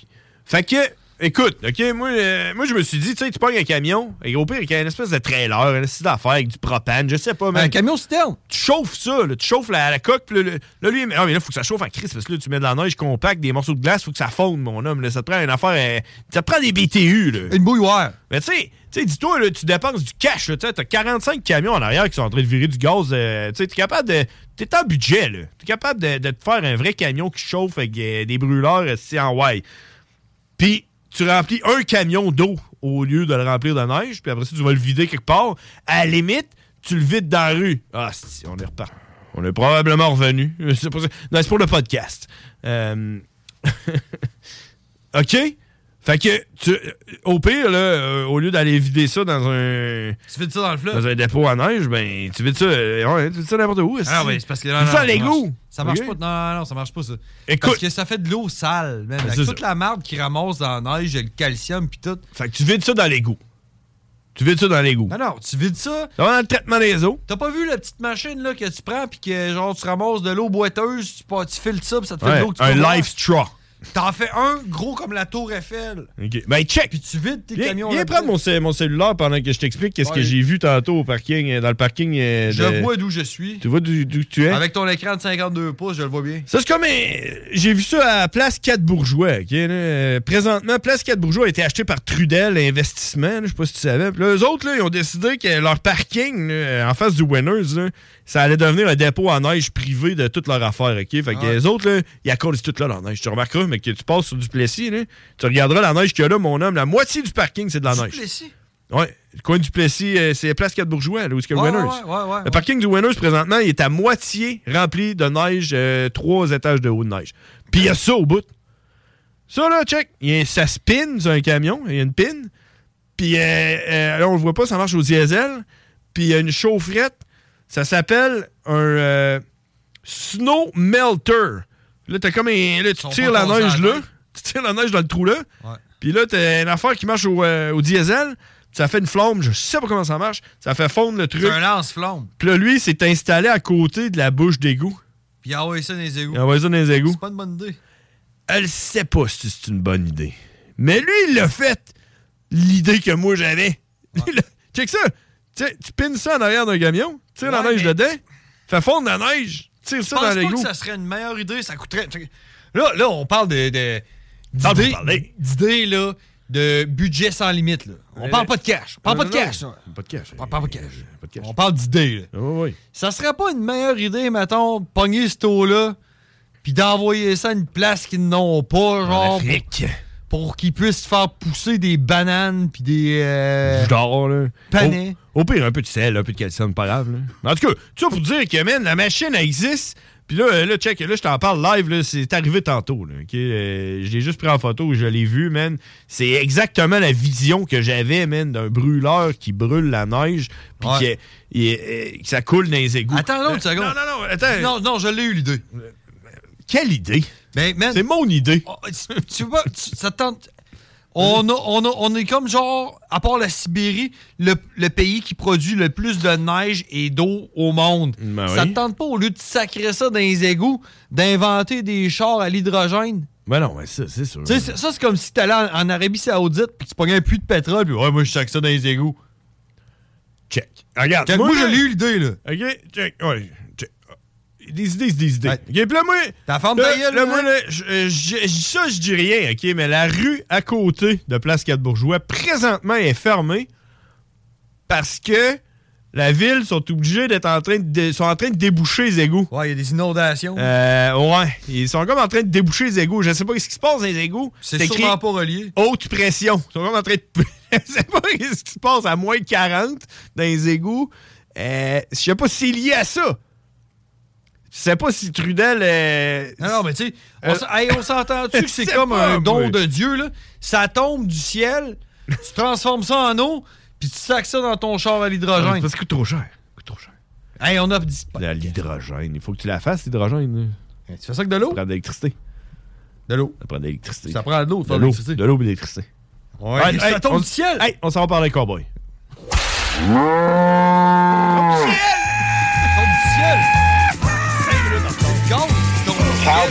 Speaker 9: Fait que, écoute, OK, moi, euh, moi je me suis dit, tu sais, tu pognes un camion, et au pire, il y a une espèce de trailer, un espèce d'affaire avec du propane, je sais pas, mais.
Speaker 10: Un camion citerne!
Speaker 9: Tu chauffes ça, là, tu chauffes la, la coque, puis là, le- là, lui, mais, ah, mais là, faut que ça chauffe en crise, parce que là, tu mets de la neige compacte, des morceaux de glace, faut que ça fonde, mon homme, là, ça te prend une affaire, euh, ça te prend des BTU, là.
Speaker 10: Une bouilloire!
Speaker 9: Mais tu sais, tu Tu sais, dis-toi, là, tu dépenses du cash. là, Tu sais, t'as 45 camions en arrière qui sont en train de virer du gaz. euh, tu sais, t'es capable de. T'es en budget, là. T'es capable de, de te faire un vrai camion qui chauffe avec euh, des brûleurs euh, si en why. Puis tu remplis un camion d'eau au lieu de le remplir de neige. Puis après ça, tu vas le vider quelque part. À la limite, tu le vides dans la rue. Ah, si, on est reparti. On est probablement revenu. C'est pour, ça- non, c'est pour le podcast. Euh, OK? Fait que, tu, au pire, là, euh, au lieu d'aller vider ça dans un,
Speaker 10: Tu fais ça dans le fleuve.
Speaker 9: dans un dépôt à neige, ben, tu vides ça, euh, ouais, tu vides ça n'importe où.
Speaker 10: Ah oui, c'est parce que. non,
Speaker 9: Tu
Speaker 10: non,
Speaker 9: fais à
Speaker 10: ça
Speaker 9: l'égout.
Speaker 10: marche- Ça marche
Speaker 9: OK?
Speaker 10: pas. Non, non, non, ça marche pas, ça.
Speaker 9: Écoute. Ben,
Speaker 10: Parce que ça fait de l'eau sale, man. Avec
Speaker 9: c'est
Speaker 10: toute la marde qui ramasse dans la neige, le calcium, puis tout.
Speaker 9: Fait que tu vides ça dans l'égout. Tu vides ça dans l'égout.
Speaker 10: Non, non, tu vides ça.
Speaker 9: Dans le traitement des eaux.
Speaker 10: T'as pas vu la petite machine, là, que tu prends, puis que, genre, tu ramasses de l'eau boiteuse, tu, pas- tu files ça, puis ça te fait
Speaker 9: Ouais,
Speaker 10: de l'eau que tu
Speaker 9: un
Speaker 10: peux boire.
Speaker 9: life straw.
Speaker 10: T'en fais un gros comme la Tour Eiffel.
Speaker 9: OK. Ben, check. Puis
Speaker 10: tu vides tes
Speaker 9: viens,
Speaker 10: camions
Speaker 9: Viens
Speaker 10: là-dedans.
Speaker 9: prendre mon, ce- mon cellulaire pendant que je t'explique qu'est-ce que
Speaker 10: Ouais.
Speaker 9: j'ai vu tantôt au parking, euh, dans le parking. euh,
Speaker 10: Je
Speaker 9: de-
Speaker 10: vois d'où je suis.
Speaker 9: Tu vois d'où d'où tu es?
Speaker 10: Avec ton écran de 52 pouces, je le vois bien.
Speaker 9: Ça, c'est comme. un- J'ai vu ça à Place 4 Bourgeois. ok, là. Euh, Présentement, Place 4 Bourgeois a été acheté par Trudel Investissement. là, Je sais pas si tu savais. Puis là, eux autres, là, ils ont décidé que leur parking là, euh, en face du Winners, là, ça allait devenir un dépôt à neige privé de toute leur affaire. ok? Fait que
Speaker 10: Ouais.
Speaker 9: les autres, là, ils accolent toute là leur neige. Tu remarqueras, mais que tu passes sur du Plessis, là, tu regarderas la neige qu'il y a là, mon homme. La moitié du parking, c'est de la neige.
Speaker 10: Plessis?
Speaker 9: Ouais, le coin du Plessis, euh, c'est Place 4 Bourgeois, là, où est-ce qu'il y a
Speaker 10: Ouais,
Speaker 9: le Winners.
Speaker 10: ouais, ouais, ouais,
Speaker 9: le parking du Winners, présentement, il est à moitié rempli de neige, euh, trois étages de haut de neige. Puis il y a ça au bout. Ça, là, check. Il y a- ça spin sur un camion, il y a une pin. Puis euh, euh, là, on le voit pas, ça marche au diesel. Puis il y a une chaufferette. Ça s'appelle un euh, snow melter. Là, t'as comme un. Là, tu
Speaker 10: Son
Speaker 9: tires la
Speaker 10: pantalon
Speaker 9: neige
Speaker 10: dans la
Speaker 9: là. Tu tires la neige dans le trou là.
Speaker 10: Ouais.
Speaker 9: Puis là, t'as une affaire qui marche au, euh, au diesel. Ça fait une flamme. Je sais pas comment ça marche. Ça fait fondre le truc.
Speaker 10: C'est un lance-flamme.
Speaker 9: Puis là, lui, c'est installé à côté de la bouche d'égout.
Speaker 10: Puis il envoie ça dans les égouts.
Speaker 9: Il envoie ça dans les égouts.
Speaker 10: C'est pas une bonne idée.
Speaker 9: Elle sait pas si c'est une bonne idée. Mais lui, il l'a fait. L'idée que moi j'avais. Il l'a- Check ça. Tu sais, tu pines ça en arrière d'un camion, tires la
Speaker 10: Ouais,
Speaker 9: neige
Speaker 10: mais-
Speaker 9: dedans, fais fondre la neige,
Speaker 10: Je
Speaker 9: tire ça
Speaker 10: pense
Speaker 9: dans
Speaker 10: pas
Speaker 9: l'égout.
Speaker 10: que ça serait une meilleure idée, ça coûterait. Là, là on parle de. de-
Speaker 9: Parle pour
Speaker 10: d'idées-
Speaker 9: Ah, parler.
Speaker 10: d'idées, là, de budget sans limite, là. On
Speaker 9: Euh,
Speaker 10: parle pas de cash. On parle
Speaker 9: non,
Speaker 10: pas de
Speaker 9: non,
Speaker 10: cash,
Speaker 9: non.
Speaker 10: ça.
Speaker 9: Pas de cash.
Speaker 10: On parle pas de cash.
Speaker 9: Pas de cash.
Speaker 10: On parle d'idées,
Speaker 9: là. Ah, Oui, oui.
Speaker 10: Ça serait pas une meilleure idée, mettons, de pogner ce taux-là, puis d'envoyer ça à une place qu'ils n'ont pas, genre.
Speaker 9: Afrique.
Speaker 10: Pour, pour qu'ils puissent faire pousser des bananes, puis des. euh,
Speaker 9: Genre, là.
Speaker 10: Panais.
Speaker 9: Au, au pire, un peu de sel, un peu de calcium, pas grave. Là. Mais En tout cas, tout ça pour dire que, man, la machine, elle existe. Puis là, euh, là, check, là, je t'en parle live, là, c'est arrivé tantôt. Là, ok? Euh, je l'ai juste pris en photo, je l'ai vu, man. C'est exactement la vision que j'avais, man, d'un brûleur qui brûle la neige, puis
Speaker 10: Ouais.
Speaker 9: que- il- euh, que ça coule dans les égouts.
Speaker 10: Attends une autre
Speaker 9: Euh,
Speaker 10: seconde.
Speaker 9: Non, non, non, attends.
Speaker 10: Non, Ben, non, je l'ai eu l'idée.
Speaker 9: Quelle idée?
Speaker 10: c'est
Speaker 9: mon idée.
Speaker 10: oh. Ah, tu vois, tu- ça te tente. On, a- on, a- on est comme genre, à part la Sibérie, le, le pays qui produit le plus de neige et d'eau au monde. ça
Speaker 9: Ben oui.
Speaker 10: te tente pas, au lieu de sacrer ça dans les égouts, d'inventer des chars à l'hydrogène?
Speaker 9: Ben non, mais ça, c'est sûr.
Speaker 10: Tu sais, c'est- ça, c'est comme si t'allais en, en Arabie Saoudite puis tu pognais un puits de pétrole puis ouais, moi, je sac ça dans les égouts.
Speaker 9: Check. Regarde,
Speaker 10: Check, moi, je l'ai eu l'idée, là.
Speaker 9: OK, check, ouais, check. Des idées, c'est des idées. OK, puis là, moi...
Speaker 10: Ta forme,
Speaker 9: là,
Speaker 10: ta gueule, hein.
Speaker 9: là,
Speaker 10: là.
Speaker 9: moi, là, je- euh, je- je dis ça, je dis rien, OK, mais la rue à côté de Place 4 Bourgeois, présentement, est fermée parce que la ville sont obligés d'être en train de, dé- sont en train de déboucher les égouts.
Speaker 10: Ouais, il y a des inondations.
Speaker 9: Euh, ouais, ils sont comme en train de déboucher les égouts. Je sais pas ce qui se passe dans les égouts.
Speaker 10: C'est
Speaker 9: écrit
Speaker 10: sûrement pas relié.
Speaker 9: Haute pression. Ils sont comme en train de. Je sais pas ce qui se passe à moins 40 dans les égouts. Euh, je sais pas si c'est lié à ça. Je sais pas si Trudel. euh,
Speaker 10: Non, non, mais tu sais, on
Speaker 9: Euh,
Speaker 10: s- hey, on s'entend-tu que c'est
Speaker 9: c'est
Speaker 10: comme
Speaker 9: pas,
Speaker 10: un don
Speaker 9: moi.
Speaker 10: de Dieu, là? Ça tombe du ciel, tu transformes ça en eau, puis tu sacs ça dans ton char à l'hydrogène.
Speaker 9: Parce que c'est trop cher.
Speaker 10: Hey, on a dit.
Speaker 9: Là, L'hydrogène. Il faut que tu la fasses, l'hydrogène.
Speaker 10: Tu fais ça avec de l'eau?
Speaker 9: Ça prend de l'électricité.
Speaker 10: De l'eau.
Speaker 9: Ça prend de l'électricité.
Speaker 10: Ça prend de l'eau, de faire de l'électricité.
Speaker 9: De l'eau et de l'électricité.
Speaker 10: Ouais, mais ça tombe
Speaker 9: on-
Speaker 10: du ciel!
Speaker 9: Hey, on s'en va parler, cowboy.
Speaker 10: Ça tombe du ciel! Cinq minutes en retard. Gaz, ça tombe du ciel.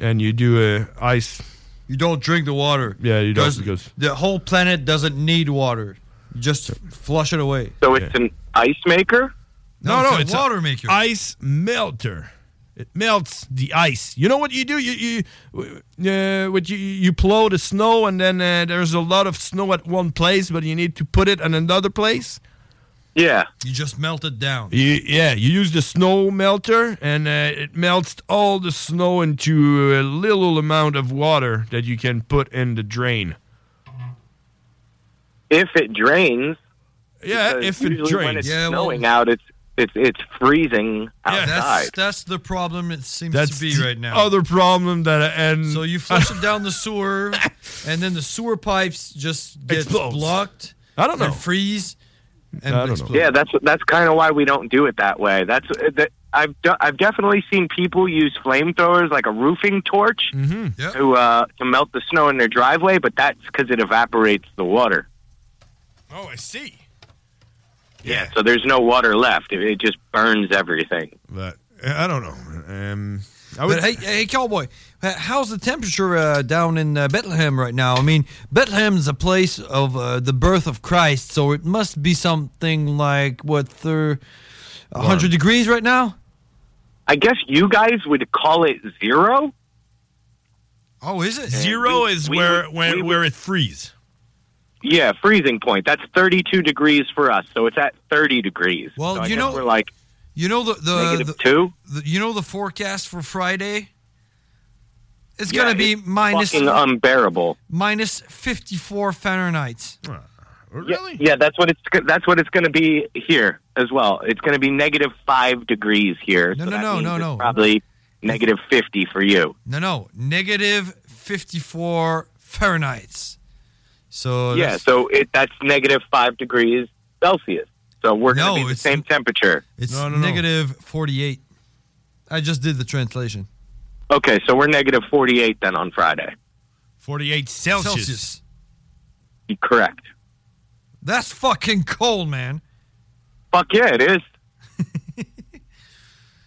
Speaker 9: and you do uh, ice
Speaker 10: You don't drink the water.
Speaker 9: yeah you don't
Speaker 10: Does-
Speaker 9: because
Speaker 10: The whole planet doesn't need water. You just f- flush it away.
Speaker 8: So it's an ice maker.
Speaker 9: no no, it's,
Speaker 10: a water
Speaker 9: a
Speaker 10: maker.
Speaker 9: ice melter it melts the ice you know what you do you you uh, what you you plow the snow and then uh, there's a lot of snow at one place but you need to put it in another place
Speaker 8: Yeah.
Speaker 10: You just melt it down.
Speaker 9: You, yeah, you use the snow melter, and uh, it melts all the snow into a little amount of water that you can put in the drain.
Speaker 8: If it drains.
Speaker 9: Yeah,
Speaker 8: because
Speaker 9: if it
Speaker 8: usually When
Speaker 9: drains.
Speaker 8: it's
Speaker 9: Yeah, well-
Speaker 8: snowing out, it's it's it's freezing outside.
Speaker 10: That's that's the problem it seems
Speaker 9: That's
Speaker 10: to be
Speaker 9: the
Speaker 10: right now.
Speaker 9: Other problem that and
Speaker 10: so you flush it down the sewer, and then the sewer pipes just get
Speaker 9: Explodes.
Speaker 10: blocked.
Speaker 9: I don't know.
Speaker 10: And freeze. And explode.
Speaker 8: Yeah, that's that's kind of why we don't do it that way. That's that, I've de- I've definitely seen people use flamethrowers like a roofing torch
Speaker 9: Mm-hmm.
Speaker 8: to uh, to melt the snow in their driveway, but that's because it evaporates the water.
Speaker 9: Oh, I see.
Speaker 8: Yeah. So there's no water left. It, it just burns everything.
Speaker 9: But eh, I don't know. Um, I
Speaker 10: But hey, hey, cowboy, h- how's the temperature uh, down in uh, Bethlehem right now? I mean, Bethlehem's a place of uh, the birth of Christ, so it must be something like what, thir- a hundred degrees right now?
Speaker 8: I guess you guys would call it zero.
Speaker 10: Oh, is it
Speaker 9: zero is where where, where it freeze.
Speaker 8: Yeah, freezing point. That's 32 degrees for us, so it's at 30 degrees.
Speaker 10: Well,
Speaker 8: So I
Speaker 10: you
Speaker 8: guess
Speaker 10: know-
Speaker 8: we're like
Speaker 10: You know the the,
Speaker 8: negative
Speaker 10: the,
Speaker 8: two.
Speaker 10: the you know the forecast for Friday. It's
Speaker 8: Yeah,
Speaker 10: gonna be
Speaker 8: it's
Speaker 10: minus
Speaker 8: fucking unbearable.
Speaker 10: minus fifty four Fahrenheit.
Speaker 9: Oh,
Speaker 8: Really? Yeah, that's what it's that's what it's going to be here as well. It's going to be negative five degrees here.
Speaker 10: No,
Speaker 8: so
Speaker 10: no,
Speaker 8: that
Speaker 10: no,
Speaker 8: means
Speaker 10: no,
Speaker 8: it's
Speaker 10: no.
Speaker 8: Probably negative fifty for you.
Speaker 10: No, no, negative fifty four Fahrenheit.
Speaker 8: yeah,
Speaker 10: So that's-
Speaker 8: so it, that's negative five degrees Celsius. So we're
Speaker 10: No,
Speaker 8: going to be the
Speaker 10: it's-
Speaker 8: same temperature.
Speaker 10: It's
Speaker 8: No, no, no.
Speaker 10: negative 48. I just did the translation.
Speaker 8: Okay, so we're negative forty-eight then on Friday.
Speaker 9: Forty-eight Celsius.
Speaker 8: Correct.
Speaker 10: That's fucking cold, man.
Speaker 8: Fuck yeah, it is.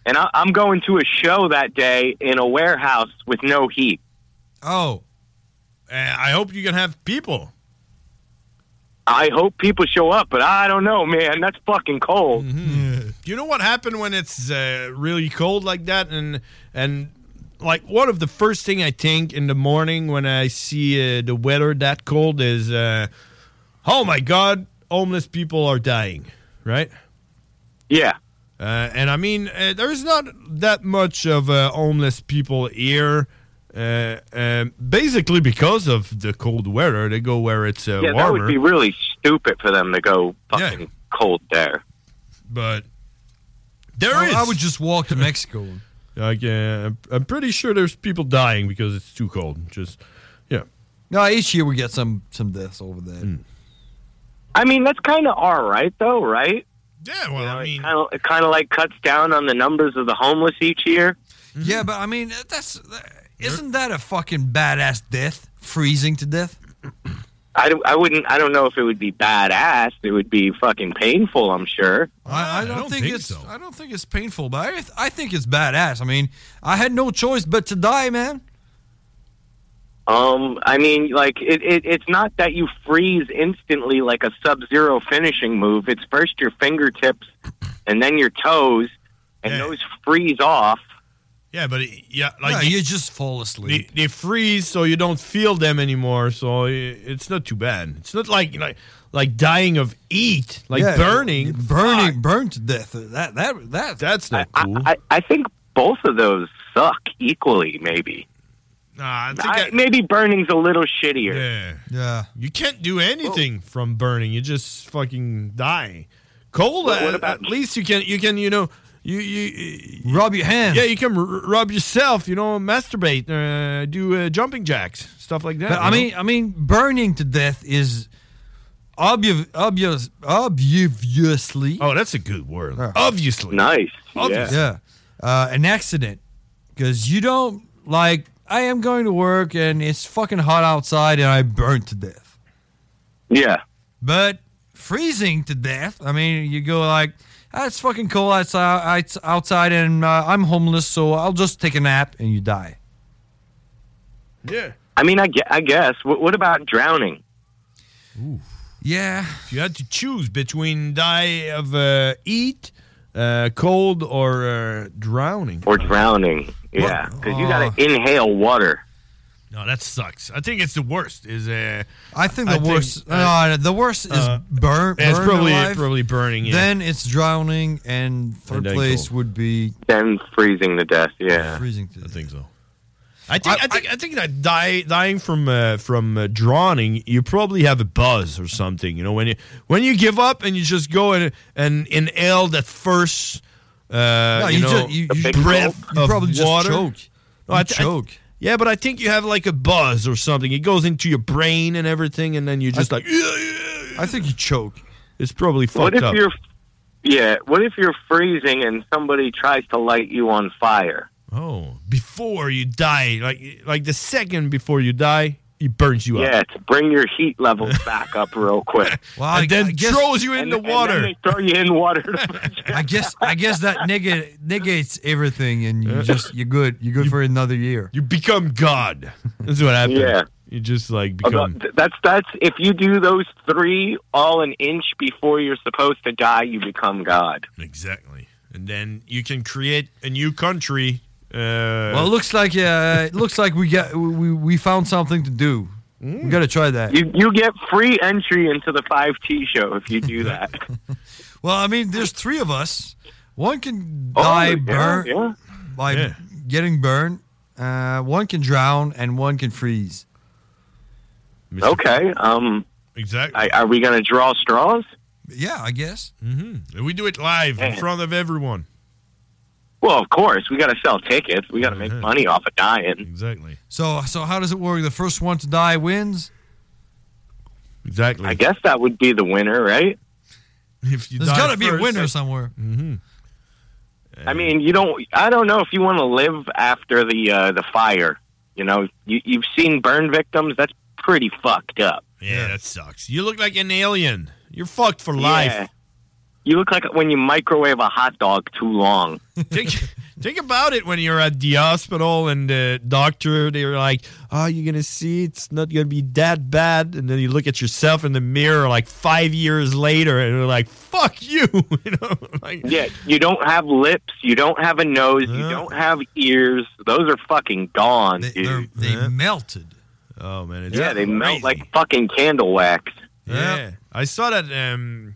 Speaker 8: and I, I'm going to a show that day in a warehouse with no heat.
Speaker 10: Oh,
Speaker 9: uh, I hope you can have people.
Speaker 8: I hope people show up, but I don't know, man. That's fucking cold.
Speaker 9: Mm-hmm. You know what happened when it's uh, really cold like that, and and like one of the first thing I think in the morning when I see uh, the weather that cold is, uh, oh my god, homeless people are dying, right?
Speaker 8: Yeah.
Speaker 9: Uh, and I mean, uh, there's not that much of uh, homeless people here. Uh, um, basically, because of the cold weather, they go where it's uh,
Speaker 8: yeah, that
Speaker 9: warmer.
Speaker 8: would be really stupid for them to go fucking cold there.
Speaker 9: but there is.
Speaker 10: I would just walk to Mexico.
Speaker 9: Like, uh, I'm- I'm pretty sure there's people dying because it's too cold. Just, yeah.
Speaker 10: no, each year we get some some deaths over there.
Speaker 8: I mean, that's kind of all right, though, right?
Speaker 9: Yeah, well, I mean,
Speaker 8: Kind of, it kind of like cuts down on the numbers of the homeless each year.
Speaker 10: Yeah, but I mean, that's isn't that a fucking badass death? Freezing to death?
Speaker 8: I, don't- I wouldn't. I don't know if it would be badass. It would be fucking painful. I'm sure.
Speaker 10: I, I, don't think, it's I don't think it's painful, but I, I think it's badass. I mean, I had no choice but to die, man.
Speaker 8: Um, I mean, like it, it. It's not that you freeze instantly like a sub-zero finishing move. It's first your fingertips, and then your toes, and those freeze off,
Speaker 9: Yeah, but it- yeah,
Speaker 10: Yeah,
Speaker 9: like
Speaker 10: you just fall asleep.
Speaker 9: They, they freeze, so you don't feel them anymore. So i- it's not too bad. It's not like like like dying of heat, like
Speaker 10: Yeah,
Speaker 9: burning,
Speaker 10: burning, burned to death. That that that
Speaker 9: that's not
Speaker 8: cool. I, I think both of those suck equally. Maybe.
Speaker 9: Nah, I think
Speaker 8: I- maybe burning's a little shittier. Oh.
Speaker 9: Yeah.
Speaker 10: Yeah.
Speaker 9: You can't do anything from burning. You just fucking die. Cold.
Speaker 10: What- what
Speaker 9: at,
Speaker 10: about-
Speaker 9: at least you can. You can. You know. You you
Speaker 10: rub your hands.
Speaker 9: Yeah, you can r- rub yourself. You know, masturbate. Uh, do uh, jumping jacks, stuff like that.
Speaker 10: But, I
Speaker 9: you know?
Speaker 10: mean, I mean, burning to death is obvious, obvious, obviously.
Speaker 9: Oh, that's a good word. Obviously.
Speaker 8: Nice.
Speaker 10: Obviously. Yeah. Uh, an accident because you don't like. I am going to work and it's fucking hot outside and I burn to death.
Speaker 8: Yeah.
Speaker 10: But freezing to death. I mean, you go like. "Ah, It's fucking cold outside, it's outside, and uh, I'm homeless, so I'll just take a nap, and you die.
Speaker 9: Yeah.
Speaker 8: I mean, I, gue- I guess. What, what about drowning?
Speaker 10: Yeah.
Speaker 9: If you had to choose between die of uh, eat, uh, cold, or uh, drowning.
Speaker 8: Or drowning? Yeah, because you
Speaker 9: Oh.
Speaker 8: got to inhale water.
Speaker 9: No, that sucks. I think it's the worst. Is uh,
Speaker 10: I think the worst. no, the worst is
Speaker 9: uh,
Speaker 10: burn.
Speaker 9: yeah, it's
Speaker 10: burn
Speaker 9: probably-
Speaker 10: alive.
Speaker 9: probably burning, yeah.
Speaker 10: Then it's drowning, and third
Speaker 8: then
Speaker 10: place would be
Speaker 8: Then freezing to death. Yeah.
Speaker 10: freezing. To death. I
Speaker 9: think so. I think I, think I, think that die, dying from uh, from uh, drowning, you probably have a buzz or something. You know when you when you give up and you just go and and inhale that first uh, you,
Speaker 10: you
Speaker 9: know
Speaker 10: ju- you- The you big
Speaker 9: breath
Speaker 10: gulp. You
Speaker 9: of
Speaker 10: probably just
Speaker 9: water.
Speaker 10: choke. You
Speaker 9: thi-
Speaker 10: choke.
Speaker 9: yeah, but I think you have like a buzz or something. It goes into your brain and everything, and then you just like.
Speaker 10: I think you choke.
Speaker 9: It's probably fucked
Speaker 8: What if
Speaker 9: up.
Speaker 8: you're? Yeah. What if you're freezing and somebody tries to light you on fire?
Speaker 9: oh, before you die, like like the second before you die, it burns you up.
Speaker 8: Yeah, to bring your heat levels back up real quick.
Speaker 10: Wow,
Speaker 9: And then throws you in
Speaker 8: And-
Speaker 9: the
Speaker 8: and then
Speaker 9: water.
Speaker 8: they throw you in water.
Speaker 10: I guess I guess that nega- negates everything, and you just you're good. You're good for another year.
Speaker 9: You become God. That's what happened.
Speaker 8: Yeah.
Speaker 9: You just like
Speaker 8: About-
Speaker 9: become.
Speaker 8: th- that's that's if you do those three all an inch before you're supposed to die, you become God.
Speaker 9: Exactly. And then you can create a new country. Uh,
Speaker 10: Well, it looks like uh, it looks like we got we we found something to do. We got to try that.
Speaker 8: You you get free entry into the five T show if you do that.
Speaker 10: Well, I mean, there's three of us. One can die
Speaker 8: yeah,
Speaker 10: burn
Speaker 8: yeah.
Speaker 10: by getting burned. Uh, one can drown, and one can freeze.
Speaker 8: okay. Um.
Speaker 9: Exactly.
Speaker 8: I, are we going to draw straws?
Speaker 10: Yeah, I guess.
Speaker 9: Mm-hmm. We do it live in
Speaker 8: Yeah.
Speaker 9: front of everyone.
Speaker 8: Well, of course. We got to sell tickets. We got to make
Speaker 9: Mm-hmm.
Speaker 8: money off of dying.
Speaker 9: Exactly.
Speaker 10: So, so how does it work? The first one to die wins.
Speaker 9: Exactly.
Speaker 8: I guess that would be the winner, right?
Speaker 9: If you
Speaker 10: There's
Speaker 9: die
Speaker 10: got to be a
Speaker 9: first,
Speaker 10: winner
Speaker 9: like-
Speaker 10: somewhere.
Speaker 8: I mean, you don't. I don't know if you want to live after the uh, the fire. You know, you, you've seen burn victims. That's pretty fucked up.
Speaker 9: Yeah, that sucks. You look like an alien. You're fucked for life.
Speaker 8: Yeah. You look like when you microwave a hot dog too long.
Speaker 9: think, think about it when you're at the hospital and the doctor, they're like, oh, you're going to see it's not going to be that bad. And then you look at yourself in the mirror like five years later and you're like, fuck you. you know, like, Uh-huh.
Speaker 8: Yeah, you don't have lips. You don't have a nose. You don't have ears. Those are fucking gone, dude.
Speaker 10: They
Speaker 9: Uh-huh.
Speaker 10: melted.
Speaker 9: Oh, man. It's
Speaker 8: Yeah, they melt like fucking candle wax.
Speaker 9: Yeah. I saw that um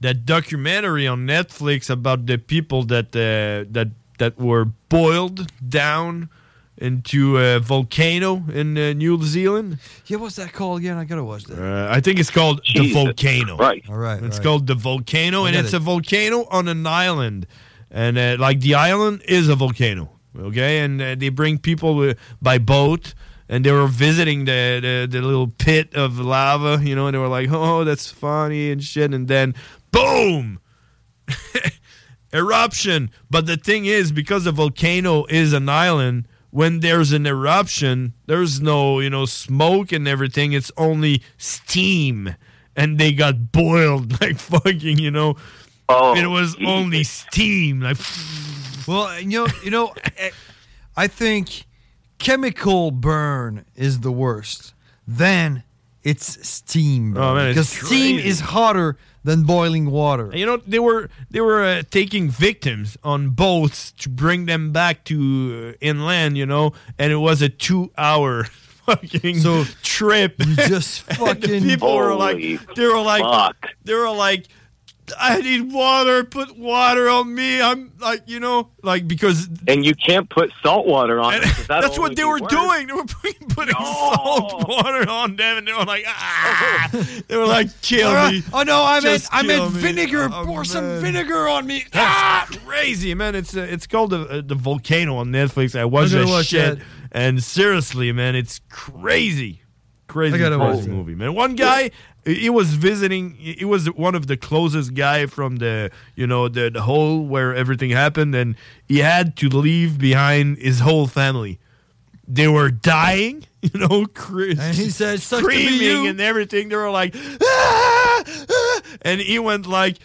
Speaker 9: that documentary on Netflix about the people that uh, that that were boiled down into a volcano in uh, New Zealand.
Speaker 10: Yeah, what's that called again? I gotta watch that.
Speaker 9: Uh, I think it's called the
Speaker 10: Jesus
Speaker 9: volcano.
Speaker 10: Christ. All right,
Speaker 9: It's
Speaker 10: right.
Speaker 9: called the volcano,
Speaker 10: I
Speaker 9: and
Speaker 10: got
Speaker 9: it's
Speaker 10: it.
Speaker 9: a volcano on an island, and uh, like the island is a volcano. Okay, and uh, they bring people uh, by boat, and they were visiting the, the the little pit of lava. You know, and they were like, "Oh, that's funny and shit," and then boom. eruption. But the thing is, because the volcano is an island, when there's an eruption, there's no you know smoke and everything. It's only steam, and they got boiled like fucking you know.
Speaker 8: Oh,
Speaker 9: it was only steam. Like
Speaker 10: Well, you know, you know, eh, I think chemical burn is the worst. Then it's steam,
Speaker 9: Oh, man, it's
Speaker 10: because steam
Speaker 9: crazy.
Speaker 10: is hotter than boiling water.
Speaker 9: You know they were they were uh, taking victims on boats to bring them back to uh, inland. You know, and it was a two hour fucking
Speaker 10: So,
Speaker 9: trip.
Speaker 10: you just
Speaker 9: And
Speaker 10: fucking-
Speaker 9: the people were like
Speaker 10: Holy
Speaker 9: they were like
Speaker 10: fuck.
Speaker 9: they were like I need water. Put water on me. I'm like you know like because
Speaker 8: And you can't put salt water on it. 'cause that'll
Speaker 9: that's what
Speaker 8: only
Speaker 9: they
Speaker 8: be
Speaker 9: were
Speaker 8: worse.
Speaker 9: doing. They were putting, putting salt water on them, and they were like, ah! They were like, kill
Speaker 11: Or, uh,
Speaker 9: me.
Speaker 11: oh, no, I meant-
Speaker 9: Just
Speaker 11: I meant
Speaker 9: kill me. Oh,
Speaker 11: vinegar. Pour some vinegar on me.
Speaker 9: That's Ah, crazy, man. It's uh, it's called the, uh, the volcano on Netflix. I watched
Speaker 11: gotta
Speaker 9: that
Speaker 11: watch
Speaker 9: shit,
Speaker 11: that.
Speaker 9: and seriously, man, it's crazy, crazy,
Speaker 11: I gotta watch
Speaker 9: crazy
Speaker 11: that.
Speaker 9: movie, man. One guy, he he was visiting. He he was one of the closest guy from the you know the the hole where everything happened, and he had to leave behind his whole family. They were dying, you know, cr-
Speaker 11: And he said, "Sucks to be
Speaker 9: screaming
Speaker 11: you."
Speaker 9: and everything. They were like, "Ah, ah," and he went like,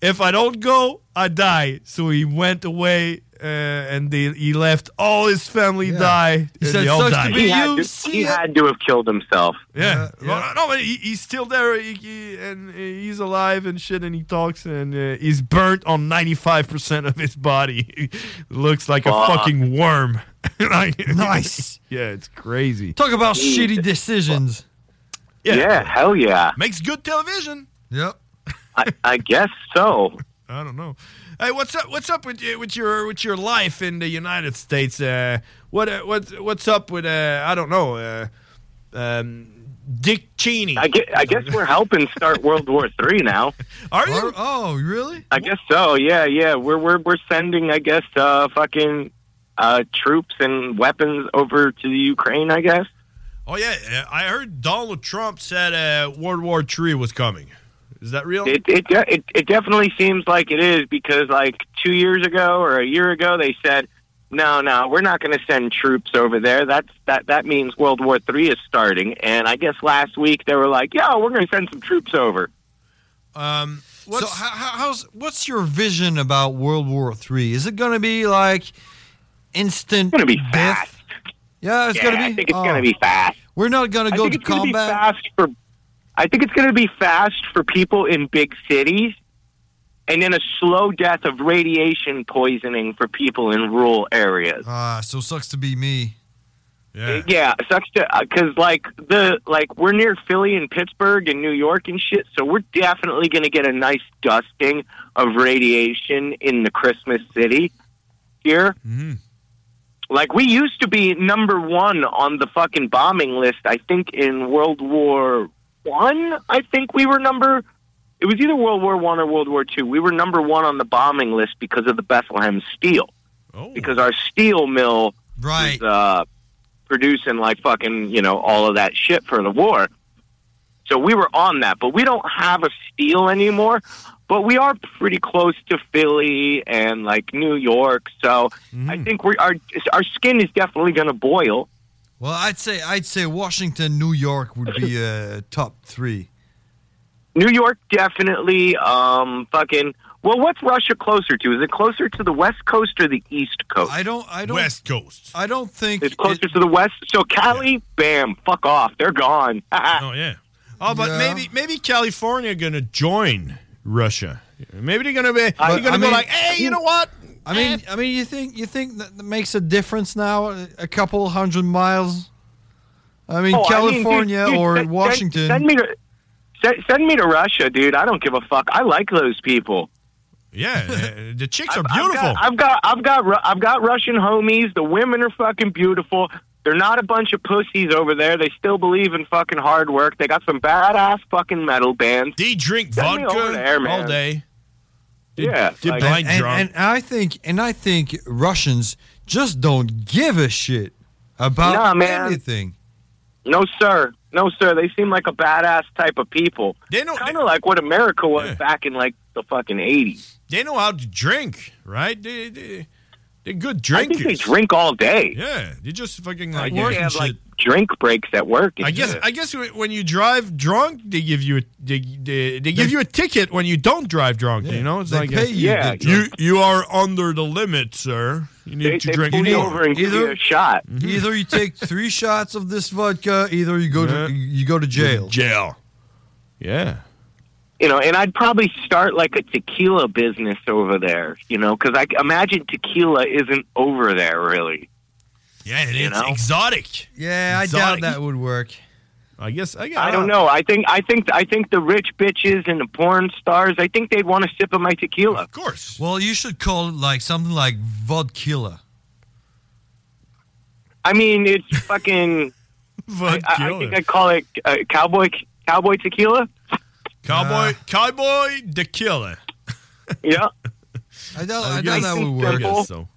Speaker 9: if I don't go, I die. So he went away uh, and they, he left all his family die.
Speaker 15: He
Speaker 9: and
Speaker 15: said,
Speaker 9: they all
Speaker 15: "Sucks to
Speaker 9: died.
Speaker 15: be He had you, to- see he ya." had to have killed himself.
Speaker 9: Yeah. Well, no, but he, he's still there he, he- and uh, he's alive and shit and he talks and uh, he's burnt on 95% of his body. Looks like a
Speaker 11: Fuck.
Speaker 9: fucking worm.
Speaker 11: Nice.
Speaker 9: yeah, it's crazy.
Speaker 11: Talk about shitty decisions.
Speaker 9: Yeah.
Speaker 11: Yeah,
Speaker 8: hell yeah.
Speaker 9: Makes good television.
Speaker 10: Yep.
Speaker 8: I, I guess so.
Speaker 9: I don't know. Hey, what's up? What's up with you- with your with your life in the United States? Uh, what uh, what what's up with uh, I don't know. Uh, um, Dick Cheney.
Speaker 8: I guess, I guess we're helping start World War Three now.
Speaker 9: Are
Speaker 10: you? Oh, really?
Speaker 8: I guess so. Yeah, yeah. We're we're we're sending, I guess, uh, fucking uh, troops and weapons over to the Ukraine. I guess.
Speaker 9: Oh yeah, uh, I heard Donald Trump said uh, World War III was coming. Is that real?
Speaker 8: It it, de- it it definitely seems like it is because like two years ago or a year ago they said, no, no, we're not going to send troops over there. That's that that means World War Three is starting. And I guess last week they were like, yeah, we're going to send some troops over.
Speaker 9: Um,
Speaker 10: so how, how- how's what's your vision about World War Three? Is it going to be like instant? It's going to be fast. Yeah, it's
Speaker 8: Yeah,
Speaker 10: going to be.
Speaker 8: I think it's
Speaker 10: oh.
Speaker 8: going to be fast.
Speaker 10: We're not going to go
Speaker 8: think
Speaker 10: to
Speaker 8: it's gonna be
Speaker 10: combat.
Speaker 8: fast for, I think it's going to be fast for people in big cities, and then a slow death of radiation poisoning for people in rural areas.
Speaker 10: Ah, so sucks to be me.
Speaker 9: Yeah.
Speaker 8: Yeah, it sucks to because like the like we're near Philly and Pittsburgh and New York and shit, so we're definitely going to get a nice dusting of radiation in the Christmas city here. Like we used to be number one on the fucking bombing list. I think in World War One, I think we were number. It was either World War One or World War Two. We were number one on the bombing list because of the Bethlehem steel, because our steel mill
Speaker 10: right.
Speaker 8: was uh, producing like fucking you know all of that shit for the war. So we were on that, but we don't have a steel anymore. But we are pretty close to Philly and like New York, so
Speaker 9: Mm.
Speaker 8: I think we our our skin is definitely going to boil.
Speaker 10: Well, I'd say I'd say Washington, New York would be uh, top three.
Speaker 8: New York definitely. Um, fucking. Well, what's Russia closer to? Is it closer to the West Coast or the East Coast?
Speaker 10: I don't. I don't.
Speaker 9: West Coast.
Speaker 10: I don't think
Speaker 8: it's closer to the West. So Cali, bam, fuck off, they're gone.
Speaker 9: oh yeah. Oh, but maybe maybe California gonna join Russia. Maybe they're gonna be they're
Speaker 10: But,
Speaker 9: gonna
Speaker 10: I
Speaker 9: be
Speaker 10: mean-
Speaker 9: like, hey, you know what?
Speaker 10: I mean, I mean, you think you think that that makes a difference now? A- A couple hundred miles. I mean,
Speaker 8: Oh,
Speaker 10: California
Speaker 8: dude, dude,
Speaker 10: or
Speaker 8: send-
Speaker 10: Washington.
Speaker 8: Send, send me to send, send me to Russia, dude. I don't give a fuck. I like those people.
Speaker 9: Yeah, uh, the chicks are
Speaker 8: I've
Speaker 9: beautiful.
Speaker 8: got, I've got I've got Ru- I've got Russian homies. The women are fucking beautiful. They're not a bunch of pussies over there. They still believe in fucking hard work. They got some badass fucking metal bands.
Speaker 9: They drink
Speaker 8: Send me over
Speaker 9: vodka
Speaker 8: there, man.
Speaker 9: all day. They-
Speaker 8: Yeah,
Speaker 9: they
Speaker 8: like-
Speaker 9: blind
Speaker 10: and,
Speaker 9: drunk.
Speaker 10: and I think and I think Russians just don't give a shit about
Speaker 8: Nah, man.
Speaker 10: anything.
Speaker 8: No sir, no sir. They seem like a badass type of people.
Speaker 9: They know
Speaker 8: kind of like what America was back in like the fucking eighties.
Speaker 9: they know how to drink, right? They, they, they're good drinkers.
Speaker 8: I think they drink all day.
Speaker 9: Yeah, they just fucking
Speaker 8: I
Speaker 9: like
Speaker 8: guess
Speaker 9: work
Speaker 8: they
Speaker 9: and
Speaker 8: have
Speaker 9: shit.
Speaker 8: like drink breaks at work. and
Speaker 9: I guess
Speaker 8: shit.
Speaker 9: I guess wh- when you drive drunk, they give you a, they, they, they give you a ticket. When you don't drive drunk, you know it's
Speaker 10: They
Speaker 9: like
Speaker 10: pay
Speaker 9: a,
Speaker 10: you to Yeah. get
Speaker 9: you you are under the limit, sir. You need to drink more.
Speaker 8: shot.
Speaker 10: Either you take three shots of this vodka, either you go to you go to jail.
Speaker 9: Jail. Yeah. you know, and I'd probably start like a tequila business over there, you know, because I c- imagine tequila isn't over there really.
Speaker 8: Yeah, and
Speaker 9: You
Speaker 8: it's
Speaker 9: know?
Speaker 8: exotic.
Speaker 10: Yeah, I doubt
Speaker 9: Exotic.
Speaker 10: that would work.
Speaker 8: I guess I,
Speaker 9: I don't know. I think I think I think the rich bitches and the porn stars. I think they'd want a sip of my tequila. Of
Speaker 8: course.
Speaker 10: Well, you should call it like something like vodkilla.
Speaker 9: I mean, it's fucking. I, I- I think I call it uh, cowboy cowboy tequila.
Speaker 10: Uh.
Speaker 8: Cowboy, cowboy, the killer.
Speaker 9: Yeah.
Speaker 10: I don't.
Speaker 8: I
Speaker 10: I
Speaker 8: guess-
Speaker 10: doubt that would
Speaker 8: I
Speaker 10: work.
Speaker 8: guess so.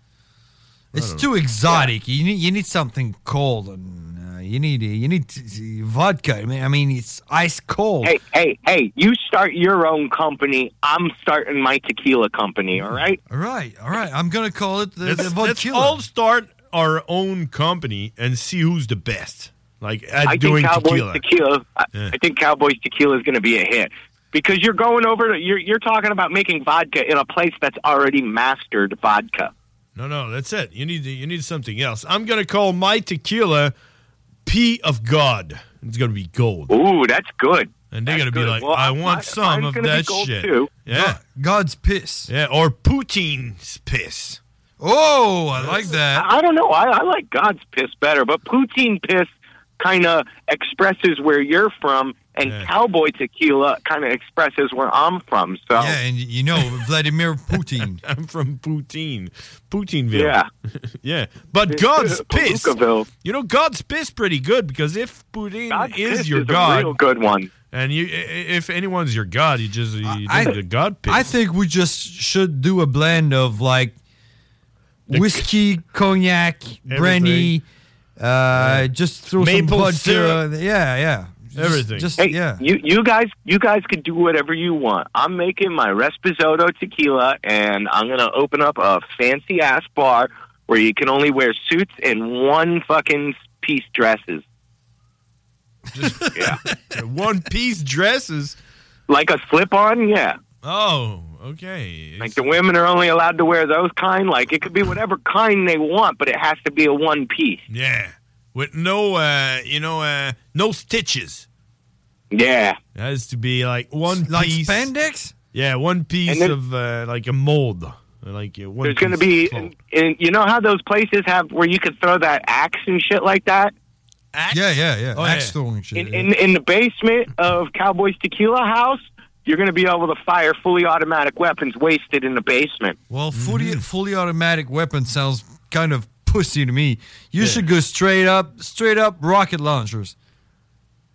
Speaker 10: It's
Speaker 8: don't
Speaker 10: too
Speaker 8: know.
Speaker 10: exotic. You need you need something cold, and uh, you need you need t- t- vodka. I mean, I mean, it's ice cold.
Speaker 9: Hey, hey, hey! You start your own company. I'm starting my tequila company. All right.
Speaker 10: All right, all right. I'm gonna call it the, the
Speaker 8: Let's, let's
Speaker 10: vodkilla.
Speaker 8: all start our own company and see who's the best. Like at
Speaker 9: I
Speaker 8: doing
Speaker 9: think Cowboys
Speaker 8: tequila.
Speaker 9: tequila. I, I think Cowboys tequila is going to be a hit because you're going over. To, you're you're talking about making vodka in a place that's already mastered vodka.
Speaker 8: No, no, that's it. You need you need something else. I'm gonna call my tequila P of God. It's gonna be gold.
Speaker 9: Ooh, that's good.
Speaker 8: And they're gonna be
Speaker 9: good.
Speaker 8: like,
Speaker 9: Well,
Speaker 8: I
Speaker 9: mine-
Speaker 8: want some
Speaker 9: mine's
Speaker 8: of
Speaker 9: gonna be
Speaker 8: that
Speaker 9: gold,
Speaker 8: shit.
Speaker 9: too.
Speaker 8: Yeah,
Speaker 10: God's piss.
Speaker 8: Yeah, or Putin's piss.
Speaker 10: Oh, I like that.
Speaker 9: I, I don't know. I, I like God's piss better, but poutine piss kind of expresses where you're from, and cowboy tequila kind of expresses where I'm from. So
Speaker 10: Yeah, and y- you know Vladimir Putin.
Speaker 8: I'm from Putin, Putinville.
Speaker 9: Yeah.
Speaker 8: yeah. But God's piss.
Speaker 9: Palookaville.
Speaker 8: You know, God's piss pretty good because if Putin is
Speaker 9: piss
Speaker 8: your
Speaker 9: is a
Speaker 8: god,
Speaker 9: real good one.
Speaker 8: And you, i- i- if anyone's your god, you just you do
Speaker 10: I-
Speaker 8: the god piss.
Speaker 10: I think we just should do a blend of like whiskey, cognac, brandy. Uh, just throw
Speaker 8: Maple
Speaker 10: some vodka.
Speaker 8: syrup.
Speaker 10: Yeah, yeah. Just- Just,
Speaker 9: hey,
Speaker 10: yeah.
Speaker 9: You you guys you guys could do whatever you want. I'm making my Resposado tequila, and I'm gonna open up a fancy ass bar where you can only wear suits and one fucking piece dresses. yeah,
Speaker 8: one piece dresses.
Speaker 9: Like a slip on, yeah.
Speaker 8: Oh, okay.
Speaker 9: Like the women are only allowed to wear those kind. Like it could be whatever kind they want, but it has to be a one piece.
Speaker 8: Yeah, with no, uh, you know, uh, no stitches.
Speaker 9: Yeah,
Speaker 8: it has to be like one
Speaker 10: Like
Speaker 8: piece.
Speaker 10: spandex?
Speaker 8: yeah, one piece
Speaker 9: then-
Speaker 8: of uh, like a mold, like uh, one.
Speaker 9: There's going to
Speaker 8: piece
Speaker 9: be,
Speaker 8: of cloth.
Speaker 9: and you know how those places have where you could throw that axe and shit like that.
Speaker 10: Yeah, yeah, yeah.
Speaker 8: Oh,
Speaker 10: Axe
Speaker 8: yeah.
Speaker 10: throwing shit.
Speaker 9: In, in in the basement of Cowboys Tequila House, you're going to be able to fire fully automatic weapons wasted in the basement.
Speaker 10: well,
Speaker 8: Mm-hmm.
Speaker 10: fully fully automatic weapon sounds kind of pussy to me. You should go straight up, straight up rocket launchers.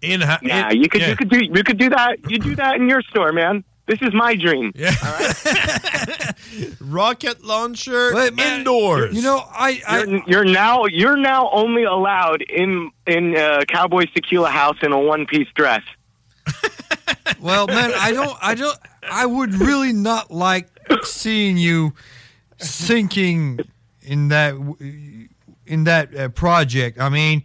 Speaker 8: In
Speaker 9: Nah, you could you could do you could do that. You do that in your store, man. This is my dream.
Speaker 8: Yeah. rocket launcher indoors.
Speaker 10: You know, I, I
Speaker 9: You're, you're now you're now only allowed in in uh, Cowboys Tequila House in a one piece dress.
Speaker 10: Well, man, I don't, I don't, I would really not like seeing you sinking in that, in that uh, project. I mean,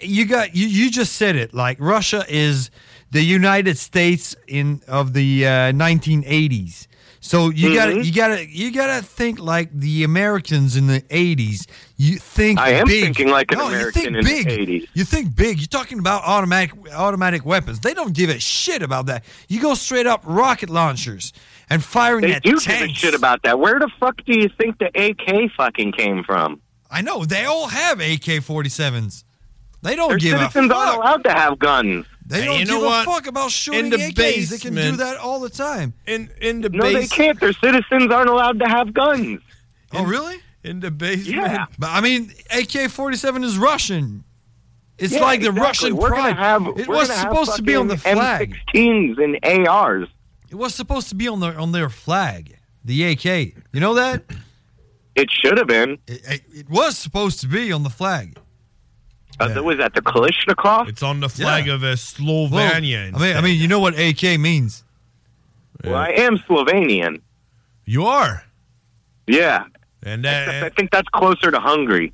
Speaker 10: you got, you, you just said it. Like Russia is the United States in of the uh, 1980s. So you gotta,
Speaker 9: Mhm.
Speaker 10: you gotta, you gotta think like the Americans in the 80s. You think
Speaker 9: I am
Speaker 10: big.
Speaker 9: thinking like an
Speaker 10: No, you think
Speaker 9: American in
Speaker 10: big.
Speaker 9: the '80s.
Speaker 10: You think big. You're talking about automatic automatic weapons. They don't give a shit about that. You go straight up rocket launchers and firing
Speaker 9: They
Speaker 10: at
Speaker 9: do give a
Speaker 10: tanks.
Speaker 9: shit about that. Where the fuck do you think the AK fucking came from?
Speaker 10: I know they all have AK-47s. They don't
Speaker 9: Their
Speaker 10: give a
Speaker 9: citizens aren't
Speaker 10: fuck.
Speaker 9: allowed to have guns.
Speaker 10: They
Speaker 8: Hey,
Speaker 10: don't
Speaker 8: you know
Speaker 10: give
Speaker 8: what?
Speaker 10: a fuck about shooting
Speaker 8: the
Speaker 10: AKs. They can do
Speaker 8: basement-
Speaker 10: that all the time.
Speaker 8: in in the
Speaker 9: No, they
Speaker 8: base.
Speaker 9: can't. Their citizens aren't allowed to have guns.
Speaker 10: oh, really?
Speaker 8: In the basement.
Speaker 9: Yeah.
Speaker 10: But I mean, AK-47 is Russian. It's
Speaker 9: Yeah,
Speaker 10: like the
Speaker 9: exactly.
Speaker 10: Russian
Speaker 9: we're
Speaker 10: pride.
Speaker 9: Gonna have,
Speaker 10: it
Speaker 9: we're
Speaker 10: was
Speaker 9: gonna have
Speaker 10: supposed to be on the
Speaker 9: fucking
Speaker 10: flag.
Speaker 9: M16s and ARs.
Speaker 10: It was supposed to be on their on their flag. The AK. You know that?
Speaker 9: It should have been.
Speaker 10: It, it, it was supposed to be on the flag.
Speaker 9: Uh, that was at the Kalishnikov.
Speaker 8: It's on the flag
Speaker 10: Yeah.
Speaker 8: of uh,
Speaker 10: Well, I
Speaker 8: Slovenia.
Speaker 10: mean,
Speaker 8: instead.
Speaker 10: I mean, you know what AK means?
Speaker 9: Well, I am Slovenian.
Speaker 8: you are.
Speaker 9: Yeah,
Speaker 8: And uh,
Speaker 9: I think that's closer to Hungary.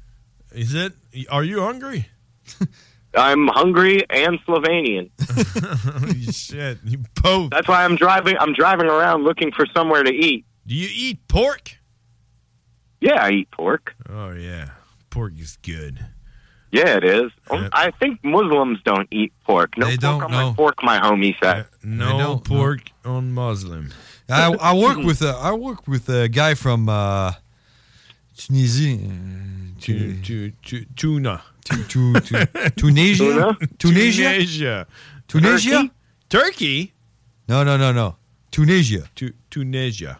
Speaker 8: is it? Are you hungry?
Speaker 9: I'm Hungary and Slovenian.
Speaker 8: Holy shit! You both.
Speaker 9: That's why I'm driving. I'm driving around looking for somewhere to eat.
Speaker 8: Do you eat pork?
Speaker 9: Yeah, I eat pork.
Speaker 8: Oh yeah, pork is good.
Speaker 9: Yeah, it is. Um, I think Muslims don't eat pork. No
Speaker 11: They
Speaker 9: pork
Speaker 11: don't,
Speaker 9: on
Speaker 11: no.
Speaker 9: my fork, my homie said.
Speaker 11: No pork on Muslim.
Speaker 10: I, I work with a, I work with a guy from uh, Tunisia. Tu,
Speaker 11: tu, tu, tuna.
Speaker 10: Tu, tu, tu, Tunisia? Tunisia?
Speaker 11: Tunisia.
Speaker 10: Tunisia?
Speaker 11: Turkey?
Speaker 10: No, no, no, no. Tunisia.
Speaker 11: Tu, Tunisia.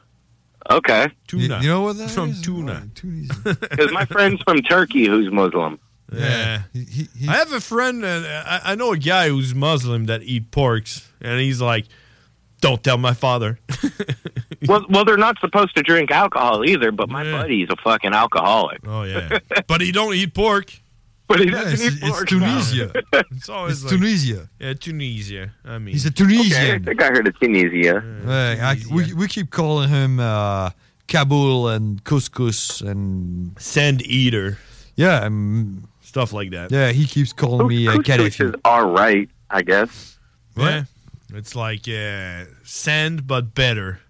Speaker 9: Okay.
Speaker 11: Tuna.
Speaker 10: You know what that
Speaker 11: From
Speaker 10: is? Oh,
Speaker 11: tuna.
Speaker 9: Because my friend's from Turkey who's Muslim.
Speaker 11: Yeah. I have a friend, uh, I, I know a guy who's Muslim that eat porks, and he's like, don't tell my father.
Speaker 9: well, well, they're not supposed to drink alcohol either, but my buddy's a fucking alcoholic.
Speaker 11: Oh, yeah. but he don't eat pork.
Speaker 9: But he
Speaker 11: Yeah,
Speaker 9: doesn't
Speaker 11: it's-
Speaker 9: eat
Speaker 11: it's
Speaker 9: pork.
Speaker 11: Tunisia. It's always
Speaker 10: It's
Speaker 11: like-
Speaker 10: Tunisia.
Speaker 11: Yeah, Tunisia. I mean,
Speaker 10: He's a Tunisian.
Speaker 9: I think I heard of Tunisia.
Speaker 10: Right, I- we, we keep calling him uh, Kabul and couscous and
Speaker 11: sand eater.
Speaker 10: Yeah, um,
Speaker 11: stuff like that.
Speaker 10: Yeah, he keeps calling me uh,
Speaker 9: Couscous
Speaker 10: Gaddafi.
Speaker 9: is all right, I guess.
Speaker 11: Yeah. It's like uh, sand, but better.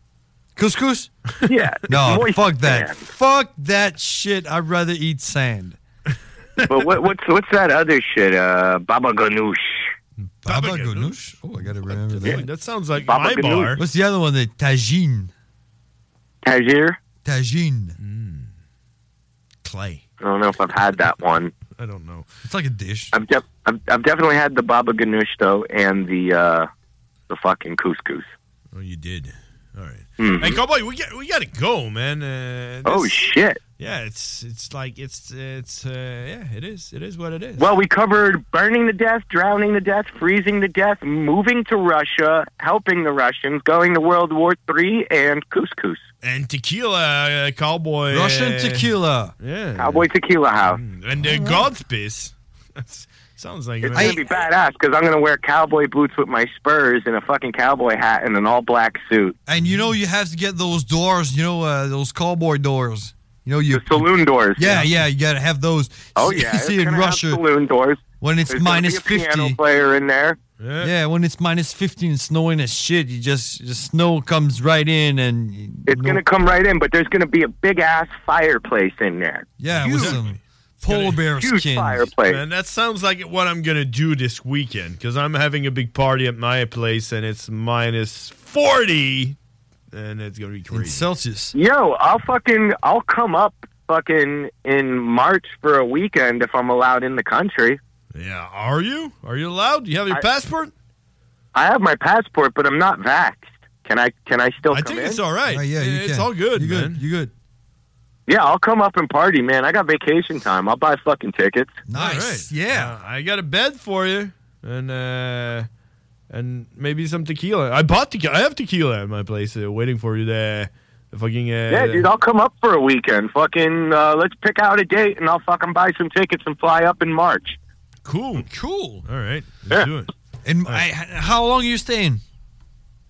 Speaker 10: Couscous?
Speaker 9: Yeah.
Speaker 10: No,
Speaker 11: Moist
Speaker 10: fuck that.
Speaker 11: sand.
Speaker 10: Fuck that shit. I'd rather eat sand.
Speaker 9: but what, what's what's that other shit? Uh, Baba ganoush.
Speaker 10: Baba ganoush. Oh, I gotta remember
Speaker 11: Yeah,
Speaker 10: that.
Speaker 11: that sounds like
Speaker 9: Baba
Speaker 11: my
Speaker 9: ganoush.
Speaker 11: bar.
Speaker 10: What's the other one? The tagine.
Speaker 9: Tajir?
Speaker 10: Tagine.
Speaker 11: Clay.
Speaker 9: I don't know if I've had that one.
Speaker 11: I don't know.
Speaker 10: It's like a dish.
Speaker 9: I've, def- I've I've definitely had the baba ganoush though, and the uh, the fucking couscous.
Speaker 11: Oh, you did. All right.
Speaker 9: Mhm.
Speaker 11: Hey, cowboy, we got we gotta go, man. Uh,
Speaker 9: Oh
Speaker 11: this-
Speaker 9: shit!
Speaker 11: Yeah, it's it's like it's it's uh, yeah, it is it is what it is.
Speaker 9: Well, we covered burning to death, drowning to death, freezing to death, moving to Russia, helping the Russians, going to World War Three, and couscous.
Speaker 11: and tequila, uh, cowboy,
Speaker 9: Russian
Speaker 11: uh,
Speaker 9: tequila.
Speaker 11: Yeah,
Speaker 9: Cowboy Tequila House.
Speaker 10: Mm,
Speaker 11: and uh, God's piss. That's, sounds like
Speaker 9: It's gonna be badass because I'm gonna wear cowboy boots with my spurs and a fucking cowboy hat and an all black suit.
Speaker 10: And you know you have to get those doors, you know, uh, those cowboy doors. You know you
Speaker 9: saloon doors.
Speaker 10: Yeah, yeah, you gotta have those.
Speaker 9: Oh
Speaker 10: You
Speaker 9: yeah, it's
Speaker 10: see in
Speaker 9: gonna have
Speaker 10: Russia
Speaker 9: saloon doors.
Speaker 10: when it's
Speaker 9: There's gonna
Speaker 10: minus
Speaker 9: be a Piano
Speaker 10: fifty.
Speaker 9: player in there.
Speaker 11: Yeah.
Speaker 10: when it's minus fifty and snowing as shit, you just the snow comes right in and
Speaker 9: It's gonna come right in, but there's gonna be a big ass fireplace in there.
Speaker 10: yeah, with some polar bear
Speaker 9: huge
Speaker 10: skin.
Speaker 9: fireplace.
Speaker 11: Man, that sounds like what I'm gonna do this weekend because I'm having a big party at my place and it's minus forty, and it's gonna be crazy.
Speaker 10: Celsius.
Speaker 9: Yo, I'll fucking I'll come up fucking in March for a weekend if I'm allowed in the country.
Speaker 11: Yeah, are you? Are you allowed? Do you have your
Speaker 9: I-
Speaker 11: passport?
Speaker 9: I have my passport, but I'm not vaxxed. Can I can I still
Speaker 11: I
Speaker 9: come
Speaker 11: think
Speaker 9: in?
Speaker 11: it's all right. yeah, it's all good,
Speaker 10: You
Speaker 11: man.
Speaker 10: good? You good?
Speaker 9: Yeah, I'll come up and party, man. I got vacation time. I'll buy fucking tickets.
Speaker 10: Nice.
Speaker 11: Yeah, Uh, I got a bed for you, and uh, and maybe some tequila. I bought tequila. I have tequila at my place, uh, waiting for you there. The fucking uh,
Speaker 9: Yeah, dude, I'll come up for a weekend. Fucking, uh, let's pick out a date and I'll fucking buy some tickets and fly up in March.
Speaker 11: Cool.
Speaker 10: Cool.
Speaker 11: All right. Let's do it.
Speaker 10: And I, how long are you staying?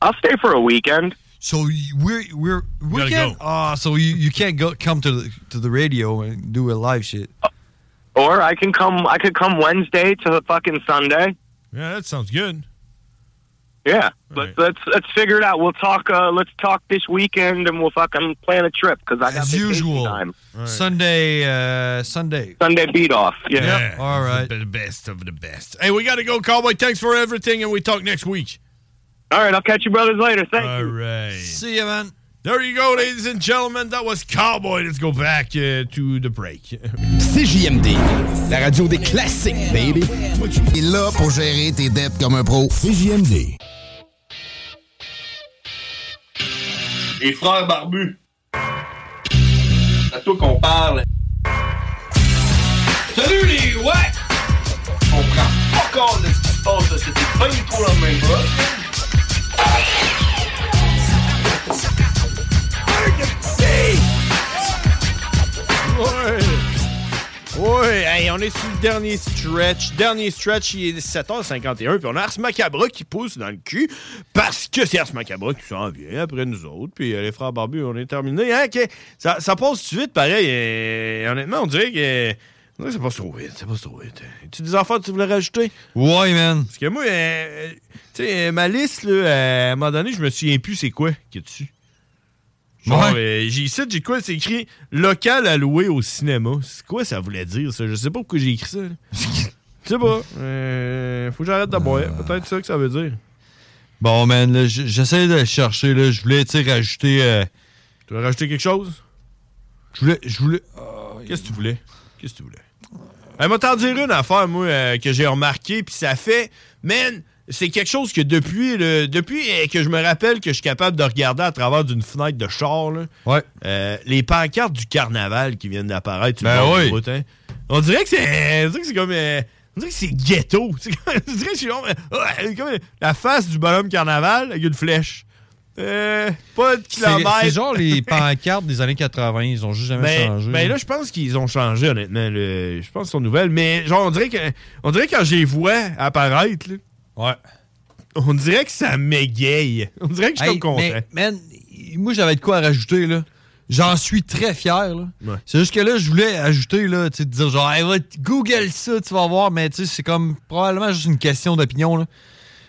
Speaker 9: I'll stay for a weekend.
Speaker 10: So y- we're we're we can't. Ah, so you, you can't go come to the to the radio and do a live shit.
Speaker 9: Or I can come, I could come Wednesday to the fucking Sunday.
Speaker 11: Yeah, that sounds good.
Speaker 9: Yeah, let's, let's let's figure it out. We'll talk. Uh, let's talk this weekend, and we'll fucking plan a trip because I got
Speaker 10: As
Speaker 9: vacation
Speaker 10: usual.
Speaker 9: time.
Speaker 10: Sunday, uh, Sunday.
Speaker 9: Sunday beat off. Yeah.
Speaker 10: All right.
Speaker 11: The best of the best. Hey, we got to go, Cowboy. Thanks for everything, and we talk next week.
Speaker 9: All right, I'll catch you brothers later. Thank
Speaker 11: you. All right. See
Speaker 10: you, man.
Speaker 11: There you go, ladies and gentlemen. That was Cowboy. Let's go back uh, to the break.
Speaker 16: CJMD, la radio des classiques, baby. Il est là pour gérer tes dettes comme un pro. CJMD.
Speaker 8: Les frères barbus. C'est à toi qu'on parle. Salut les ouais! On prend pas compte de ce qui se passe là, c'était pas du tout la même
Speaker 11: Ouais. Ouais, hey, on est sur le dernier stretch. Dernier stretch, il est 17h51, puis on a Ars Macabra qui pousse dans le cul parce que c'est Ars Macabra qui s'en vient après nous autres. Puis euh, les frères barbus, on est terminé. Hein, que- ça, ça passe tout de suite, pareil. euh, honnêtement, on dirait que. on dirait que ça passe trop vite, ça passe trop vite. Tu des affaires que tu voulais rajouter?
Speaker 10: Ouais, man.
Speaker 11: Parce que moi, euh,
Speaker 8: euh,
Speaker 11: tu sais, ma liste, là, à un moment donné, je me souviens plus c'est quoi qui est dessus.
Speaker 8: Genre, euh, j'ai ici, j'ai quoi, c'est écrit local alloué au cinéma. C'est quoi ça voulait dire, ça? Je sais pas pourquoi j'ai écrit ça. là. Je sais pas. Euh, faut que j'arrête de boire. Peut-être ça que ça veut dire.
Speaker 10: Bon, man, là, j- j'essaie de le chercher. Là. Je voulais, tu sais, rajouter. euh,
Speaker 8: Tu veux rajouter quelque chose?
Speaker 10: Je voulais. Je voulais... oh,
Speaker 8: Qu'est-ce que tu voulais? Qu'est-ce que tu voulais? Elle m'a t'en dire une affaire, moi, euh, que j'ai remarqué, puis ça fait, man, c'est quelque chose que depuis, le, depuis euh, que je me rappelle que je suis capable de regarder à travers d'une fenêtre de char, là, euh, les pancartes du carnaval qui viennent d'apparaître. sur le
Speaker 10: Ben
Speaker 8: bord de la
Speaker 10: oui.
Speaker 8: route, hein. On dirait que c'est, on dirait que c'est comme, euh, on dirait que c'est ghetto. C'est comme, on dirait que c'est genre, euh, ouais, comme la face du bonhomme carnaval avec une flèche. Euh, pas de kilomètre.
Speaker 10: C'est genre les pancartes des années 80. Ils ont juste jamais
Speaker 8: Ben-
Speaker 10: changé.
Speaker 8: ben là, je pense qu'ils ont changé, honnêtement. là. Je pense qu'ils sont nouvelles. Mais genre, on dirait que, on dirait que quand je les vois apparaître, là, on dirait que ça m'égaye. On dirait que je suis
Speaker 10: Hey,
Speaker 8: comme content.
Speaker 10: mais, man, moi, j'avais de quoi à rajouter, là. J'en suis très fier, là. C'est juste que là, je voulais ajouter, là, tu sais, de dire genre, hey, va t- Google ça, tu vas voir, mais tu sais, c'est comme probablement juste une question d'opinion, là.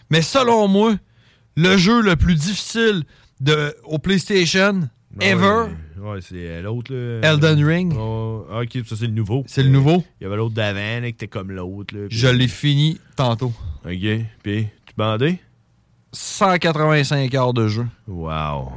Speaker 10: Mais selon moi, le jeu le plus difficile de, au PlayStation
Speaker 8: Ah
Speaker 10: ever,
Speaker 8: Ouais, ouais, c'est euh, l'autre. là.
Speaker 10: Elden Ring.
Speaker 8: Oh, ah, ok, ça c'est le nouveau.
Speaker 10: C'est le nouveau.
Speaker 8: Il y avait l'autre d'avant, là, qui était comme l'autre. là, puis-
Speaker 10: je l'ai fini tantôt.
Speaker 8: Ok, puis tu bandais
Speaker 10: 185 heures de jeu.
Speaker 8: Wow.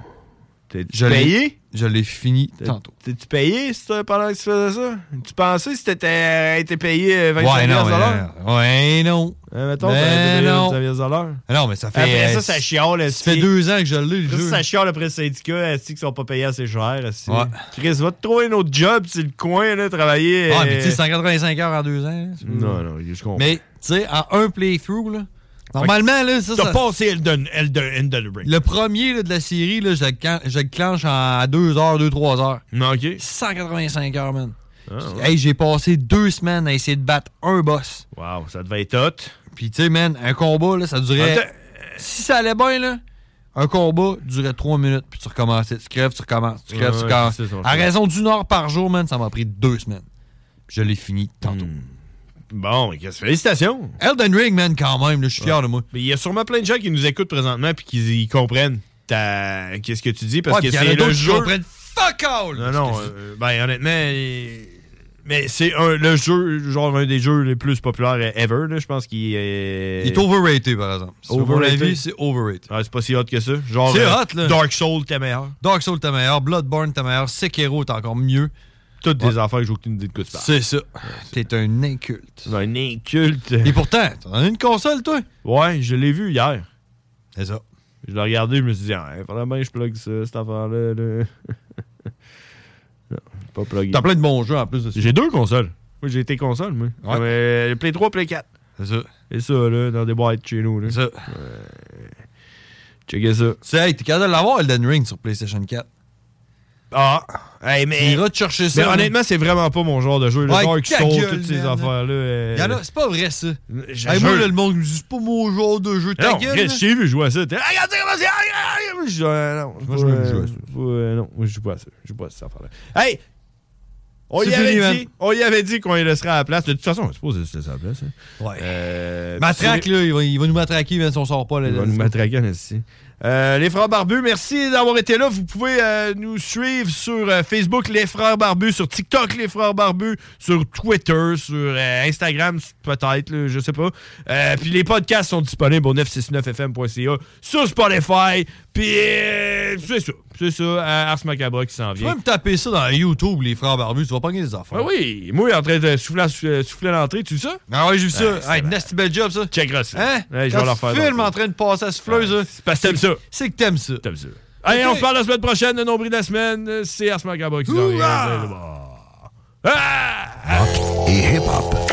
Speaker 8: T'es
Speaker 10: Je l'ai-
Speaker 8: payé?
Speaker 10: Je l'ai fini
Speaker 8: T'as-
Speaker 10: tantôt.
Speaker 8: T'es-tu payé si t'as- pendant que tu faisais ça? Tu pensais si t'étais été payé euh, 25
Speaker 10: Ouais, non, mais, ouais, non.
Speaker 8: Euh, mettons,
Speaker 10: Ben
Speaker 8: t'as été payé
Speaker 10: non.
Speaker 8: 25 piastres à l'heure.
Speaker 10: Ah Non, mais ça fait.
Speaker 8: Après ça,
Speaker 10: euh,
Speaker 8: ça chiale.
Speaker 10: Ça fait deux ans que je l'ai, le
Speaker 8: Après
Speaker 10: jeu.
Speaker 8: ça, ça chiale après le syndicat, est-ce qu'ils sont pas payés assez cher? est-ce que-
Speaker 10: Ouais.
Speaker 8: Chris, va te trouver un autre job sur le coin, là, travailler.
Speaker 10: Ah, mais tu sais,
Speaker 8: euh,
Speaker 10: 185 heures en deux ans. là, c'est-
Speaker 8: Non, non, je comprends.
Speaker 10: Mais, tu sais, en un playthrough, là, normalement, là, ça,
Speaker 8: T'as
Speaker 10: ça-
Speaker 8: passé Elden, Elden, Elden Ring.
Speaker 10: le premier là, de la série, là, je, le can- je le clenche en 2 heures, 2-3 heures.
Speaker 8: Non, OK. Ah,
Speaker 10: 185 heures, man.
Speaker 8: ouais.
Speaker 10: Hey, j'ai passé deux semaines à essayer de battre un boss.
Speaker 8: Wow, ça devait être hot.
Speaker 10: Puis, tu sais, man, un combat, là, ça durait.
Speaker 8: Attends.
Speaker 10: Si ça allait bien, là, un combat durait 3 minutes, puis tu recommençais. Tu crèves, tu recommences. Tu crèves,
Speaker 8: Ouais,
Speaker 10: tu
Speaker 8: ouais,
Speaker 10: recommences.
Speaker 8: c'est ça,
Speaker 10: à
Speaker 8: je-
Speaker 10: raison d'une heure par jour, man, ça m'a pris deux semaines. Je l'ai fini tantôt.
Speaker 8: Hmm. Bon, mais qu'est-ce que- félicitations.
Speaker 10: Elden Ring, man, quand même, là, je suis fier de moi.
Speaker 8: Mais il y a sûrement plein de gens qui nous écoutent présentement puis qui ils comprennent ta- qu'est-ce que tu dis parce
Speaker 10: Ouais,
Speaker 8: que
Speaker 10: puis il y en a
Speaker 8: c'est le
Speaker 10: d'autres qui
Speaker 8: jeu.
Speaker 10: comprennent fuck all!
Speaker 8: Non, non, euh, ben honnêtement, euh, mais c'est un- le jeu, genre un des jeux les plus populaires euh, ever, là, je pense qu'il est...
Speaker 10: Il est overrated, par exemple. Si tu veux mon avis, c'est overrated.
Speaker 8: Ah, c'est pas si hot que ça. Genre,
Speaker 10: C'est
Speaker 8: euh,
Speaker 10: hot, là.
Speaker 8: Dark Souls, t'es meilleur.
Speaker 10: Dark Souls, t'es meilleur. Bloodborne, t'es meilleur. Sekiro, t'es encore mieux.
Speaker 8: Toutes des affaires que j'ai aucune idée de quoi tu parles.
Speaker 10: C'est ça. T'es un inculte.
Speaker 8: Un inculte.
Speaker 10: Et pourtant, t'en as une console, toi.
Speaker 8: Ouais, je l'ai vu hier.
Speaker 10: C'est ça.
Speaker 8: Je l'ai regardé, je me suis dit, ah, faudrait bien que je plug ça, cette affaire-là. là. Non, pas plugué.
Speaker 10: T'as plein de bons jeux en plus de ça.
Speaker 8: J'ai deux consoles. Moi, j'ai été console, moi.
Speaker 10: Ouais.
Speaker 8: Comme, euh, Play 3, Play 4.
Speaker 10: C'est ça.
Speaker 8: Et ça, là, dans des boîtes chez nous. Là.
Speaker 10: Ça.
Speaker 8: Checker ça.
Speaker 10: Tu sais, hey, t'es capable de l'avoir, Elden Ring, sur PlayStation 4.
Speaker 8: Ah! Hey, mais.
Speaker 10: Tu iras te chercher ça.
Speaker 8: Mais
Speaker 10: là.
Speaker 8: honnêtement, c'est vraiment pas mon genre de jeu. Le
Speaker 10: Ouais,
Speaker 8: Dark
Speaker 10: ta
Speaker 8: Souls,
Speaker 10: gueule,
Speaker 8: toutes ces
Speaker 10: merde.
Speaker 8: affaires-là. euh,
Speaker 10: Y en a- C'est pas vrai, ça.
Speaker 8: je
Speaker 10: Hey, moi,
Speaker 8: jure.
Speaker 10: là, le monde me dit, c'est pas mon genre de jeu. Ta
Speaker 8: non,
Speaker 10: gueule,
Speaker 8: Chris,
Speaker 10: là.
Speaker 8: je t'ai vu jouer à ça. T'es, Ah, regardez comment c'est. ah, ah, ah, Je dis, euh, non,
Speaker 10: Moi, je veux
Speaker 8: euh,
Speaker 10: jouer à ça.
Speaker 8: faut, euh, non, moi, je joue pas à ça. Je joue pas à cette affaire-là. Hey! On
Speaker 10: C'est
Speaker 8: y, avait
Speaker 10: fini, man.
Speaker 8: dit, on y avait dit qu'on y laisserait à la place. De toute façon, on suppose que c'était à la place. hein.
Speaker 10: Ouais.
Speaker 8: Euh,
Speaker 10: Matraque,
Speaker 8: puis-
Speaker 10: là, il va, il va nous matraquer, même si on sort pas. Là,
Speaker 8: Il va
Speaker 10: là,
Speaker 8: nous
Speaker 10: c'est-
Speaker 8: matraquer en esti. Euh, les Frères Barbus, merci d'avoir été là. Vous pouvez euh, nous suivre sur euh, Facebook, Les Frères Barbus, sur TikTok, Les Frères Barbus, sur Twitter, sur euh, Instagram, peut-être, là, je sais pas. Euh, puis les podcasts sont disponibles au 969fm.ca, sur Spotify, puis euh, c'est ça. C'est ça, à Ars Macabre qui s'en
Speaker 10: Tu vas
Speaker 8: vient.
Speaker 10: me taper ça dans YouTube, les frères barbus, tu vas pogner des affaires.
Speaker 8: Ah oui, moi en train de souffler, à- souffler à l'entrée, tu sais ça?
Speaker 10: Ah ouais, j'ai vu
Speaker 8: Ouais,
Speaker 10: ça.
Speaker 8: c'est
Speaker 10: Hey,
Speaker 8: vrai.
Speaker 10: nasty bel job, ça.
Speaker 8: Checkera ça.
Speaker 10: Hein?
Speaker 8: Ouais, je
Speaker 10: Quand
Speaker 8: vais leur
Speaker 10: tu
Speaker 8: faire
Speaker 10: filmes
Speaker 8: dans-
Speaker 10: en train de passer à souffleuse, là,
Speaker 8: C'est parce que t'aimes ça.
Speaker 10: c'est que t'aimes ça.
Speaker 8: T'aimes ça. Allez,
Speaker 10: Ok.
Speaker 8: on se parle la semaine prochaine, le nombril de la semaine, c'est Ars Macabre qui s'en vient.
Speaker 11: Hourra!
Speaker 8: Vous allez le voir.
Speaker 11: Rock et hip-hop.